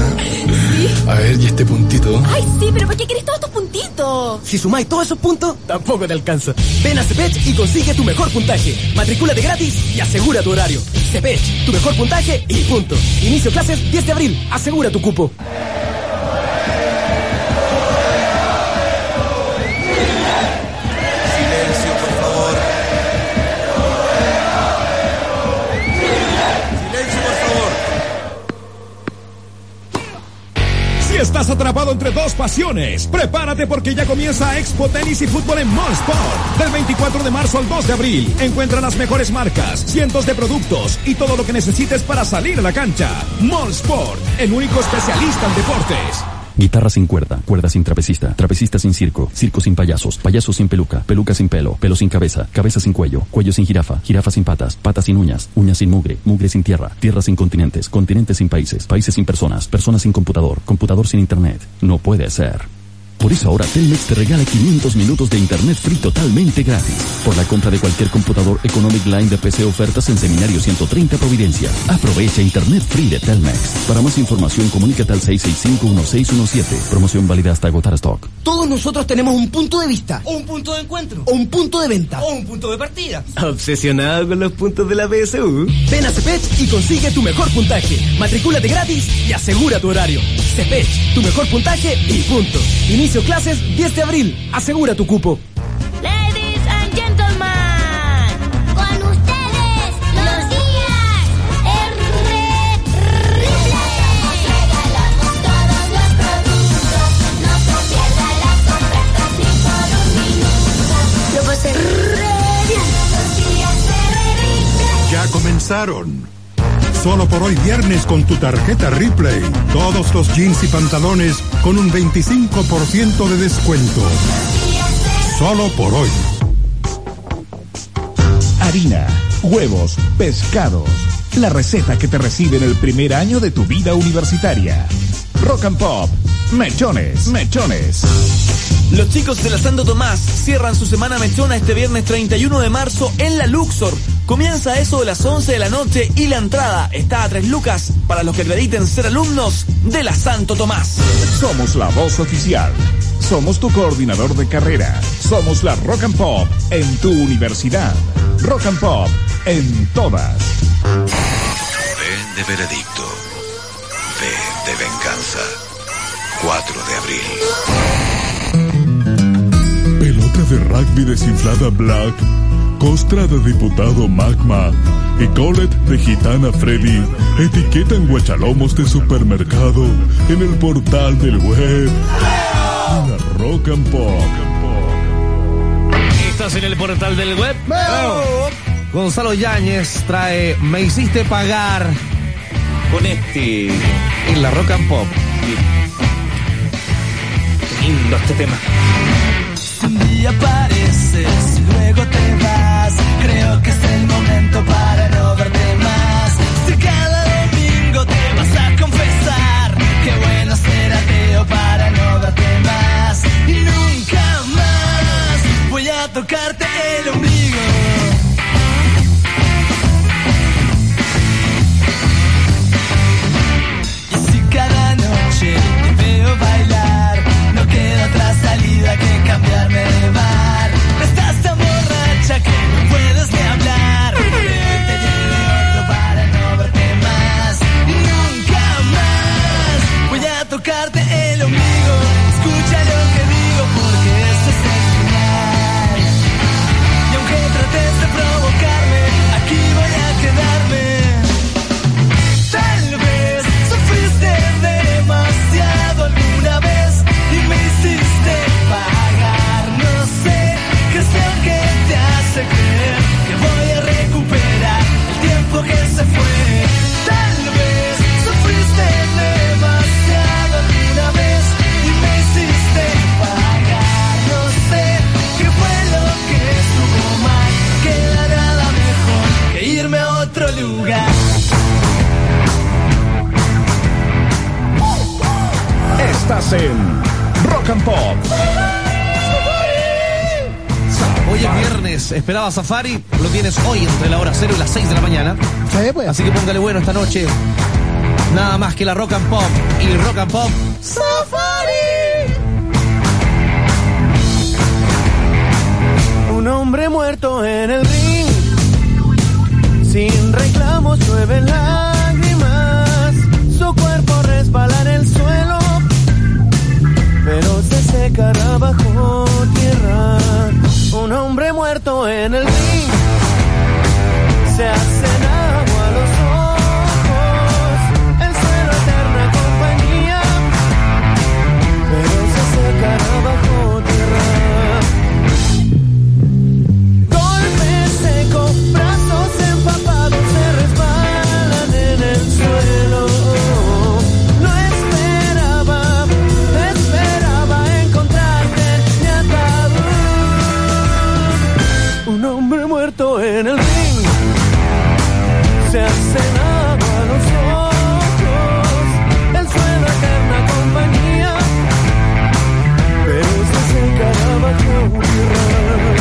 Speaker 17: A ver, y este puntito.
Speaker 7: Ay, sí, pero ¿por qué querés todos estos puntitos?
Speaker 9: Si sumáis todos esos puntos, tampoco te alcanza. Ven a Cepech y consigue tu mejor puntaje. Matricúlate gratis y asegura tu horario. Cepech, tu mejor puntaje y punto. Inicio clases 10 de abril. Asegura tu cupo.
Speaker 41: Silencio, por favor. Silencio, por favor.
Speaker 16: Si estás atrapado entre dos pasiones, prepárate porque ya comienza Expo Tenis y Fútbol en Molsport. Del 24 de marzo al 2 de abril, encuentra las mejores marcas, cientos de productos y todo lo que necesites para salir a la cancha. Molsport, el único especialista en deportes.
Speaker 21: Guitarra sin cuerda, cuerda sin trapecista, trapecista sin circo, circo sin payasos, payasos sin peluca, peluca sin pelo, pelo sin cabeza, cabeza sin cuello, cuello sin jirafa, jirafa sin patas, patas sin uñas, uñas sin mugre, mugre sin tierra, tierra sin continentes, continentes sin países, países sin personas, personas sin computador, computador sin internet. No puede ser. Por eso ahora Telmex te regala 500 minutos de internet free totalmente gratis. Por la compra de cualquier computador Economic Line de PC ofertas en Seminario 130 Providencia. Aprovecha internet free de Telmex. Para más información comunícate al 665-1617. Promoción válida hasta agotar stock.
Speaker 9: Todos nosotros tenemos un punto de vista.
Speaker 12: O un punto de encuentro.
Speaker 9: O un punto de venta.
Speaker 12: O un punto de partida.
Speaker 9: ¿Obsesionado con los puntos de la PSU? Ven a Cepech y consigue tu mejor puntaje. Matricúlate gratis y asegura tu horario. Cepech, tu mejor puntaje y punto. Inicio clases 10 de abril. Asegura tu cupo.
Speaker 4: Ladies and gentlemen, con ustedes los guías R Nos regalamos todos los productos, no se pierda la ofertas ni por un minuto. Yo voy a ser Los guías R
Speaker 37: Ya comenzaron. Solo por hoy viernes con tu tarjeta Ripley. Todos los jeans y pantalones con un 25% de descuento. Solo por hoy.
Speaker 11: Harina, huevos, pescados. La receta que te recibe en el primer año de tu vida universitaria. Rock and Pop. Mechones, mechones.
Speaker 24: Los chicos de la Santo Tomás cierran su semana mechona este viernes 31 de marzo en la Luxor. Comienza eso de las 11 de la noche y la entrada está a 3 lucas para los que acrediten ser alumnos de la Santo Tomás.
Speaker 11: Somos la voz oficial. Somos tu coordinador de carrera. Somos la Rock and Pop en tu universidad. Rock and Pop en todas.
Speaker 42: Ven de veredicto. Ven de venganza. 4 de abril.
Speaker 37: Pelota de rugby desinflada Black, costra de diputado Magma y colet de gitana Freddy etiquetan guachalomos de supermercado en el portal del web. La Rock and Pop.
Speaker 1: Estás en el portal del web. Gonzalo Yáñez trae Me hiciste pagar.
Speaker 3: Con este.
Speaker 1: En la rock and pop.
Speaker 3: Lindo este tema.
Speaker 12: Si un día apareces, luego te vas. Creo que es el momento para no verte más. Si cada domingo te vas a confesar, qué bueno ser ateo para no verte más. Y nunca más voy a tocarte el ombligo. Y si cada noche te veo bailar, no queda otra salida que cambiarme de bar. Estás tan borracha que no puedes ni hablar. Pero te lleve otro para no verte más. Y nunca más voy a tocarte el ombligo. Escucha lo que digo porque este es el final. Y aunque trates de provocarme, aquí voy a quedarme. Tal vez sufriste demasiado alguna vez y me hiciste pagar. No sé qué es lo que te hace creer que voy a recuperar el tiempo que se fue. Tal vez sufriste demasiado alguna vez y me hiciste pagar. No sé qué fue lo que estuvo mal. Queda nada mejor que irme a otro lugar.
Speaker 11: Estás en Rock and Pop.
Speaker 1: Hoy es viernes, esperaba Safari, lo tienes hoy entre la hora 0 y las 6 de la mañana.
Speaker 2: Eh, pues,
Speaker 1: Así que póngale bueno esta noche. Nada más que la Rock and Pop y Rock and Pop.
Speaker 12: ¡Safari!
Speaker 4: Un hombre muerto en el ring. Sin reclamos llueven lágrimas. Su cuerpo resbala en el suelo. Pero se secará bajo tierra. Un hombre muerto en el ring. Se hacen agua los ojos. El suelo eterna compañía. Pero se secará bajo tierra. Golpe seco, brazos empapados se resbalan en el suelo. No esperaba, esperaba encontrarte en mi ataúd. Un hombre muerto en el ring se hacen agua los ojos. El suelo eterna compañía, pero se secará bajo tierra.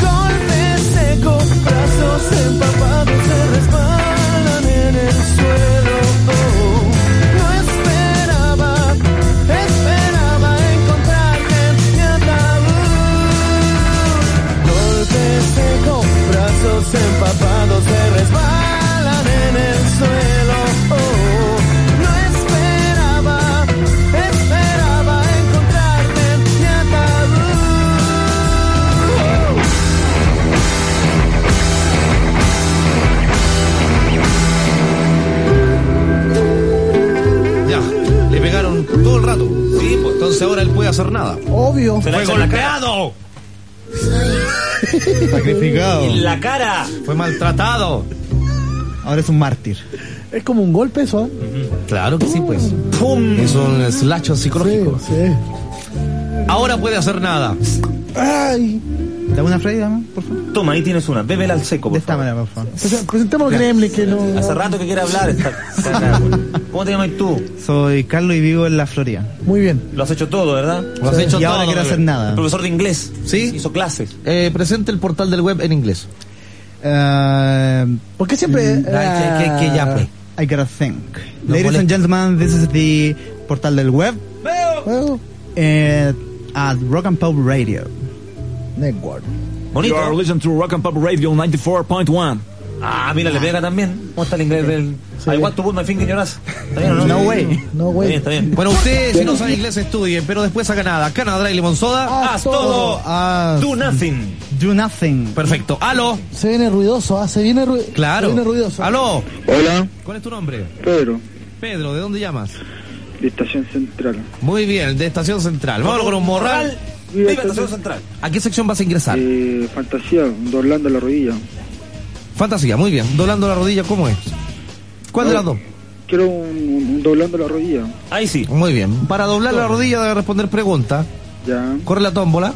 Speaker 4: Golpes secos, brazos empapados se resbalan en el suelo. No esperaba, esperaba encontrarte en mi ataúd. Golpes secos, brazos empapados se resbalan en el suelo. No esperaba, esperaba encontrarte en mi ataúd.
Speaker 1: Ya, le pegaron todo el rato. Sí, pues entonces ahora él puede hacer nada.
Speaker 2: Obvio.
Speaker 1: Fue golpeado.
Speaker 24: Sacrificado.
Speaker 1: En
Speaker 3: la cara.
Speaker 1: Fue maltratado.
Speaker 24: Ahora es un mártir.
Speaker 2: Es como un golpe eso. ¿eh?
Speaker 1: Claro que sí, pues. Es un slacho psicológico. Ahora puede hacer nada.
Speaker 2: Ay.
Speaker 24: Dame una Freddy, dame, por
Speaker 3: Toma, ahí tienes una. Bébela al seco, por favor.
Speaker 24: favor.
Speaker 2: Prese- Presentemos al Gremlin que no.
Speaker 3: Hace rato que quiere hablar. Está, está acá, güey. ¿Cómo te llamas tú?
Speaker 24: Soy Carlos y vivo en la Florida.
Speaker 2: Muy bien.
Speaker 3: Lo has hecho todo, ¿verdad?
Speaker 24: Lo has Sí. hecho
Speaker 3: Y ahora
Speaker 24: todo,
Speaker 3: quiero
Speaker 24: Gabriel.
Speaker 3: hacer nada. El profesor de inglés.
Speaker 1: ¿Sí?
Speaker 3: Hizo clases.
Speaker 1: Eh, presente el portal del web en inglés.
Speaker 25: Eh,
Speaker 2: ¿Por qué siempre?
Speaker 3: Mm,
Speaker 1: que- que- que ya, pues.
Speaker 24: I gotta think. Ladies and gentlemen, this is the portal del web. Eh, at Rock and Pop Radio.
Speaker 2: Network.
Speaker 3: Bonito. You are listening to Rock and Pop Radio 94.1. Ah, mira, le pega también. ¿Cómo está el inglés del... I want to put my finger in your ass. ¿Está bien o no?
Speaker 2: No, güey.
Speaker 3: Está bien, está bien.
Speaker 1: Bueno, ustedes si no saben inglés estudien, pero después sacan nada. Canadá y limón
Speaker 2: Ah,
Speaker 1: soda.
Speaker 3: Haz todo.
Speaker 1: Do nothing.
Speaker 26: Do nothing.
Speaker 1: Perfecto. Aló.
Speaker 2: Se viene ruidoso, ah, se viene ruidoso.
Speaker 1: Claro.
Speaker 2: Se viene ruidoso.
Speaker 1: Aló.
Speaker 27: Hola,
Speaker 1: ¿Cuál es tu nombre?
Speaker 27: Pedro,
Speaker 1: Pedro, ¿de dónde llamas?
Speaker 27: de Estación Central.
Speaker 1: Muy bien, de Estación Central. Vámonos con un morral.
Speaker 27: Viva Estación Central.
Speaker 1: ¿A qué sección vas a ingresar?
Speaker 27: Eh, fantasía, doblando la rodilla.
Speaker 1: Fantasía, muy bien. Doblando la rodilla, ¿cómo es? ¿Cuál de las dos?
Speaker 27: Quiero un, un- un doblando la rodilla.
Speaker 1: Ahí sí. Muy bien. Para doblar la rodilla debe responder pregunta.
Speaker 27: Ya.
Speaker 1: Corre la tómbola.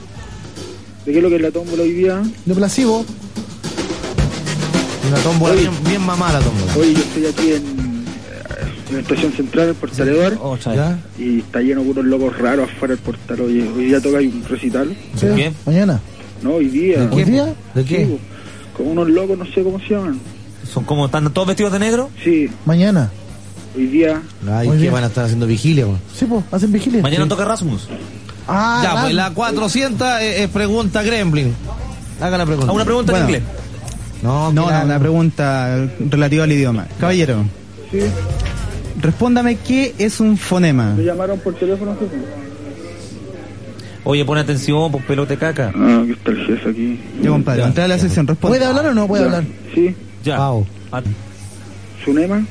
Speaker 27: ¿De qué es lo que es la tómbola hoy día?
Speaker 2: De placebo.
Speaker 1: Una tómbola bien, bien mamada la tómbola.
Speaker 27: Hoy yo estoy aquí en, eh, en la Estación Central, el portaledor.
Speaker 1: Oh. ¿Ya?
Speaker 27: Y está lleno de unos locos raros afuera del portal. Hoy, hoy día toca un recital.
Speaker 2: Sí, Mañana.
Speaker 27: No, hoy día.
Speaker 2: ¿Hoy día?
Speaker 1: ¿De
Speaker 27: Sí, con unos locos, no sé cómo se llaman.
Speaker 3: Son como, están todos vestidos de negro.
Speaker 27: Sí,
Speaker 2: Mañana.
Speaker 27: hoy día.
Speaker 1: Ay,
Speaker 2: Muy
Speaker 1: ¿qué
Speaker 2: bien.
Speaker 1: van a estar haciendo vigilia? po?
Speaker 2: Sí, pues, hacen vigilia.
Speaker 3: Mañana
Speaker 2: Sí.
Speaker 3: toca Rasmus.
Speaker 2: Ah,
Speaker 1: ya, pues
Speaker 2: Rasmus.
Speaker 1: la 400 es, es pregunta Gremlin. Haga la pregunta.
Speaker 26: Ah, una pregunta en inglés.
Speaker 1: No,
Speaker 26: No,
Speaker 1: mira,
Speaker 26: no, la pregunta relativa al idioma. Caballero,
Speaker 27: Sí,
Speaker 26: respóndame qué es un fonema.
Speaker 27: me llamaron por teléfono. ¿sí?
Speaker 3: Oye, pon atención, pues pelote caca.
Speaker 27: Ah, que está el jefe aquí.
Speaker 26: Ya, compadre, entra a la sección, responde.
Speaker 2: ¿Puede hablar o no puede
Speaker 27: Pues, Ya.
Speaker 2: hablar?
Speaker 27: Sí,
Speaker 3: Ya. Ah,
Speaker 27: Sunema.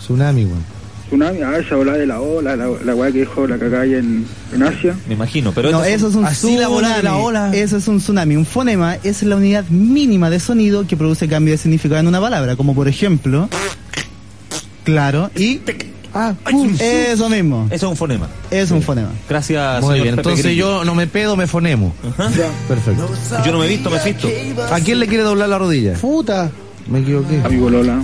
Speaker 1: Tsunami, weón.
Speaker 27: Tsunami, ah, esa volada de la ola, la, la weá que dejó la cagalla en, en Asia.
Speaker 3: Me imagino, pero
Speaker 26: No,
Speaker 3: estos
Speaker 26: eso es
Speaker 3: son-
Speaker 26: un
Speaker 3: así
Speaker 26: tsunami.
Speaker 3: la bola de la ola.
Speaker 26: Eso es un tsunami. Un fonema es la unidad mínima de sonido que produce cambio de significado en una palabra, como por ejemplo. Claro, y.
Speaker 2: Ah,
Speaker 26: eso mismo.
Speaker 3: Eso es un fonema.
Speaker 26: Es un fonema.
Speaker 3: Gracias,
Speaker 1: Muy
Speaker 3: señor
Speaker 1: bien,
Speaker 3: Pepe
Speaker 1: entonces
Speaker 3: Grillo.
Speaker 1: yo no me pedo, me fonemo. Perfecto.
Speaker 3: Yo no me he visto, me he visto.
Speaker 1: ¿A quién le quiere doblar la rodilla?
Speaker 2: Puta.
Speaker 1: Me equivoqué.
Speaker 27: A mi bolola,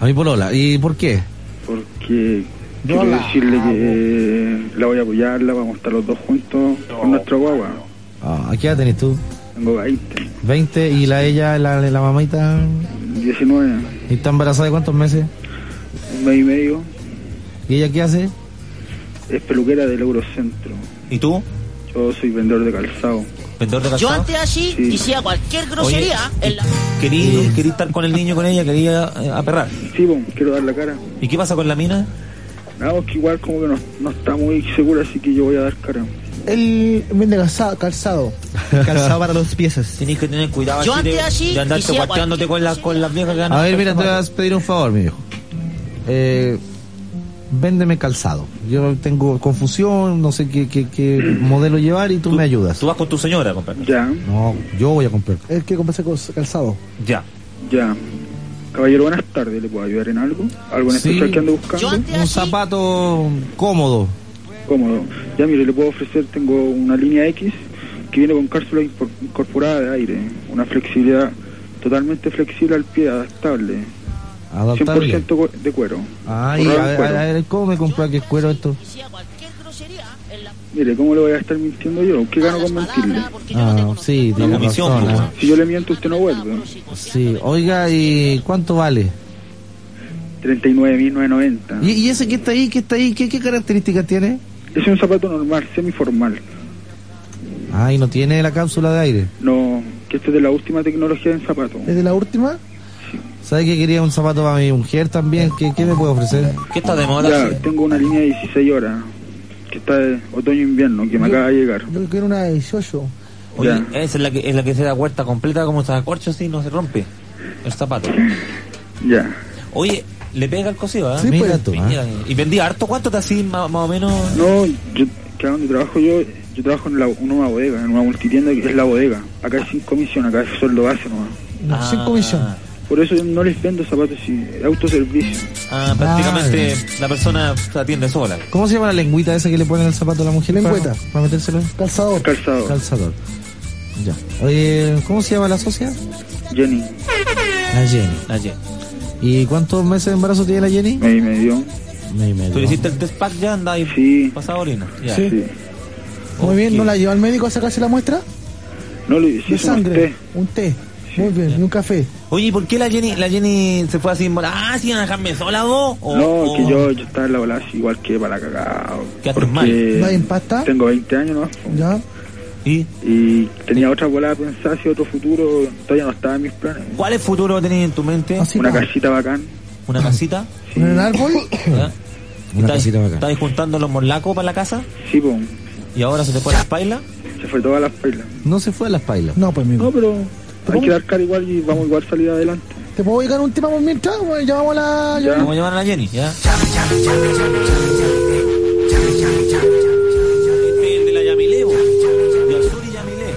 Speaker 1: A mi polola. ¿Y por qué?
Speaker 27: porque quiero decirle que la voy a apoyar, la vamos a estar los dos juntos con nuestra guagua.
Speaker 1: Ah, ¿A qué edad tenés tú?
Speaker 27: Tengo 20,
Speaker 1: 20 y la ella, la, la mamita,
Speaker 27: 19,
Speaker 1: ¿y está embarazada de cuántos meses?
Speaker 27: un mes y medio,
Speaker 1: ¿Y ella qué hace?
Speaker 27: es peluquera del Eurocentro.
Speaker 3: ¿Y tú?
Speaker 27: Yo soy vendedor de calzado.
Speaker 3: Vendedor de
Speaker 43: Yo
Speaker 3: calzado.
Speaker 43: antes así
Speaker 27: Sí.
Speaker 43: hacía cualquier grosería en la...
Speaker 3: Quería, quería estar con el niño, con ella, quería eh, aperrar.
Speaker 27: Sí, bueno, quiero dar la cara.
Speaker 3: ¿Y qué pasa con la mina?
Speaker 27: Nada, es que igual como que no, no está muy segura, así que yo voy a dar cara.
Speaker 2: Él vende calza- calzado.
Speaker 26: Calzado para los piezas.
Speaker 3: Tenés que tener cuidado
Speaker 43: Yo
Speaker 3: así de,
Speaker 43: antes así
Speaker 3: de andarte
Speaker 43: hacía
Speaker 3: guateándote con, las con las viejas que ganan.
Speaker 1: A ver, mira, te voy a pedir un favor, mi viejo. Eh, véndeme calzado. Yo tengo confusión, no sé qué, qué, qué modelo llevar y tú, me ayudas.
Speaker 3: Tú vas con tu señora, compadre.
Speaker 27: Ya,
Speaker 1: No, yo voy a comprar.
Speaker 2: Él quiere comprarse cos- calzado.
Speaker 3: Ya.
Speaker 27: ya. Caballero, buenas tardes, ¿le puedo ayudar en algo? ¿Algo en
Speaker 1: Sí.
Speaker 27: especial que ando buscando?
Speaker 1: Un zapato cómodo.
Speaker 27: cómodo. Ya mire, le puedo ofrecer, tengo una línea X que viene con cápsula inco- incorporada de aire, una flexibilidad totalmente flexible al pie, adaptable,
Speaker 1: Adaptable.
Speaker 27: 100% cu- de cuero.
Speaker 1: Ay, a
Speaker 27: forrado en
Speaker 1: ver,
Speaker 27: cuero.
Speaker 1: a ver, ¿cómo me compré aquí cuero esto?
Speaker 27: Mire, ¿cómo le voy a estar mintiendo yo? ¿Qué gano con mentirle?
Speaker 1: Ah, sí, tiene
Speaker 3: comisión,
Speaker 1: razón,
Speaker 3: pues,
Speaker 1: ah.
Speaker 27: Si yo le miento, usted no vuelve.
Speaker 1: Sí, oiga, ¿y cuánto vale?
Speaker 27: 39.990.
Speaker 1: ¿Y, y ese que está ahí, que está ahí, qué, qué características tiene?
Speaker 27: Es un zapato normal, semiformal.
Speaker 1: Ay, no tiene la cápsula de aire.
Speaker 27: No, que esto es de la última tecnología en zapato.
Speaker 2: ¿Es de la última?
Speaker 1: ¿Sabe que quería un zapato para mi mujer también? ¿Qué, qué me puede ofrecer?
Speaker 3: ¿Qué está de moda?
Speaker 27: Ya, tengo una línea de 16 horas, que está de otoño-invierno, que me acaba de llegar.
Speaker 2: Yo quiero una de 18.
Speaker 3: Oye, esa es la que, es la que se da vuelta completa, como está corcho, así no se rompe el zapato.
Speaker 27: Ya.
Speaker 3: Oye, le pega el cosido, ¿eh?
Speaker 1: Sí, Mira pues. tú,
Speaker 3: Mira, Y vendí harto, ¿cuánto te así más, más o menos?
Speaker 27: No, yo, que a donde trabajo yo, yo trabajo en la, una nueva bodega, en una multitienda que es la bodega. Acá es sin comisión, acá es sueldo base nomás.
Speaker 2: No,
Speaker 3: Ah.
Speaker 2: Sin comisión.
Speaker 27: Por eso yo no les vendo zapatos y es autoservicio.
Speaker 3: Ah, prácticamente la persona se atiende sola.
Speaker 1: Ah. ¿Cómo se llama la lengüita esa que le ponen al zapato a la mujer?
Speaker 2: Lengüeta.
Speaker 1: Para, para metérselo.
Speaker 2: Calzador.
Speaker 27: Calzado.
Speaker 1: Calzador. Ya. Oye, ¿cómo se llama la socia?
Speaker 27: Jenny,
Speaker 1: La Jenny.
Speaker 3: Ayer.
Speaker 1: ¿Y cuántos meses de embarazo tiene la Jenny?
Speaker 27: me, me dio.
Speaker 1: Me y medio.
Speaker 3: Tú le hiciste el test pack ya, anda y
Speaker 27: Sí.
Speaker 3: pasaba orina. Ya.
Speaker 2: Sí. Muy bien, ¿no la lleva al médico a sacarse la muestra?
Speaker 27: No le
Speaker 2: De
Speaker 27: hiciste un
Speaker 2: sangre.
Speaker 27: té.
Speaker 2: Un té. Muy bien, y un café.
Speaker 3: Oye, ¿y por qué la Jenny, la Jenny se fue así? en bola? Ah, ¿sí van a dejarme sola vos? O-
Speaker 27: No,
Speaker 3: o-
Speaker 27: que yo, yo estaba en la bola así, igual que para la cagada.
Speaker 3: Oh. Que haces mal.
Speaker 2: ¿Va en
Speaker 27: Porque
Speaker 2: pasta?
Speaker 27: tengo 20 años nomás. po.
Speaker 2: Ya.
Speaker 3: ¿Y?
Speaker 27: tenía otra volada pensada hacia otro futuro, todavía no estaba en mis planes.
Speaker 3: ¿Cuál es el futuro tenéis en tu mente?
Speaker 27: Una casita bacán.
Speaker 3: ¿Una casita?
Speaker 27: ¿En el
Speaker 2: árbol?
Speaker 3: Una ¿Estáis juntando los morlacos para la casa?
Speaker 27: Sí, pues.
Speaker 3: ¿Y ahora se te fue la paila?
Speaker 27: Se fue toda la pailas.
Speaker 1: No se fue a las pailas.
Speaker 2: No, pues
Speaker 27: No, pero hay
Speaker 2: pongo-
Speaker 27: que arcar igual y vamos igual a salir adelante.
Speaker 2: ¿Te puedo dedicar un tema por mientras? Bueno, llamamos a la...
Speaker 3: Vamos a llamar a la Jenny, ¿ya? de la Yamileo. Yasuri Yamile.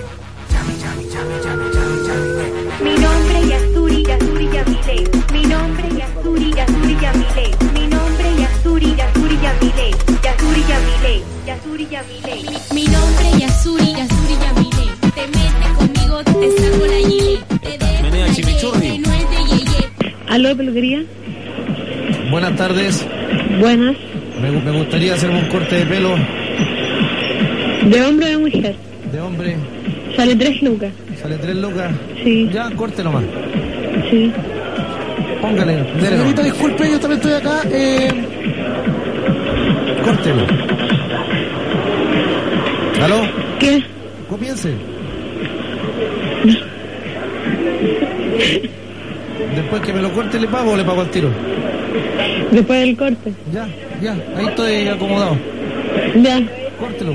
Speaker 35: Mi nombre es Yasuri, Yasuri Yamile. Mi nombre es Yasuri, Yasuri Yamile. Mi nombre es Yasuri, Yasuri Yamile. Yasuri Yamile, Yasuri Yamile.
Speaker 12: Mi nombre es Yasuri, Yasuri Yamile. Te metes conmigo, te saco la gile. Te dejo
Speaker 1: Menea
Speaker 12: la
Speaker 1: chimichurri.
Speaker 12: yeye, no es de yeye.
Speaker 35: ¿Aló, peluquería?
Speaker 1: Buenas tardes.
Speaker 35: Buenas.
Speaker 1: Me, gu- me gustaría hacerme un corte de pelo
Speaker 35: ¿De hombre o de mujer?
Speaker 1: de hombre.
Speaker 35: Sale tres lucas.
Speaker 1: Sale tres lucas.
Speaker 35: Sí.
Speaker 1: Ya, corte nomás.
Speaker 35: Sí.
Speaker 1: Póngale. dele
Speaker 2: Señorita,
Speaker 1: nomás.
Speaker 2: disculpe, yo también estoy acá. Eh,
Speaker 1: Córtelo. ¿Aló?
Speaker 35: ¿Qué?
Speaker 1: Comience. Después que me lo corte, ¿le pago o le pago al tiro?
Speaker 35: Después del corte.
Speaker 1: Ya, ya. Ahí estoy acomodado.
Speaker 35: Ya.
Speaker 1: Córtelo.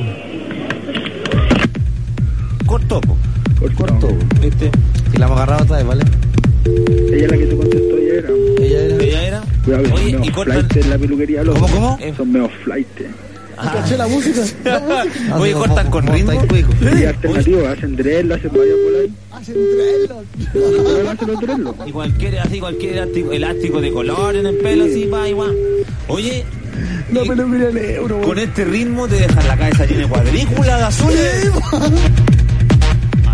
Speaker 3: Corto, po.
Speaker 1: Corto.
Speaker 3: ¿Viste?
Speaker 1: Y la hemos agarrado otra vez, ¿vale?
Speaker 27: Ella es la que te contestó ayer. ¿ah?
Speaker 1: Ella era.
Speaker 3: Ella era.
Speaker 27: Cuidado, que
Speaker 3: Oye,
Speaker 27: son
Speaker 3: y
Speaker 27: meos
Speaker 3: corta-
Speaker 27: flightes en la peluquería, loco. ¿Cómo, cómo?
Speaker 3: Eh.
Speaker 27: Son meos flightes.
Speaker 2: Caché la música. La música.
Speaker 3: Ah. Oye, cortan con ritmo.
Speaker 27: Y alternativos, hacen dreadlo, hacen varias por ahí. Hacen dreadlo.
Speaker 3: Y cualquier, así, cualquier elástico, elástico de color en el pelo, así, va, igual. Oye. No me lo mira el euro. Con este ritmo te dejan la cabeza llena de cuadrículas de azules. A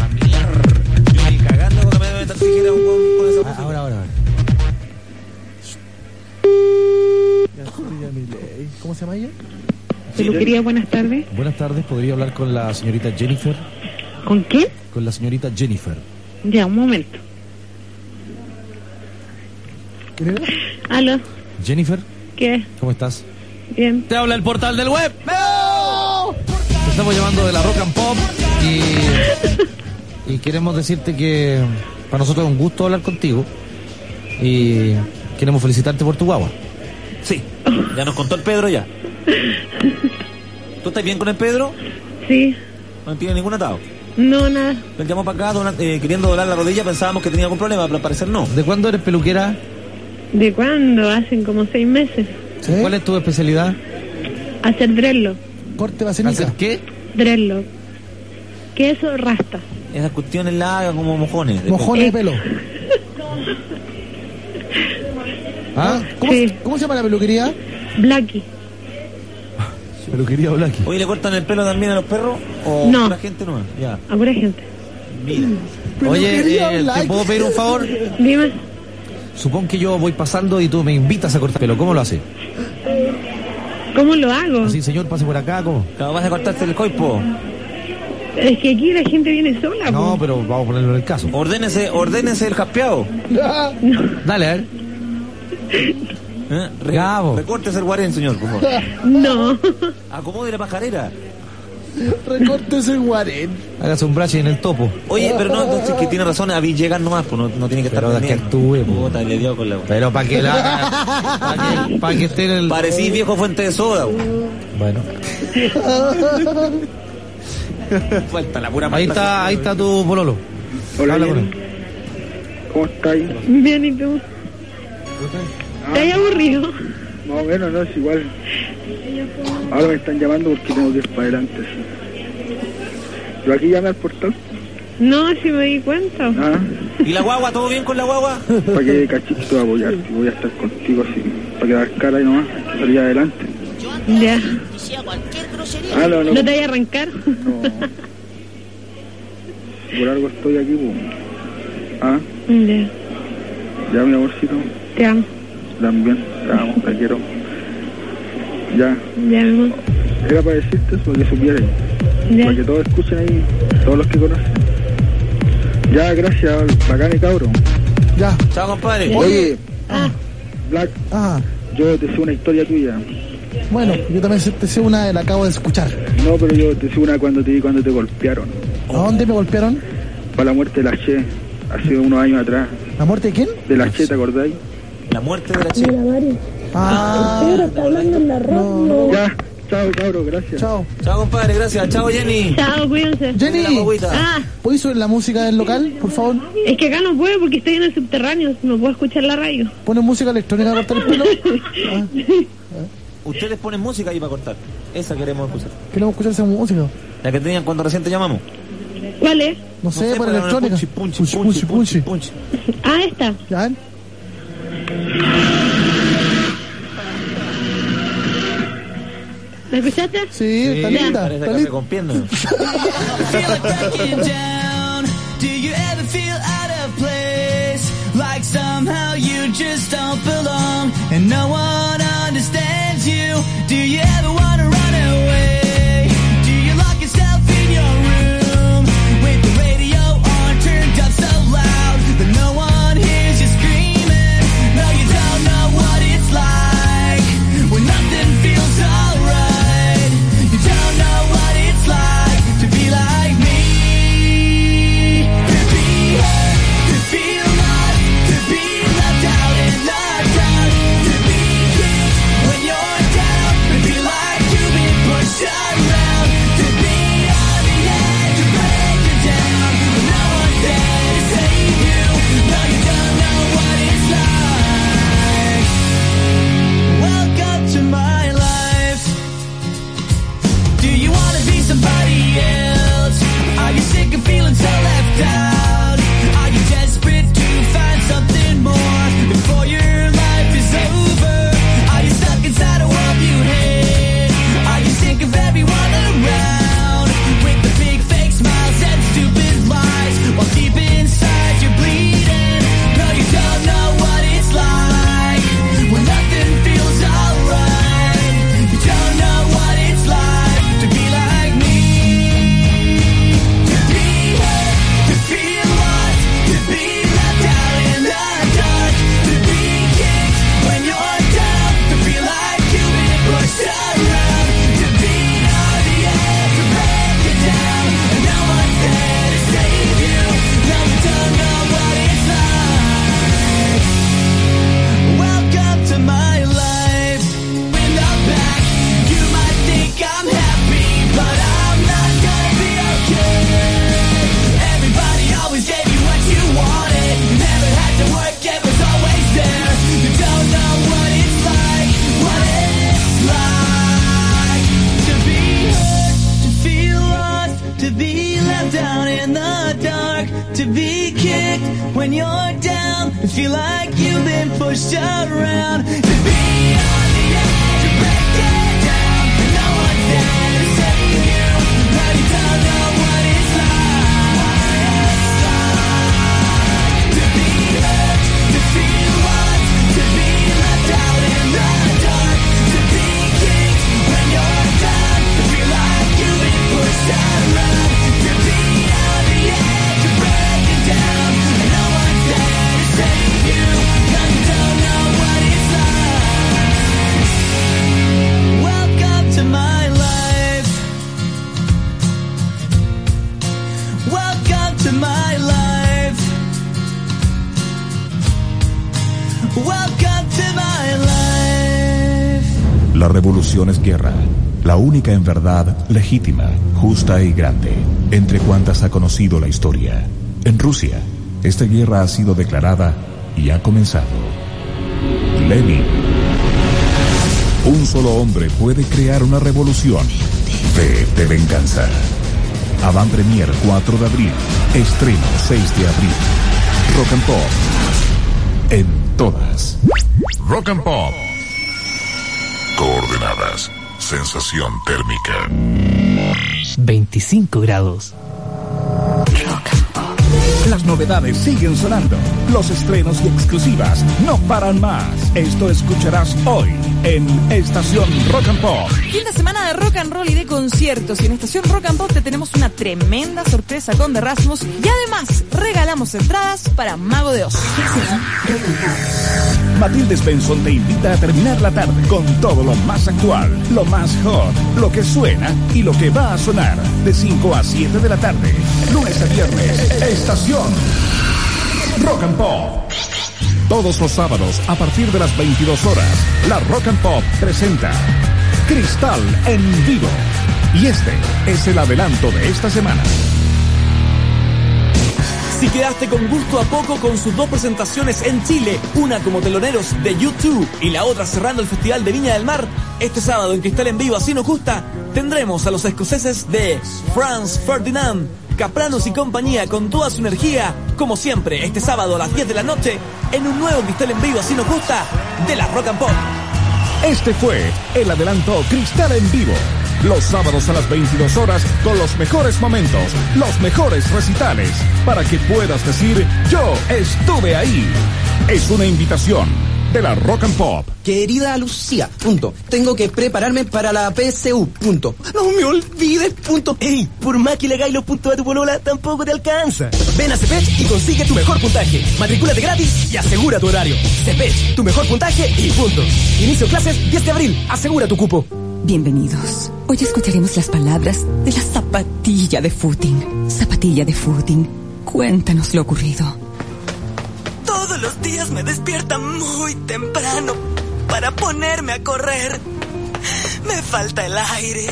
Speaker 3: mierda. Yo ahí cagando cuando me deben estar siquiera un hueón con esa música. Ah, Ahora, ahora.
Speaker 2: ¿Cómo se llama ella?
Speaker 35: Peluquería, buenas tardes.
Speaker 1: Buenas tardes, ¿podría hablar con la señorita Jennifer?
Speaker 35: ¿Con qué?
Speaker 1: Con la señorita Jennifer.
Speaker 35: Ya, un momento. ¿Aló?
Speaker 1: Jennifer,
Speaker 35: ¿Qué?
Speaker 1: ¿cómo estás?
Speaker 35: Bien.
Speaker 1: Te habla el portal del web. Te estamos llamando de la Rock and Pop y, y queremos decirte que para nosotros es un gusto hablar contigo y queremos felicitarte por tu guagua.
Speaker 3: Sí, ya nos contó el Pedro ya. ¿Tú estás bien con el Pedro?
Speaker 35: Sí.
Speaker 3: No tiene ningún atado.
Speaker 35: No, nada.
Speaker 3: Le llamó para acá dona- eh, queriendo doblar la rodilla, pensábamos que tenía algún problema, pero al parecer no.
Speaker 1: ¿De cuándo eres peluquera?
Speaker 35: ¿De cuándo? Hacen como seis meses.
Speaker 1: ¿Cuál es tu especialidad?
Speaker 35: Hacer dreadlock.
Speaker 2: Corte
Speaker 1: ¿Hacer qué?
Speaker 35: Dreadlock. Queso rasta.
Speaker 3: Esas cuestiones largas como mojones.
Speaker 44: Eh,
Speaker 2: Mojones de pelo. ¿Ah? ¿Cómo, cómo se llama la peluquería?
Speaker 35: Blackie.
Speaker 1: Peluquería Blackie.
Speaker 3: Oye, ¿le cortan el pelo también a los perros? ¿O
Speaker 35: No.
Speaker 3: a la gente no? Ya,
Speaker 35: A pura gente.
Speaker 3: mira.
Speaker 1: Oye, eh, ¿te puedo pedir un favor?
Speaker 35: Dime.
Speaker 1: Supón que yo voy pasando y tú me invitas a cortar pelo. ¿Cómo lo haces?
Speaker 35: ¿Cómo lo hago?
Speaker 1: Sí, señor, pase por acá, ¿cómo?
Speaker 3: ¿Vas a cortarte el coipo?
Speaker 35: Es que aquí la gente viene sola.
Speaker 1: No, pero vamos a ponerlo en el caso.
Speaker 3: Ordénese, ordénese el jaspeado.
Speaker 1: Dale, a ver.
Speaker 3: ¿Eh? Re- Recórtese el guarén, señor, por favor.
Speaker 35: No.
Speaker 3: Acomode la pajarera.
Speaker 2: Recortes el guarén.
Speaker 1: Hágase un brache en el topo.
Speaker 3: Oye, pero no, entonces que tiene razón, a llegar nomás, pues no, no tiene que estar
Speaker 1: Pero de que pues.
Speaker 3: actúe, Puta, le dio con la...
Speaker 1: Pero para que la... Para que, pa' que esté en el...
Speaker 3: Parecí viejo fuente de soda, po.
Speaker 1: Bueno.
Speaker 3: Falta la pura
Speaker 1: Ahí está, ahí está tu pololo.
Speaker 27: Hola,
Speaker 1: Habla con
Speaker 27: Jenny. ¿Cómo estáis?
Speaker 35: Bien, ¿y tú? ¿Te hay aburrido?
Speaker 27: Más o menos, no, es igual. Ahora me están llamando porque tengo que ir para adelante. Pero aquí llamé al portal.
Speaker 35: No, si me di cuenta.
Speaker 27: Ah,
Speaker 3: ¿Y la guagua? ¿Todo bien con la guagua?
Speaker 27: para que cachito a apoyar. Voy a estar contigo así. Para quedar cara y nomás. hay que Salir adelante.
Speaker 35: Ya.
Speaker 43: Decía cualquier grosería.
Speaker 27: Ah, no, no.
Speaker 35: ¿No te hay arrancar?
Speaker 27: Por algo estoy aquí, pues. Ah,
Speaker 35: Ya.
Speaker 27: ya mi amorcito.
Speaker 35: Te amo.
Speaker 27: También. Te amo, te quiero. Ya.
Speaker 35: Ya, mi amor.
Speaker 27: Era para decirte eso, que supieran.
Speaker 35: Ya.
Speaker 27: Para que todos escuchen ahí, todos los que conocen. Ya, gracias, bacán y cabrón.
Speaker 2: Ya.
Speaker 3: Chao, compadre.
Speaker 27: Oye,
Speaker 35: Ah.
Speaker 27: Black, yo te sé una historia tuya.
Speaker 2: Bueno, yo también sé- te sé una, la acabo de escuchar.
Speaker 27: No, pero yo te sé una cuando te vi cuando te golpearon.
Speaker 2: ¿A dónde me golpearon?
Speaker 27: Para la muerte de la Che, hace unos años atrás.
Speaker 2: ¿La muerte de quién?
Speaker 27: De la Che, ¿te acordáis?
Speaker 3: La muerte de la Che.
Speaker 2: Ah,
Speaker 27: Ya, chao, cabro, gracias.
Speaker 2: Chao.
Speaker 3: Chao, compadre, gracias. Chao, Jenny.
Speaker 44: Chao, cuídense.
Speaker 2: Jenny,
Speaker 44: Ah,
Speaker 2: ¿puedes subir la música del local, por favor?
Speaker 44: es que acá no puedo porque estoy en el subterráneo, no puedo escuchar la radio.
Speaker 2: ¿Pone música electrónica para cortar el pelo?
Speaker 3: Ustedes ponen música ahí para cortar. Esa queremos escuchar.
Speaker 2: Queremos escuchar esa música.
Speaker 3: La que tenían cuando recién te llamamos.
Speaker 44: ¿Cuál es?
Speaker 2: No sé, por
Speaker 3: pero
Speaker 2: electrónica.
Speaker 3: punchi, punchi, punchi, punchi, punchi.
Speaker 44: Ah, esta.
Speaker 2: ¿Ya?
Speaker 44: ¿La escuchaste?
Speaker 2: Sí,
Speaker 3: Sí,
Speaker 2: está linda.
Speaker 3: parece
Speaker 2: Está
Speaker 3: que se
Speaker 2: linda.
Speaker 3: compienden.
Speaker 4: feel like breaking down? Do you ever feel out of place? Like somehow you just don't belong and no one understands you? Do you ever want to run away? Do you lock yourself in your room with the radio on turned up so loud that no one hears you screaming? No, you don't know what it's like when nothing feels alright. You don't know what it's like to be like me. To be hurt, to feel lost, to be left out and locked out. To be kicked when you're down, to feel like you've been pushed around. To be on the edge of breaking down, but no one's there to save you. No, you don't know what it's like. Welcome to my life. Do you wanna be somebody else? Are you sick of feeling so left out? Are you desperate to find something more before your life is over? Are you stuck inside a world you hate? Are you sick of everyone around? With the big fake smiles and stupid lies, while deep inside you're bleeding. No, you don't know what it's like when nothing feels alright. You don't know what it's like to be like me. To be hurt, to feel lost, to be left out in the dark, to be kicked when you're down, to feel like you've been pushed around, to be on the edge of breaking down, and no one's there to save you. No, you don't know what it's like. Welcome to my life. When I'm back, you might think I'm happy, but I'm not gonna be okay. Everybody always gave you what you wanted. Never had to work, it was always there. You don't know what it's like, what it's like to be hurt, to feel lost, to be left out in the dark, to be kicked when you're down, to feel like you've been pushed around, to be on the edge of breaking down, and no one's there to save you. But you don't know what it's like to be hurt, to feel lost, to be left out in the dark, to be kicked when you're down, to feel like you've been pushed around, to be on the edge of breaking down, and no one's there to save you. Now you don't know what it's like. Welcome to my life. Welcome to my life. Welcome to my life.
Speaker 11: La revolución es guerra, la única en verdad legítima, justa y grande, entre cuantas ha conocido la historia. En Rusia, esta guerra ha sido declarada y ha comenzado. Lenin. Un solo hombre puede crear una revolución. Ve de venganza. Avant Premier 4 de abril. Estreno 6 de abril. Rock and Pop. En todas.
Speaker 13: Rock and Pop. Coordenadas. Sensación térmica.
Speaker 9: 25 grados.
Speaker 11: Las novedades siguen sonando. Los estrenos y exclusivas no paran más. Esto escucharás hoy en Estación Rock and Pop.
Speaker 34: Fin de semana de rock and roll y de conciertos. Y en Estación Rock and Pop te tenemos una tremenda sorpresa con The Rasmus. Y además, regalamos entradas para Mago de Oz.
Speaker 11: Matilde Spenson te invita a terminar la tarde con todo lo más actual, lo más hot, lo que suena y lo que va a sonar. De 5 a 7 de la tarde, lunes a viernes, estación Rock and Pop. Todos los sábados a partir de las 22 horas, la Rock and Pop presenta Cristal en vivo. Y este es el adelanto de esta semana.
Speaker 14: Si quedaste con gusto a poco con sus dos presentaciones en Chile, una como teloneros de YouTube y la otra cerrando el Festival de Viña del Mar, este sábado en Cristal en Vivo, así nos gusta, tendremos a los escoceses de Franz Ferdinand, Capranos y compañía con toda su energía, como siempre, este sábado a las 10 de la noche, en un nuevo Cristal en Vivo, así nos gusta, de la Rock and Pop.
Speaker 11: Este fue el adelanto Cristal en vivo. Los sábados a las 22 horas con los mejores momentos, los mejores recitales, para que puedas decir yo estuve ahí. Es una invitación de la Rock and Pop.
Speaker 13: Querida Lucía, punto. Tengo que prepararme para la PSU, punto. No me olvides, punto.
Speaker 9: Ey, por más que le hagáis los puntos a tu polola, tampoco te alcanza. Ven a Cepech y consigue tu mejor puntaje. Matricúlate gratis y asegura tu horario. Cepech, tu mejor puntaje y punto. Inicio clases 10 de abril. Asegura tu cupo.
Speaker 34: Bienvenidos. Hoy escucharemos las palabras de la zapatilla de footing. Zapatilla de footing, cuéntanos lo ocurrido.
Speaker 45: Todos los días me despierta muy temprano para ponerme a correr. Me falta el aire.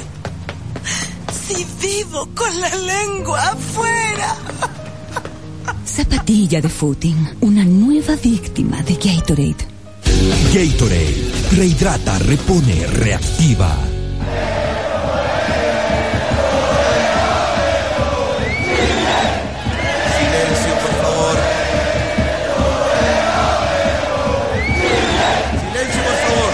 Speaker 45: Si vivo con la lengua afuera.
Speaker 34: Zapatilla de footing, una nueva víctima de Gatorade.
Speaker 46: Gatorade rehidrata, repone, reactiva.
Speaker 47: Silencio, por favor. Silencio, por favor.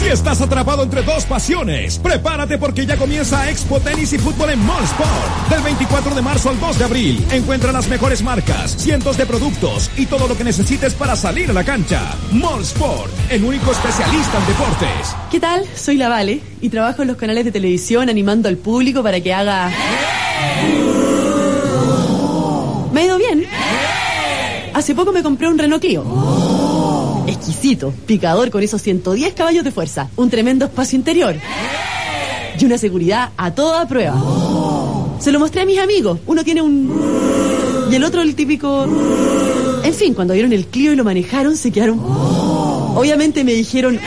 Speaker 16: Si estás atrapado entre dos pasiones, prepárate porque ya comienza Expo Tenis y Fútbol en Molsport. Del 24 de marzo al 2 de abril, encuentra las mejores marcas, cientos de productos y todo lo que necesites para salir a la cancha. Molsport, el único especialista en deportes.
Speaker 40: ¿Qué tal? Soy la Vale y trabajo en los canales de televisión animando al público para que haga... Me ha ido bien. Hace poco me compré un Renault Clio. Exquisito, picador con esos 110 caballos de fuerza, un tremendo espacio interior y una seguridad a toda prueba. Se lo mostré a mis amigos. Uno tiene un... Y el otro el típico... En fin, cuando vieron el Clio y lo manejaron, se quedaron... Obviamente me dijeron...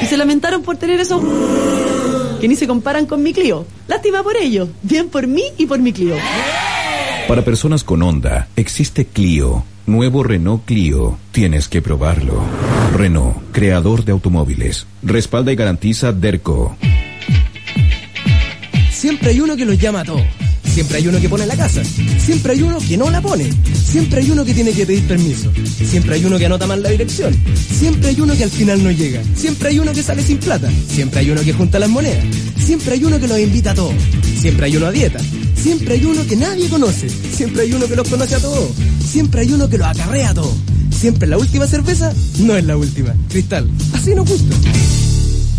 Speaker 40: Y se lamentaron por tener esos... Que ni se comparan con mi Clio. Lástima por ello. Bien por mí y por mi Clio.
Speaker 17: Para personas con onda, existe Clio. Nuevo Renault Clio. Tienes que probarlo. Renault, creador de automóviles. Respalda y garantiza Derco.
Speaker 9: Siempre hay uno que los llama a todos. Siempre hay uno que pone la casa. Siempre hay uno que no la pone. Siempre hay uno que tiene que pedir permiso. Siempre hay uno que anota mal la dirección. Siempre hay uno que al final no llega. Siempre hay uno que sale sin plata. Siempre hay uno que junta las monedas. Siempre hay uno que los invita a todos. Siempre hay uno a dieta. Siempre hay uno que nadie conoce. Siempre hay uno que los conoce a todos. Siempre hay uno que los acarrea a todos. Siempre la última cerveza no es la última. Cristal, así nos gusta.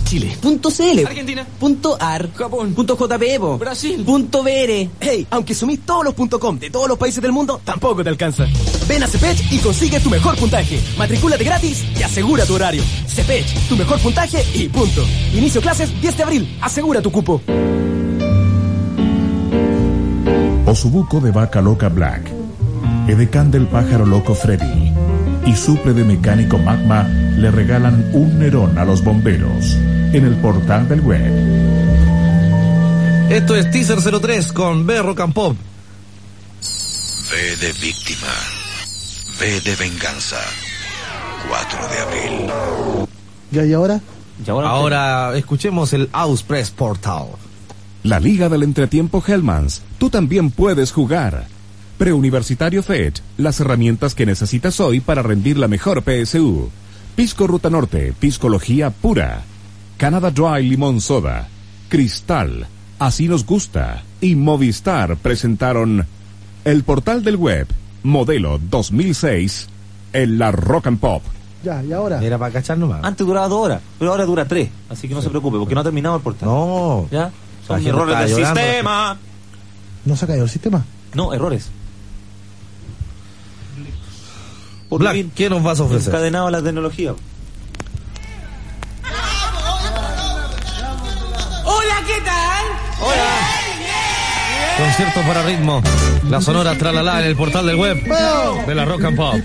Speaker 13: Chile. Punto CL. Argentina. Punto AR. Japón. Punto JPEPO. Brasil. Punto BR.
Speaker 9: Hey, aunque sumís todos los punto .com de todos los países del mundo, tampoco te alcanza. Ven a Cepech y consigue tu mejor puntaje. Matricúlate gratis y asegura tu horario. Cepech, tu mejor puntaje y punto. Inicio clases 10 de abril. Asegura tu cupo.
Speaker 11: Osobuco de Vaca Loca Black, Edecán del Pájaro Loco Freddy y Suple de Mecánico Magma le regalan un Nerón a los bomberos en el portal del web.
Speaker 1: Esto es Teaser 03 con B Rock and Pop.
Speaker 5: V de víctima. V de venganza. 4 de abril.
Speaker 2: ¿Ya y ahora?
Speaker 1: ahora escuchemos el Auspress Portal.
Speaker 11: La Liga del Entretiempo Hellmans, tú también puedes jugar. Preuniversitario FED, las herramientas que necesitas hoy para rendir la mejor PSU. Pisco Ruta Norte, Piscología Pura. Canada Dry Limón Soda. Cristal, Así nos gusta. Y Movistar presentaron el portal del web, modelo 2006, en la Rock and Pop.
Speaker 2: Ya, y
Speaker 3: Ah.
Speaker 2: ahora.
Speaker 1: Era para cachar nomás.
Speaker 3: Antes duraba dos horas, pero ahora dura tres. Así que no se preocupe, porque no ha terminado el portal.
Speaker 1: No.
Speaker 3: ¿Ya?
Speaker 1: La
Speaker 3: Son
Speaker 1: gente
Speaker 3: errores
Speaker 1: está
Speaker 3: del
Speaker 1: llorando.
Speaker 3: sistema.
Speaker 2: ¿No se ha caído el sistema?
Speaker 3: No, errores. por
Speaker 1: Black,
Speaker 3: vivir
Speaker 1: ¿qué nos vas a ofrecer?
Speaker 3: encadenado a la tecnología.
Speaker 4: Hola, ¿qué tal? Hola.
Speaker 1: Conciertos para ritmo. La sonora tralala en el portal del web de la Rock and Pop.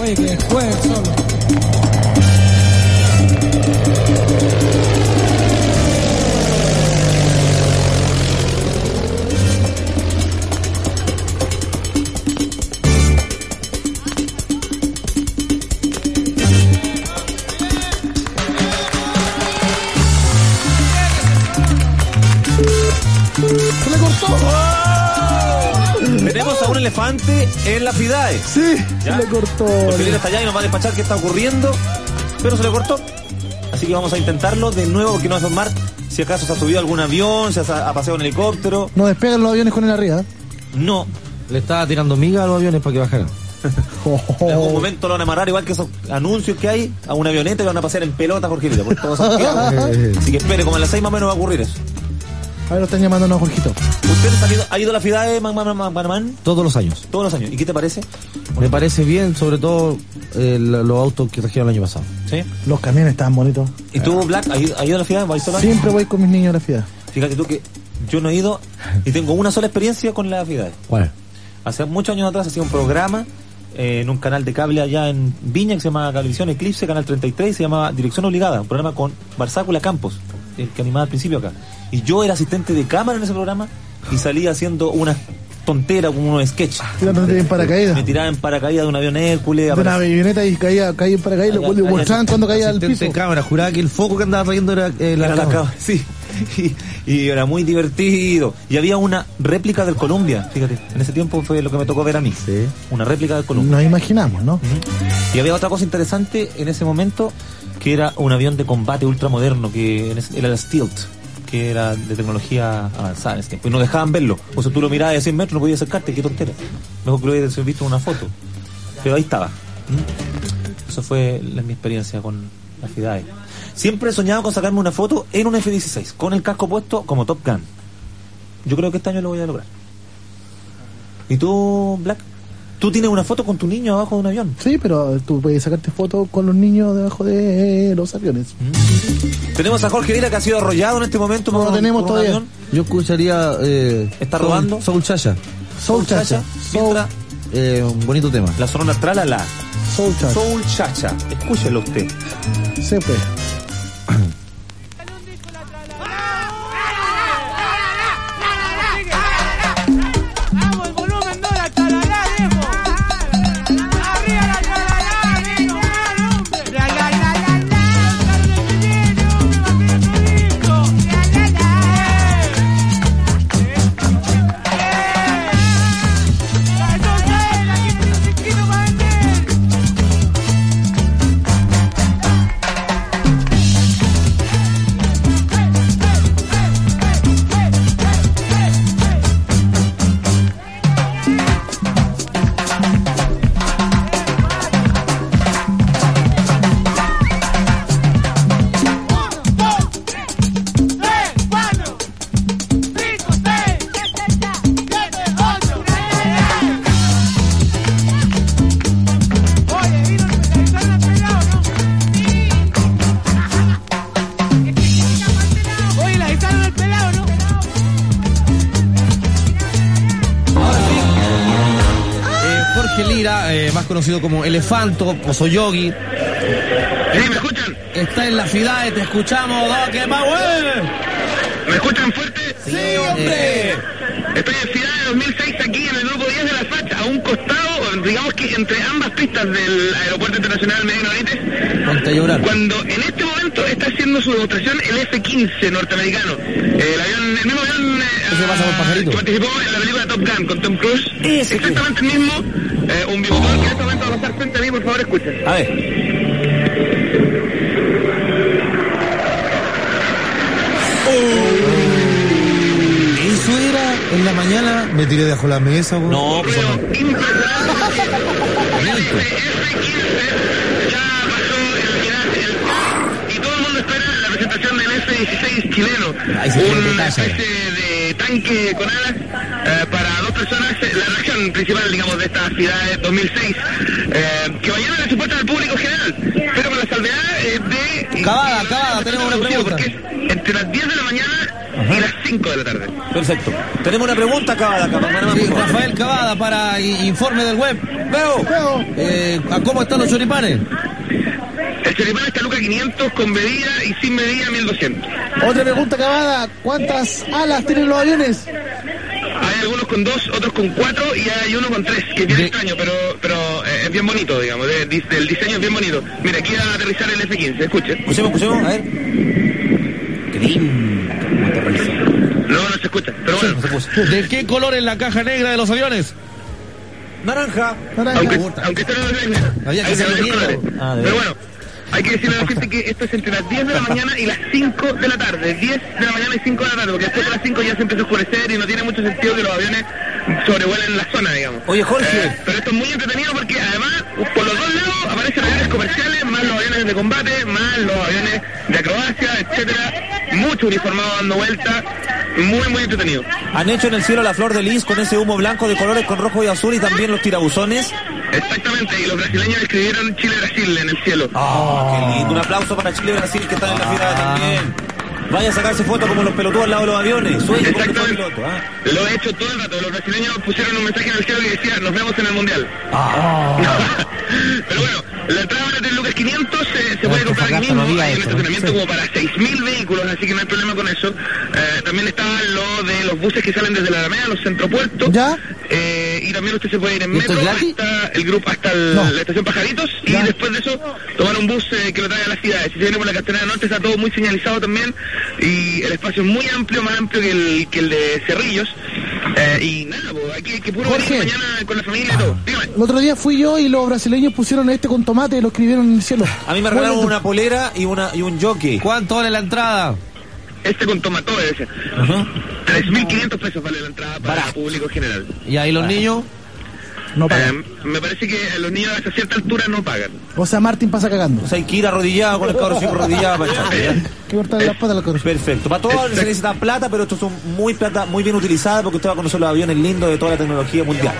Speaker 24: Oye, que juegue solo.
Speaker 3: ¡Se le cortó! ¡Ah! Tenemos a un elefante en la FIDAE. Sí, se le cortó. Porque viene hasta allá y nos va a despachar qué está ocurriendo, pero se le cortó. Así que vamos a intentarlo de nuevo porque no es Don Mar. Si acaso se ha subido a algún avión, se ha, ha paseado en helicóptero.
Speaker 2: Nos despegan los aviones con él arriba.
Speaker 3: No.
Speaker 1: Le estaba tirando miga a los aviones para que bajaran.
Speaker 2: Oh,
Speaker 3: En algún momento lo van a amarrar, igual que esos anuncios que hay, a una avioneta y lo van a pasear en pelota, Jorge Vila, por todo Santiago. Así que espere, como a las seis más o menos va a ocurrir eso.
Speaker 2: A ver, lo están llamándonos, Jorgito.
Speaker 3: ¿Usted ha ido, ha ido a la FIDAE, Man, Man, Man, Man, Man?
Speaker 1: Todos los años.
Speaker 3: Todos los años. ¿Y qué te parece?
Speaker 1: Me parece bien, sobre todo eh, la- los autos que trajeron el año pasado.
Speaker 3: ¿Sí?
Speaker 2: Los camiones estaban bonitos.
Speaker 3: ¿Y tú, Black, has ido, has ido a la FIDAE? ¿Vas sola?
Speaker 2: Siempre voy con mis niños a la fiesta.
Speaker 3: Fíjate tú que yo no he ido y tengo una sola experiencia con la FIDAE.
Speaker 1: ¿Cuál?
Speaker 3: Hace muchos años atrás hacía un programa eh, en un canal de cable allá en Viña que se llamaba Cablevisión Eclipse, Canal 33, se llamaba Dirección Obligada, un programa con Barzácula Campos, el que animaba al principio acá. Y yo era asistente de cámara en ese programa y salía haciendo unas tonteras, como unos sketches.
Speaker 2: Tirándote en paracaídas.
Speaker 3: Me tiraba en paracaídas de un avión Hércules.
Speaker 2: De una
Speaker 3: aparecía-
Speaker 2: avioneta y caía, caía en paracaídas,
Speaker 3: Caía-
Speaker 2: lo le
Speaker 3: caía-
Speaker 2: mostraban cuando caía al
Speaker 3: asistente
Speaker 2: piso.
Speaker 3: en
Speaker 1: cámara, juraba que el foco que andaba trayendo era la
Speaker 3: Era eh, la cámara, Sí. Y, y era muy divertido. Y había una réplica del Columbia, fíjate. En ese tiempo fue lo que me tocó ver a mí. Una réplica del Columbia.
Speaker 2: Nos imaginamos, ¿no?
Speaker 3: Y había otra cosa interesante en ese momento, que era un avión de combate ultramoderno, que en ese- era el Stilt, que era de tecnología avanzada en ese tiempo. Y no dejaban verlo. O sea, tú lo mirabas de 100 metros, no podías acercarte, qué tontera. Mejor que lo hubieras visto en una foto. Pero ahí estaba. ¿Mm? Eso fue la- mi experiencia con la FIDAE. E. Siempre he soñado con sacarme una foto en un F-16, con el casco puesto como Top Gun. Yo creo que este año lo voy a lograr. ¿Y tú, Black? ¿Tú tienes una foto con tu niño abajo de un avión?
Speaker 2: Sí, pero tú puedes sacarte fotos con los niños debajo de los aviones.
Speaker 3: Tenemos a Jorge Vila que ha sido arrollado en este momento. No
Speaker 2: lo tenemos todavía.
Speaker 1: Yo escucharía. eh,
Speaker 3: ¿Está
Speaker 1: Soul-
Speaker 3: robando?
Speaker 1: Soul Chacha.
Speaker 2: Soul Chacha.
Speaker 3: Mientras
Speaker 1: Eh, un bonito tema.
Speaker 3: la sonora tralala.
Speaker 2: Soul Chacha.
Speaker 3: Soul Chacha. Escúchelo usted.
Speaker 2: Se fue.
Speaker 4: Vamos, el volumen no la ¿eh? tarará, viejo. Arriba la tarará, viejo, mal, hombre. La, la, la, la, la, Carlos Chileno, Paquito Lindo. La, la, la, eh. Eh. La, no sé, la que tiene un chiquito para vender. Oye, la guitarra del pelado, ¿no?
Speaker 1: Eh, Jorge Lira, eh, más conocido como Elefanto, Pozoyogi. ¿me escuchan? Está en la ciudad, te escuchamos, Doc, que más bueno.
Speaker 12: ¿Me escuchan fuerte?
Speaker 4: Sí, hombre.
Speaker 12: Estoy en Ciudad de 2006 aquí en el grupo 10 de la facha, a un costado, digamos que entre ambas pistas del Aeropuerto Internacional Medina Benítez. Cuando en este momento está haciendo su demostración el F-15 norteamericano, Eh, el avión, el mismo avión eh, ah, que participó en la película Top Gun con Tom Cruise, exactamente el mismo, eh, un bimotor que en este momento va a pasar frente a mí, por favor escuchen.
Speaker 14: A ver.
Speaker 26: Eso era en la mañana. Me tiré debajo la mesa, weón.
Speaker 14: No,
Speaker 1: pues,
Speaker 12: presentación del F-16 chileno. Una especie de tanque con alas eh, para dos personas, eh, la reacción principal, digamos, de esta ciudad de 2006, eh, que mañana la supuesta al público general, pero con la salvedad eh, de...
Speaker 14: Cavada, cavada, tenemos una pregunta.
Speaker 12: Porque es entre las 10 de la mañana y las 5 de la tarde.
Speaker 14: Perfecto. Tenemos una pregunta, Cavada. Cavada.
Speaker 1: Sí, Rafael Cavada para i- informe del web. Veo. Eh, ¿a ¿Cómo están los choripanes?
Speaker 12: El choripán está Luca 500 con medida y sin medida 1200.
Speaker 2: Otra pregunta acabada. ¿Cuántas alas tienen los aviones?
Speaker 12: Hay algunos con dos, otros con cuatro y hay uno con tres, que es bien extraño, pero, pero eh, es bien bonito, digamos. de- dis- el diseño es bien bonito. Mira, aquí va a aterrizar el F-15, escuchen.
Speaker 14: Escuchemos, escuchemos, a ver.
Speaker 12: No, no se escucha, pero bueno.
Speaker 1: ¿De qué color es la caja negra de los aviones?
Speaker 14: Naranja.
Speaker 12: Aunque, aunque esto no lo tenga.
Speaker 1: Había que
Speaker 12: Hay de
Speaker 1: hacerlo
Speaker 12: varios
Speaker 1: bien.
Speaker 12: colores.
Speaker 1: Ah, de
Speaker 12: Pero
Speaker 1: verdad.
Speaker 12: bueno, hay que decirle a la gente que esto es entre las 10 de la mañana y las 5 de la tarde. 10 de la mañana y 5 de la tarde, porque después de las 5 ya se empieza a oscurecer y no tiene mucho sentido que los aviones sobrevuelen la zona, digamos.
Speaker 14: Oye, Jorge.
Speaker 12: Eh, pero esto es muy entretenido porque además, por los dos lados aparecen aviones comerciales, más los aviones de combate, más los aviones de acrobacia, etcétera Mucho uniformado dando vueltas. Muy, muy entretenido.
Speaker 14: Han hecho en el cielo la flor de lis con ese humo blanco de colores con rojo y azul y también los tirabuzones.
Speaker 12: Exactamente, y los brasileños escribieron Chile-Brasil en el cielo.
Speaker 14: Ah,
Speaker 1: Ah.
Speaker 14: qué lindo. Un aplauso para Chile y Brasil que están en la final también. Vaya a sacarse fotos como los pelotudos al lado de los aviones. Sueño como los pilotos. ¿ah?
Speaker 12: Lo he hecho todo el rato. Los brasileños pusieron un mensaje en el cielo que decía, nos vemos en el Mundial. Pero bueno, la entrada de Lucas 500 eh, se puede comprar aquí mismo. Hay un estacionamiento como para 6.000 vehículos, así que no hay problema con eso. Eh, también está lo de los buses que salen desde la Alameda, los centropuertos. ¿Ya? y también usted se puede ir en metro hasta el grupo, hasta el- la estación Pajaritos. Y después de eso, tomar un bus eh, que lo traiga a las ciudades. Si se viene por la Castellana Norte, está todo muy señalizado también. Y el espacio es muy amplio, más amplio que el, que el de Cerrillos. Eh, y nada, pues, aquí hay que puro venir mañana con la familia y todo.
Speaker 2: El otro día fui yo y los brasileños pusieron este con tomate y lo escribieron en el cielo.
Speaker 14: A mí me regalaron una polera y, una, y un jockey.
Speaker 1: ¿Cuánto vale la entrada?
Speaker 12: Este con tomató ese. 3.500 pesos vale la entrada para, el público general.
Speaker 1: ¿Y ahí los niños?
Speaker 2: No
Speaker 12: Eh, me parece que los niños hasta cierta altura no pagan.
Speaker 2: O sea, Martín pasa cagando.
Speaker 14: O sea, hay que ir arrodillado con el cabro sin rodillado para echar, ¿ya?
Speaker 2: Que cortarle las patas a la corona.
Speaker 14: Perfecto. Para todo se necesita plata, pero estos son muy plata, muy bien utilizadas porque usted va a conocer los aviones lindos de toda la tecnología mundial.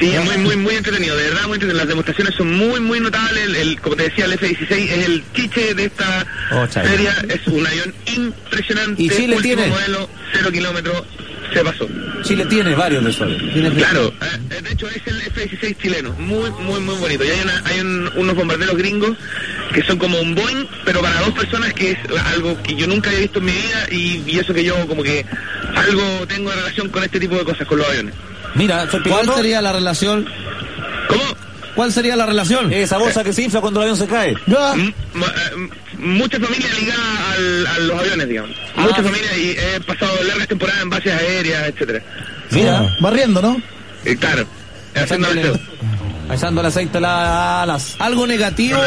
Speaker 12: Sí, es muy, muy, muy entretenido, de verdad, muy entretenido. Las demostraciones son muy, muy notables. El, el- como te decía, el F-16 es el chiche de esta
Speaker 14: Oh, chale.
Speaker 12: feria. Es un avión impresionante.
Speaker 14: ¿Y Chile
Speaker 12: Último
Speaker 14: tiene?
Speaker 12: modelo, cero kilómetros, se pasó.
Speaker 14: Chile tiene varios de esos aviones.
Speaker 12: Claro, eh, de hecho es el F-16 chileno, muy, muy, muy bonito. Y hay, una- hay un- unos bombarderos gringos que son como un Boeing, pero para dos personas que es algo que yo nunca había visto en mi vida y, y eso que yo como que algo tengo de relación con este tipo de cosas, con los aviones.
Speaker 14: Mira,
Speaker 1: ¿Cuál sería la relación?
Speaker 12: ¿Cómo?
Speaker 1: ¿Cuál sería la relación?
Speaker 14: Eh, Esa bolsa que se infla cuando el avión se cae.
Speaker 12: M- ma- eh, mucha familia ligada al- a los aviones, digamos. Mucha familia y he pasado largas temporadas en bases aéreas, etcétera.
Speaker 2: Mira. Barriendo, ¿no?
Speaker 12: Eh, claro, haciendo aseo.
Speaker 14: Echando el aceite a las alas.
Speaker 1: ¿Algo negativo?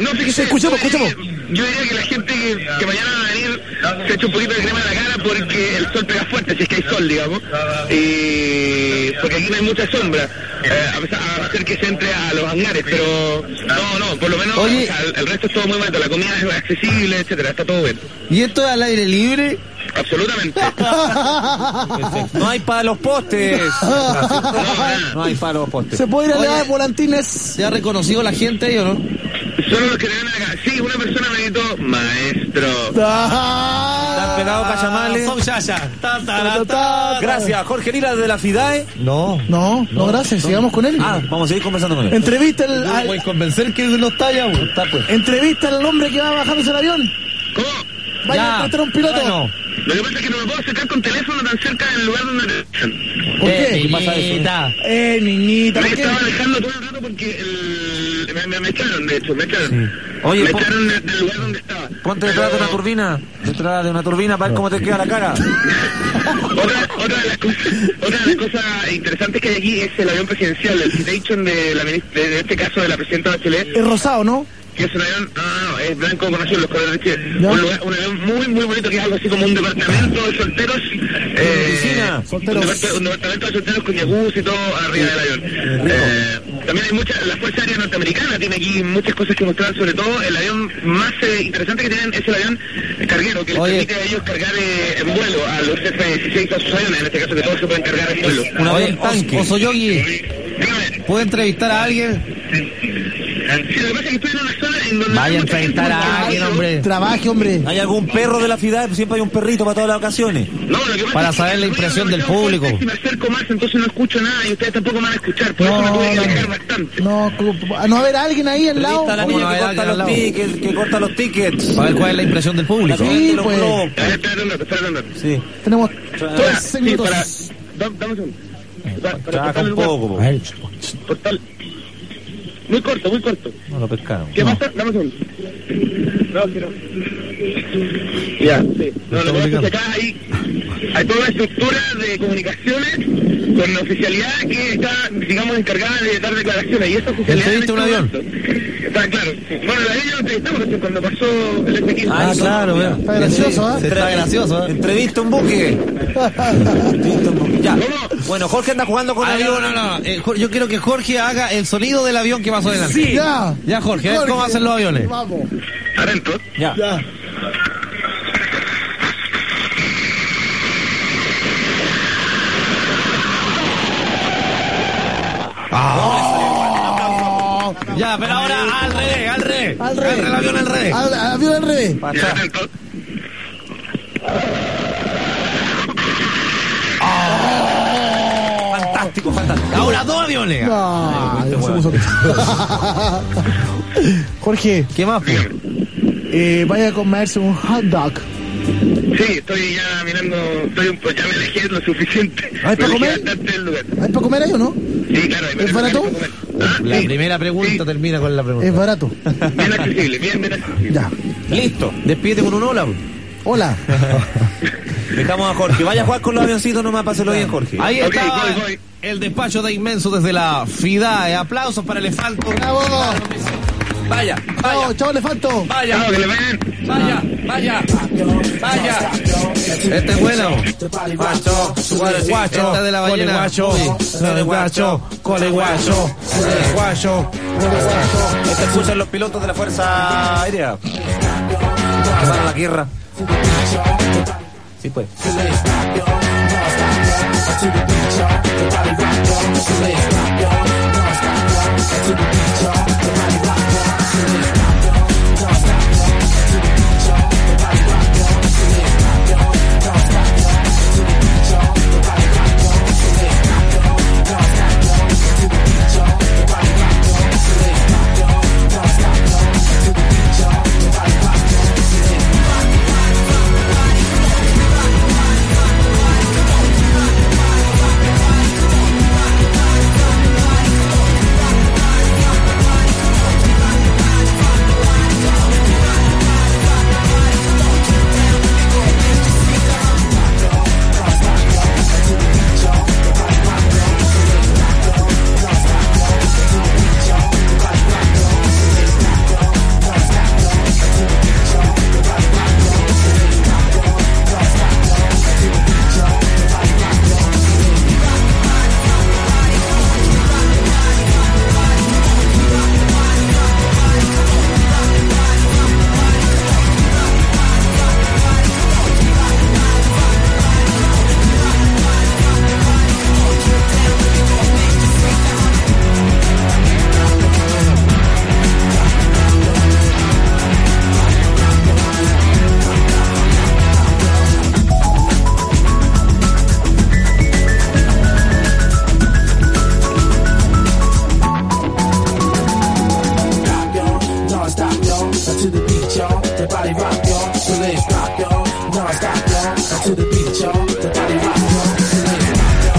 Speaker 12: No, fíjese,
Speaker 1: Escuchemos,
Speaker 12: yo diría-
Speaker 1: escuchemos.
Speaker 12: Yo diría que la gente que, que mañana va a venir se echa un poquito de crema en la cara porque el sol pega fuerte, si es que hay sol, digamos. Y porque aquí no hay mucha sombra, eh, a pesar a hacer que se entre a los hangares, pero no, no, por lo menos o sea, el, el resto es todo muy barato, la comida es accesible, etcétera, está todo bien.
Speaker 1: ¿Y esto es al aire libre?
Speaker 12: Absolutamente.
Speaker 14: No hay para los postes. No hay para los postes.
Speaker 1: Se puede ir a
Speaker 14: Oye,
Speaker 1: leer volantines. ¿Se ha reconocido la gente ahí o no?
Speaker 12: Solo los que te ven acá. Sí, una persona me gritó, maestro.
Speaker 1: Ah.
Speaker 14: Están pegados cachamales. Son yaya. Gracias, Jorge Lira de la FIDAE.
Speaker 1: No.
Speaker 2: No, no, gracias. Sigamos con él.
Speaker 14: Ah, vamos a seguir conversando con él.
Speaker 2: Entrevista al, al-
Speaker 1: Voy a convencer que no está pues. ya, güey.
Speaker 2: Entrevista al hombre que va bajándose el avión.
Speaker 12: ¿Cómo?
Speaker 2: Vaya a contratar a un piloto.
Speaker 12: Lo que pasa es que no me puedo acercar con teléfono tan cerca del lugar donde te echan.
Speaker 2: ¿Por qué? ¿Qué pasa eso? Eh, niñita.
Speaker 12: Me
Speaker 2: ¿por qué?
Speaker 12: estaba alejando todo el rato porque el- me, me- me echaron, de hecho, me echaron.
Speaker 3: Oye,
Speaker 12: me
Speaker 3: po-
Speaker 12: echaron de- del lugar donde estaba.
Speaker 3: Ponte detrás de una turbina. Detrás de una turbina para ver cómo te queda la cara.
Speaker 12: Otra, otra, de las cosas, otra de las cosas interesantes que hay aquí es el avión presidencial, el Citation de, la, minis- de, de este caso de la presidenta Bachelet.
Speaker 2: Es rosado, ¿no?
Speaker 12: que es un avión, no, no, no, es blanco con azul, los colores de Chile. Un, lugar- un avión muy, muy bonito que es algo así como un departamento de solteros. Eh, Un, depart- un departamento de solteros con jacuzzi y todo arriba del avión. Eh, también hay muchas, la Fuerza Aérea Norteamericana tiene aquí muchas cosas que mostrar, sobre todo el avión más eh, interesante que tienen es el avión carguero, que les permite a ellos cargar eh, en vuelo a los F-16 a sus aviones, en este caso que todos se pueden cargar en vuelo.
Speaker 1: Una vez tanque. Oso ¿puedo entrevistar a alguien?
Speaker 12: Sí, lo que pasa es que estoy en una zona en donde...
Speaker 1: Vaya a entrevistar a alguien, hombre.
Speaker 2: Trabaje, hombre.
Speaker 3: ¿Hay algún perro de la ciudad? Siempre hay un perrito para todas las ocasiones.
Speaker 1: Para saber la impresión del público.
Speaker 12: Si me acerco más, entonces no escucho nada y ustedes tampoco me van a escuchar. Por eso me tuve que alejar bastante.
Speaker 2: No, a no haber alguien ahí al lado.
Speaker 3: Está la niña que corta los tickets, que corta los tickets.
Speaker 1: Para ver cuál es la impresión del público.
Speaker 2: Sí, pues.
Speaker 12: Ah,
Speaker 3: Sí.
Speaker 2: Tenemos
Speaker 12: Tra-
Speaker 2: tres
Speaker 12: sí,
Speaker 2: minutos.
Speaker 12: para- dam- Dame un segundo.
Speaker 1: Eh,
Speaker 12: Para- para
Speaker 3: Trabaja
Speaker 12: cortar el
Speaker 3: un
Speaker 12: lugar.
Speaker 3: poco. po.
Speaker 1: pues.
Speaker 12: Cortar- Muy corto, muy corto.
Speaker 3: No lo pescaron.
Speaker 12: ¿Qué pasa? Dame un segundo. No, quiero. Ya, sí. No, lo que pasa es que acá hay, hay toda una estructura de comunicaciones con la oficialidad que está, digamos, encargada de dar declaraciones. Y esa oficialidad. este
Speaker 1: ¿Entrevista un avión?
Speaker 12: Está claro. Bueno, la avión lo entrevistamos recién cuando pasó el F-15.
Speaker 1: Ah, claro, vea.
Speaker 2: Está gracioso, ¿eh?
Speaker 1: Está gracioso, ¿eh?
Speaker 3: Entrevista un buque. Entrevista un buque. Ya. Bueno, Jorge anda jugando con
Speaker 1: Ah,
Speaker 3: avión.
Speaker 1: no, no, no. Eh, Jor- yo quiero que Jorge haga el sonido del avión que pasó delante.
Speaker 3: Sí.
Speaker 1: Ya. Ya, Jorge, a ver cómo hacen los aviones.
Speaker 2: Vamos.
Speaker 12: Adentro.
Speaker 3: Ya.
Speaker 1: Ah. Ya, pero ahora al revés, al revés. Al revés. el avión al revés.
Speaker 2: Al- al avión al revés.
Speaker 1: Para atrás.
Speaker 3: Fantástico, fantástico.
Speaker 1: Ah. Ahora dos aviones. este
Speaker 2: No, se puso- Jorge.
Speaker 1: ¿Qué más?
Speaker 2: Eh, vaya a comerse un hot dog.
Speaker 12: Sí, estoy ya mirando, estoy un, pues ya me alejé lo suficiente.
Speaker 2: ¿Hay para
Speaker 12: Me alejé
Speaker 2: comer?
Speaker 12: bastante del lugar.
Speaker 2: ¿Hay para comer ahí o no?
Speaker 12: Sí, claro, hay ¿Ah?
Speaker 2: ¿Es barato?
Speaker 1: La primera pregunta termina con la pregunta.
Speaker 2: Es barato.
Speaker 12: Bien accesible, bien, bien accesible.
Speaker 2: Ya.
Speaker 3: Listo. Despídete con un hola.
Speaker 2: Hola.
Speaker 3: Dejamos a Jorge. Vaya a jugar con los avioncitos nomás, páselo bien, Jorge.
Speaker 1: Ahí estaba el despacho de Inmenso desde la FIDAE. Aplausos para Elefanto.
Speaker 2: ¡Bravo!
Speaker 1: Vaya,
Speaker 2: Chao, chao, elefanto.
Speaker 1: vaya.
Speaker 12: Claro, que le vayan.
Speaker 1: Vaya, vaya, vaya. Este es bueno.
Speaker 3: Guacho,
Speaker 1: guacho,
Speaker 3: Esta de la ballena.
Speaker 1: guacho,
Speaker 3: Cole guacho, cole guacho, cole guacho. Esta escuchan los pilotos de la Fuerza Aérea. Que van a la guerra. Sí, pues.
Speaker 4: Bye. to the beat, y'all. The body rock, y'all.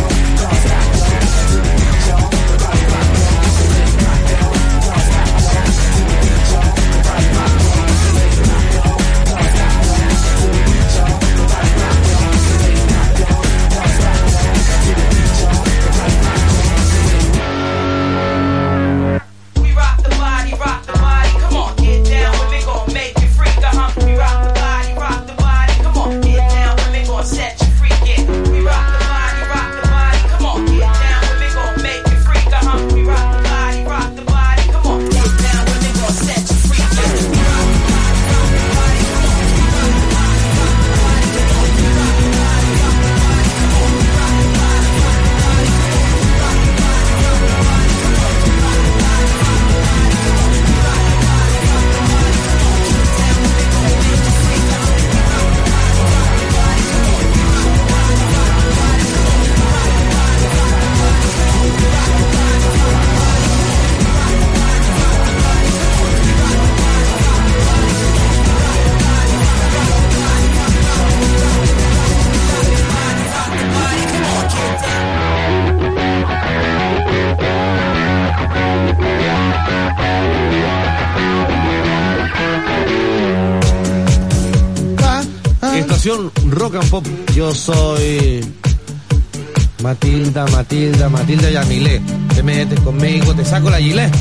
Speaker 4: We rock the body, rock the body. Come on, get down. We're gonna make you freak, uh huh. We rock the body, rock the body. Come on, get down. We're gonna set you free, yeah. We rock the body, rock the body. Come on, get down. We're gonna make you freak, uh huh. We rock the body, rock the body. Come on, get down. We're gonna set you free, yeah. We rock the body, rock the body. Come on, get down.
Speaker 1: Estación Rock and Pop. Yo soy Matilda, Matilda, Matilda Yamilé. Te metes conmigo, te saco la gilet.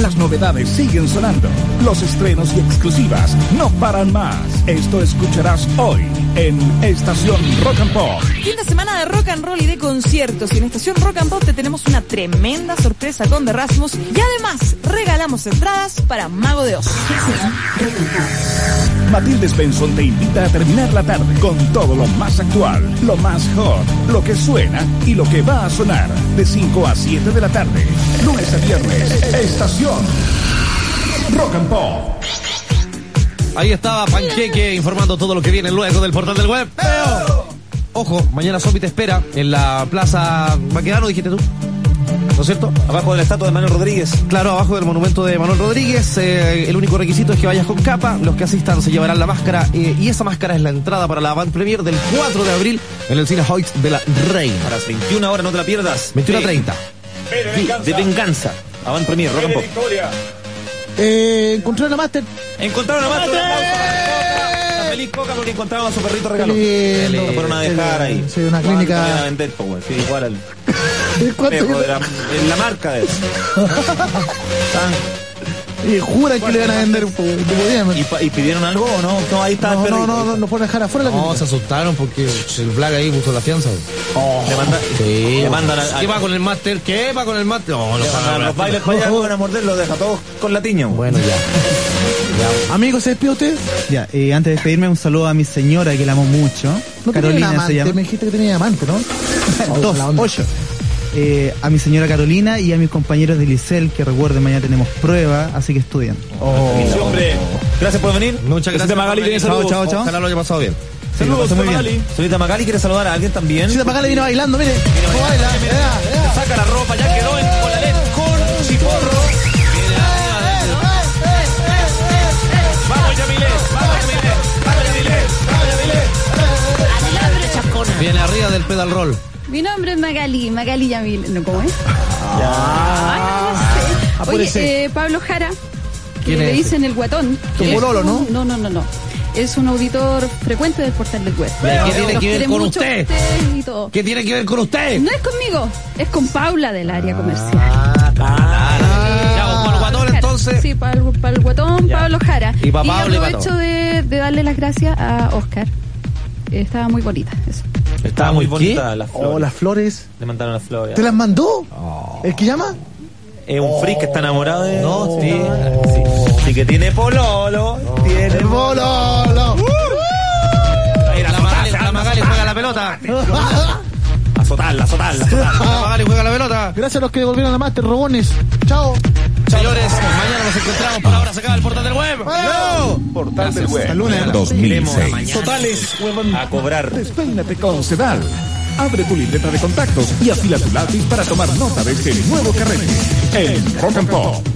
Speaker 11: Las novedades siguen sonando. Los estrenos y exclusivas no paran más. Esto escucharás hoy en Estación Rock and Pop.
Speaker 21: Fin de semana de rock and roll y de conciertos. Y en Estación Rock and Pop te tenemos una tremenda sorpresa con The Rasmus. Y además, regalamos entradas para Mago de Oz.
Speaker 11: Matilde Svensson te invita a terminar la tarde con todo lo más actual, lo más hot, lo que suena y lo que va a sonar de 5 a 7 de la tarde, lunes a viernes, estación Rock and Pop.
Speaker 1: Ahí estaba Panqueque informando todo lo que viene luego del portal del web. ¡Peo! Ojo, mañana Zombie te espera en la Plaza Baquedano, dijiste tú. ¿No es cierto? Abajo de la estatua de Manuel Rodríguez. Claro, abajo del monumento de Manuel Rodríguez. Eh, el único requisito es que vayas con capa. Los que asistan se llevarán la máscara. eh, y esa máscara es la entrada para la Van Premier del 4 de abril en el Cine Hoyt de la Reina. A las 21 horas, no te la pierdas. 21 a 30. De venganza. Avant Premier, rock and pop.
Speaker 2: Eh, encontré una máster.
Speaker 3: Encontraron a Master. La feliz coca porque encontraron a su perrito regalón.
Speaker 2: Qué lindo.
Speaker 3: Lo fueron a dejar ahí.
Speaker 2: Sí, una
Speaker 3: ¿Cuánto
Speaker 2: clínica-
Speaker 3: le van a vender, po, güey? Sí, igual al.
Speaker 2: ¿Cuánto?
Speaker 3: perro de la, en la marca de eso.
Speaker 2: Ah. Y juran que le van a vender. po, no podían.
Speaker 3: ¿Y, pa- y pidieron algo o no? No, ahí está el
Speaker 2: No,
Speaker 3: perrito.
Speaker 2: no, no, no, no pueden dejar afuera la
Speaker 1: No,
Speaker 2: clínica.
Speaker 1: se asustaron porque el Black ahí puso la fianza.
Speaker 3: Le manda-
Speaker 1: Sí.
Speaker 3: le mandan a- a-
Speaker 1: ¿Qué va con el máster? ¿Qué va con el máster? No, no,
Speaker 3: oh, Le mandan
Speaker 1: no,
Speaker 3: los bailes
Speaker 1: no.
Speaker 3: para allá, van a morder, los deja todos con la tiña. Bueno,
Speaker 1: ya.
Speaker 2: Amigo, ¿se despide usted?
Speaker 25: Ya, eh, antes de despedirme, un saludo a mi señora que la amo mucho.
Speaker 2: No tenía
Speaker 25: Carolina se
Speaker 2: amante,
Speaker 25: llama.
Speaker 2: me dijiste que tenía amante, ¿no? Oh,
Speaker 25: Dos, ocho. Eh, a mi señora Carolina y a mis compañeros de Licel, que recuerden, mañana tenemos prueba, así que estudian.
Speaker 3: Sí, hombre. Gracias por venir. Muchas
Speaker 25: gracias
Speaker 3: Magali
Speaker 25: por venir.
Speaker 3: tiene saludos.
Speaker 25: Chao, chao, chao.
Speaker 1: Ojalá lo haya pasado bien.
Speaker 3: Saludos,
Speaker 25: pasé muy
Speaker 3: Magali. Señorita Magali, ¿quiere saludar a alguien también?
Speaker 2: Sí, acá le vino bailando, mire. ¿Cómo baila?
Speaker 3: Se saca la ropa, ya quedó en con la led con chiporro. Vamos, Yamile, vamos, Yamile, vamos, Yamile, vamos, Yamile.
Speaker 1: Viene arriba del pedal roll.
Speaker 27: Mi nombre es Magali, Magali Yamil. ¿No cómo es? Oye, Ah,
Speaker 1: Apúrese.
Speaker 27: eh, Pablo Jara, que
Speaker 1: Ah, ¿Quién
Speaker 27: eh, le
Speaker 1: es ese?
Speaker 27: dicen el guatón.
Speaker 1: Tu
Speaker 27: que es
Speaker 1: pololo, ¿no?
Speaker 27: un- No, no, no, no. Es un auditor frecuente del portal del web.
Speaker 1: Pero, ¿qué tiene
Speaker 27: Los
Speaker 1: que ver
Speaker 27: quiere
Speaker 1: con
Speaker 27: mucho
Speaker 1: usted?
Speaker 27: ustedes y todo.
Speaker 1: ¿Qué tiene que ver con usted?
Speaker 27: No es conmigo, es con Paula del área comercial.
Speaker 1: Ah, Ya, con el guatón, entonces.
Speaker 27: Sí, para el, para el guatón, Pablo Jara.
Speaker 1: Y pa' Pablo y pa'
Speaker 27: aprovecho
Speaker 1: todo.
Speaker 27: de, de darle las gracias a Oscar. Estaba muy bonita, eso.
Speaker 3: Estaba muy bonita las flores.
Speaker 2: Oh, las flores.
Speaker 3: Le mandaron las flores.
Speaker 2: ¿Te las mandó?
Speaker 1: Oh.
Speaker 2: ¿El que llama?
Speaker 3: Es un freak que está enamorado de.
Speaker 2: No,
Speaker 3: sí. sí. Sí que tiene pololo. Tiene
Speaker 2: pololo.
Speaker 3: La Magali,
Speaker 1: la Magali juega la pelota.
Speaker 3: Azotarla, azotarla, azotarla.
Speaker 1: Magali juega la pelota.
Speaker 2: Gracias a los que devolvieron la máster, robones. Chao.
Speaker 1: Señores, mañana nos encontramos. Por ahora se acaba el portal del web.
Speaker 2: ¡No!
Speaker 11: Portal del web.
Speaker 1: Hasta lunes.
Speaker 11: 2006. Totales, A cobrar. Despeínate con Sedal. Abre tu libreta de contactos y afila tu lápiz para tomar nota de este nuevo carrete. El Rock and Pop.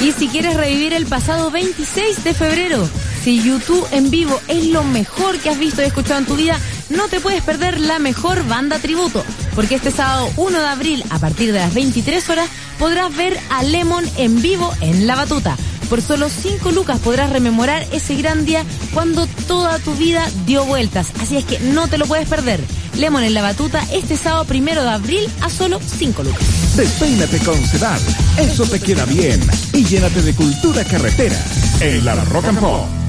Speaker 35: Y si quieres revivir el pasado 26 de febrero, Si YouTube en vivo es lo mejor que has visto y escuchado en tu vida, no te puedes perder la mejor banda tributo, porque este sábado 1 de abril, a partir de las 23 horas, podrás ver a Lemon en vivo en La Batuta. Por solo 5 lucas podrás rememorar ese gran día cuando toda tu vida dio vueltas. Así es que no te lo puedes perder. Lemon en la batuta este sábado primero de abril a solo 5 lucas.
Speaker 11: Despeínate con Sedal, eso te queda bien. Y llénate de cultura carretera en la Rock and Pop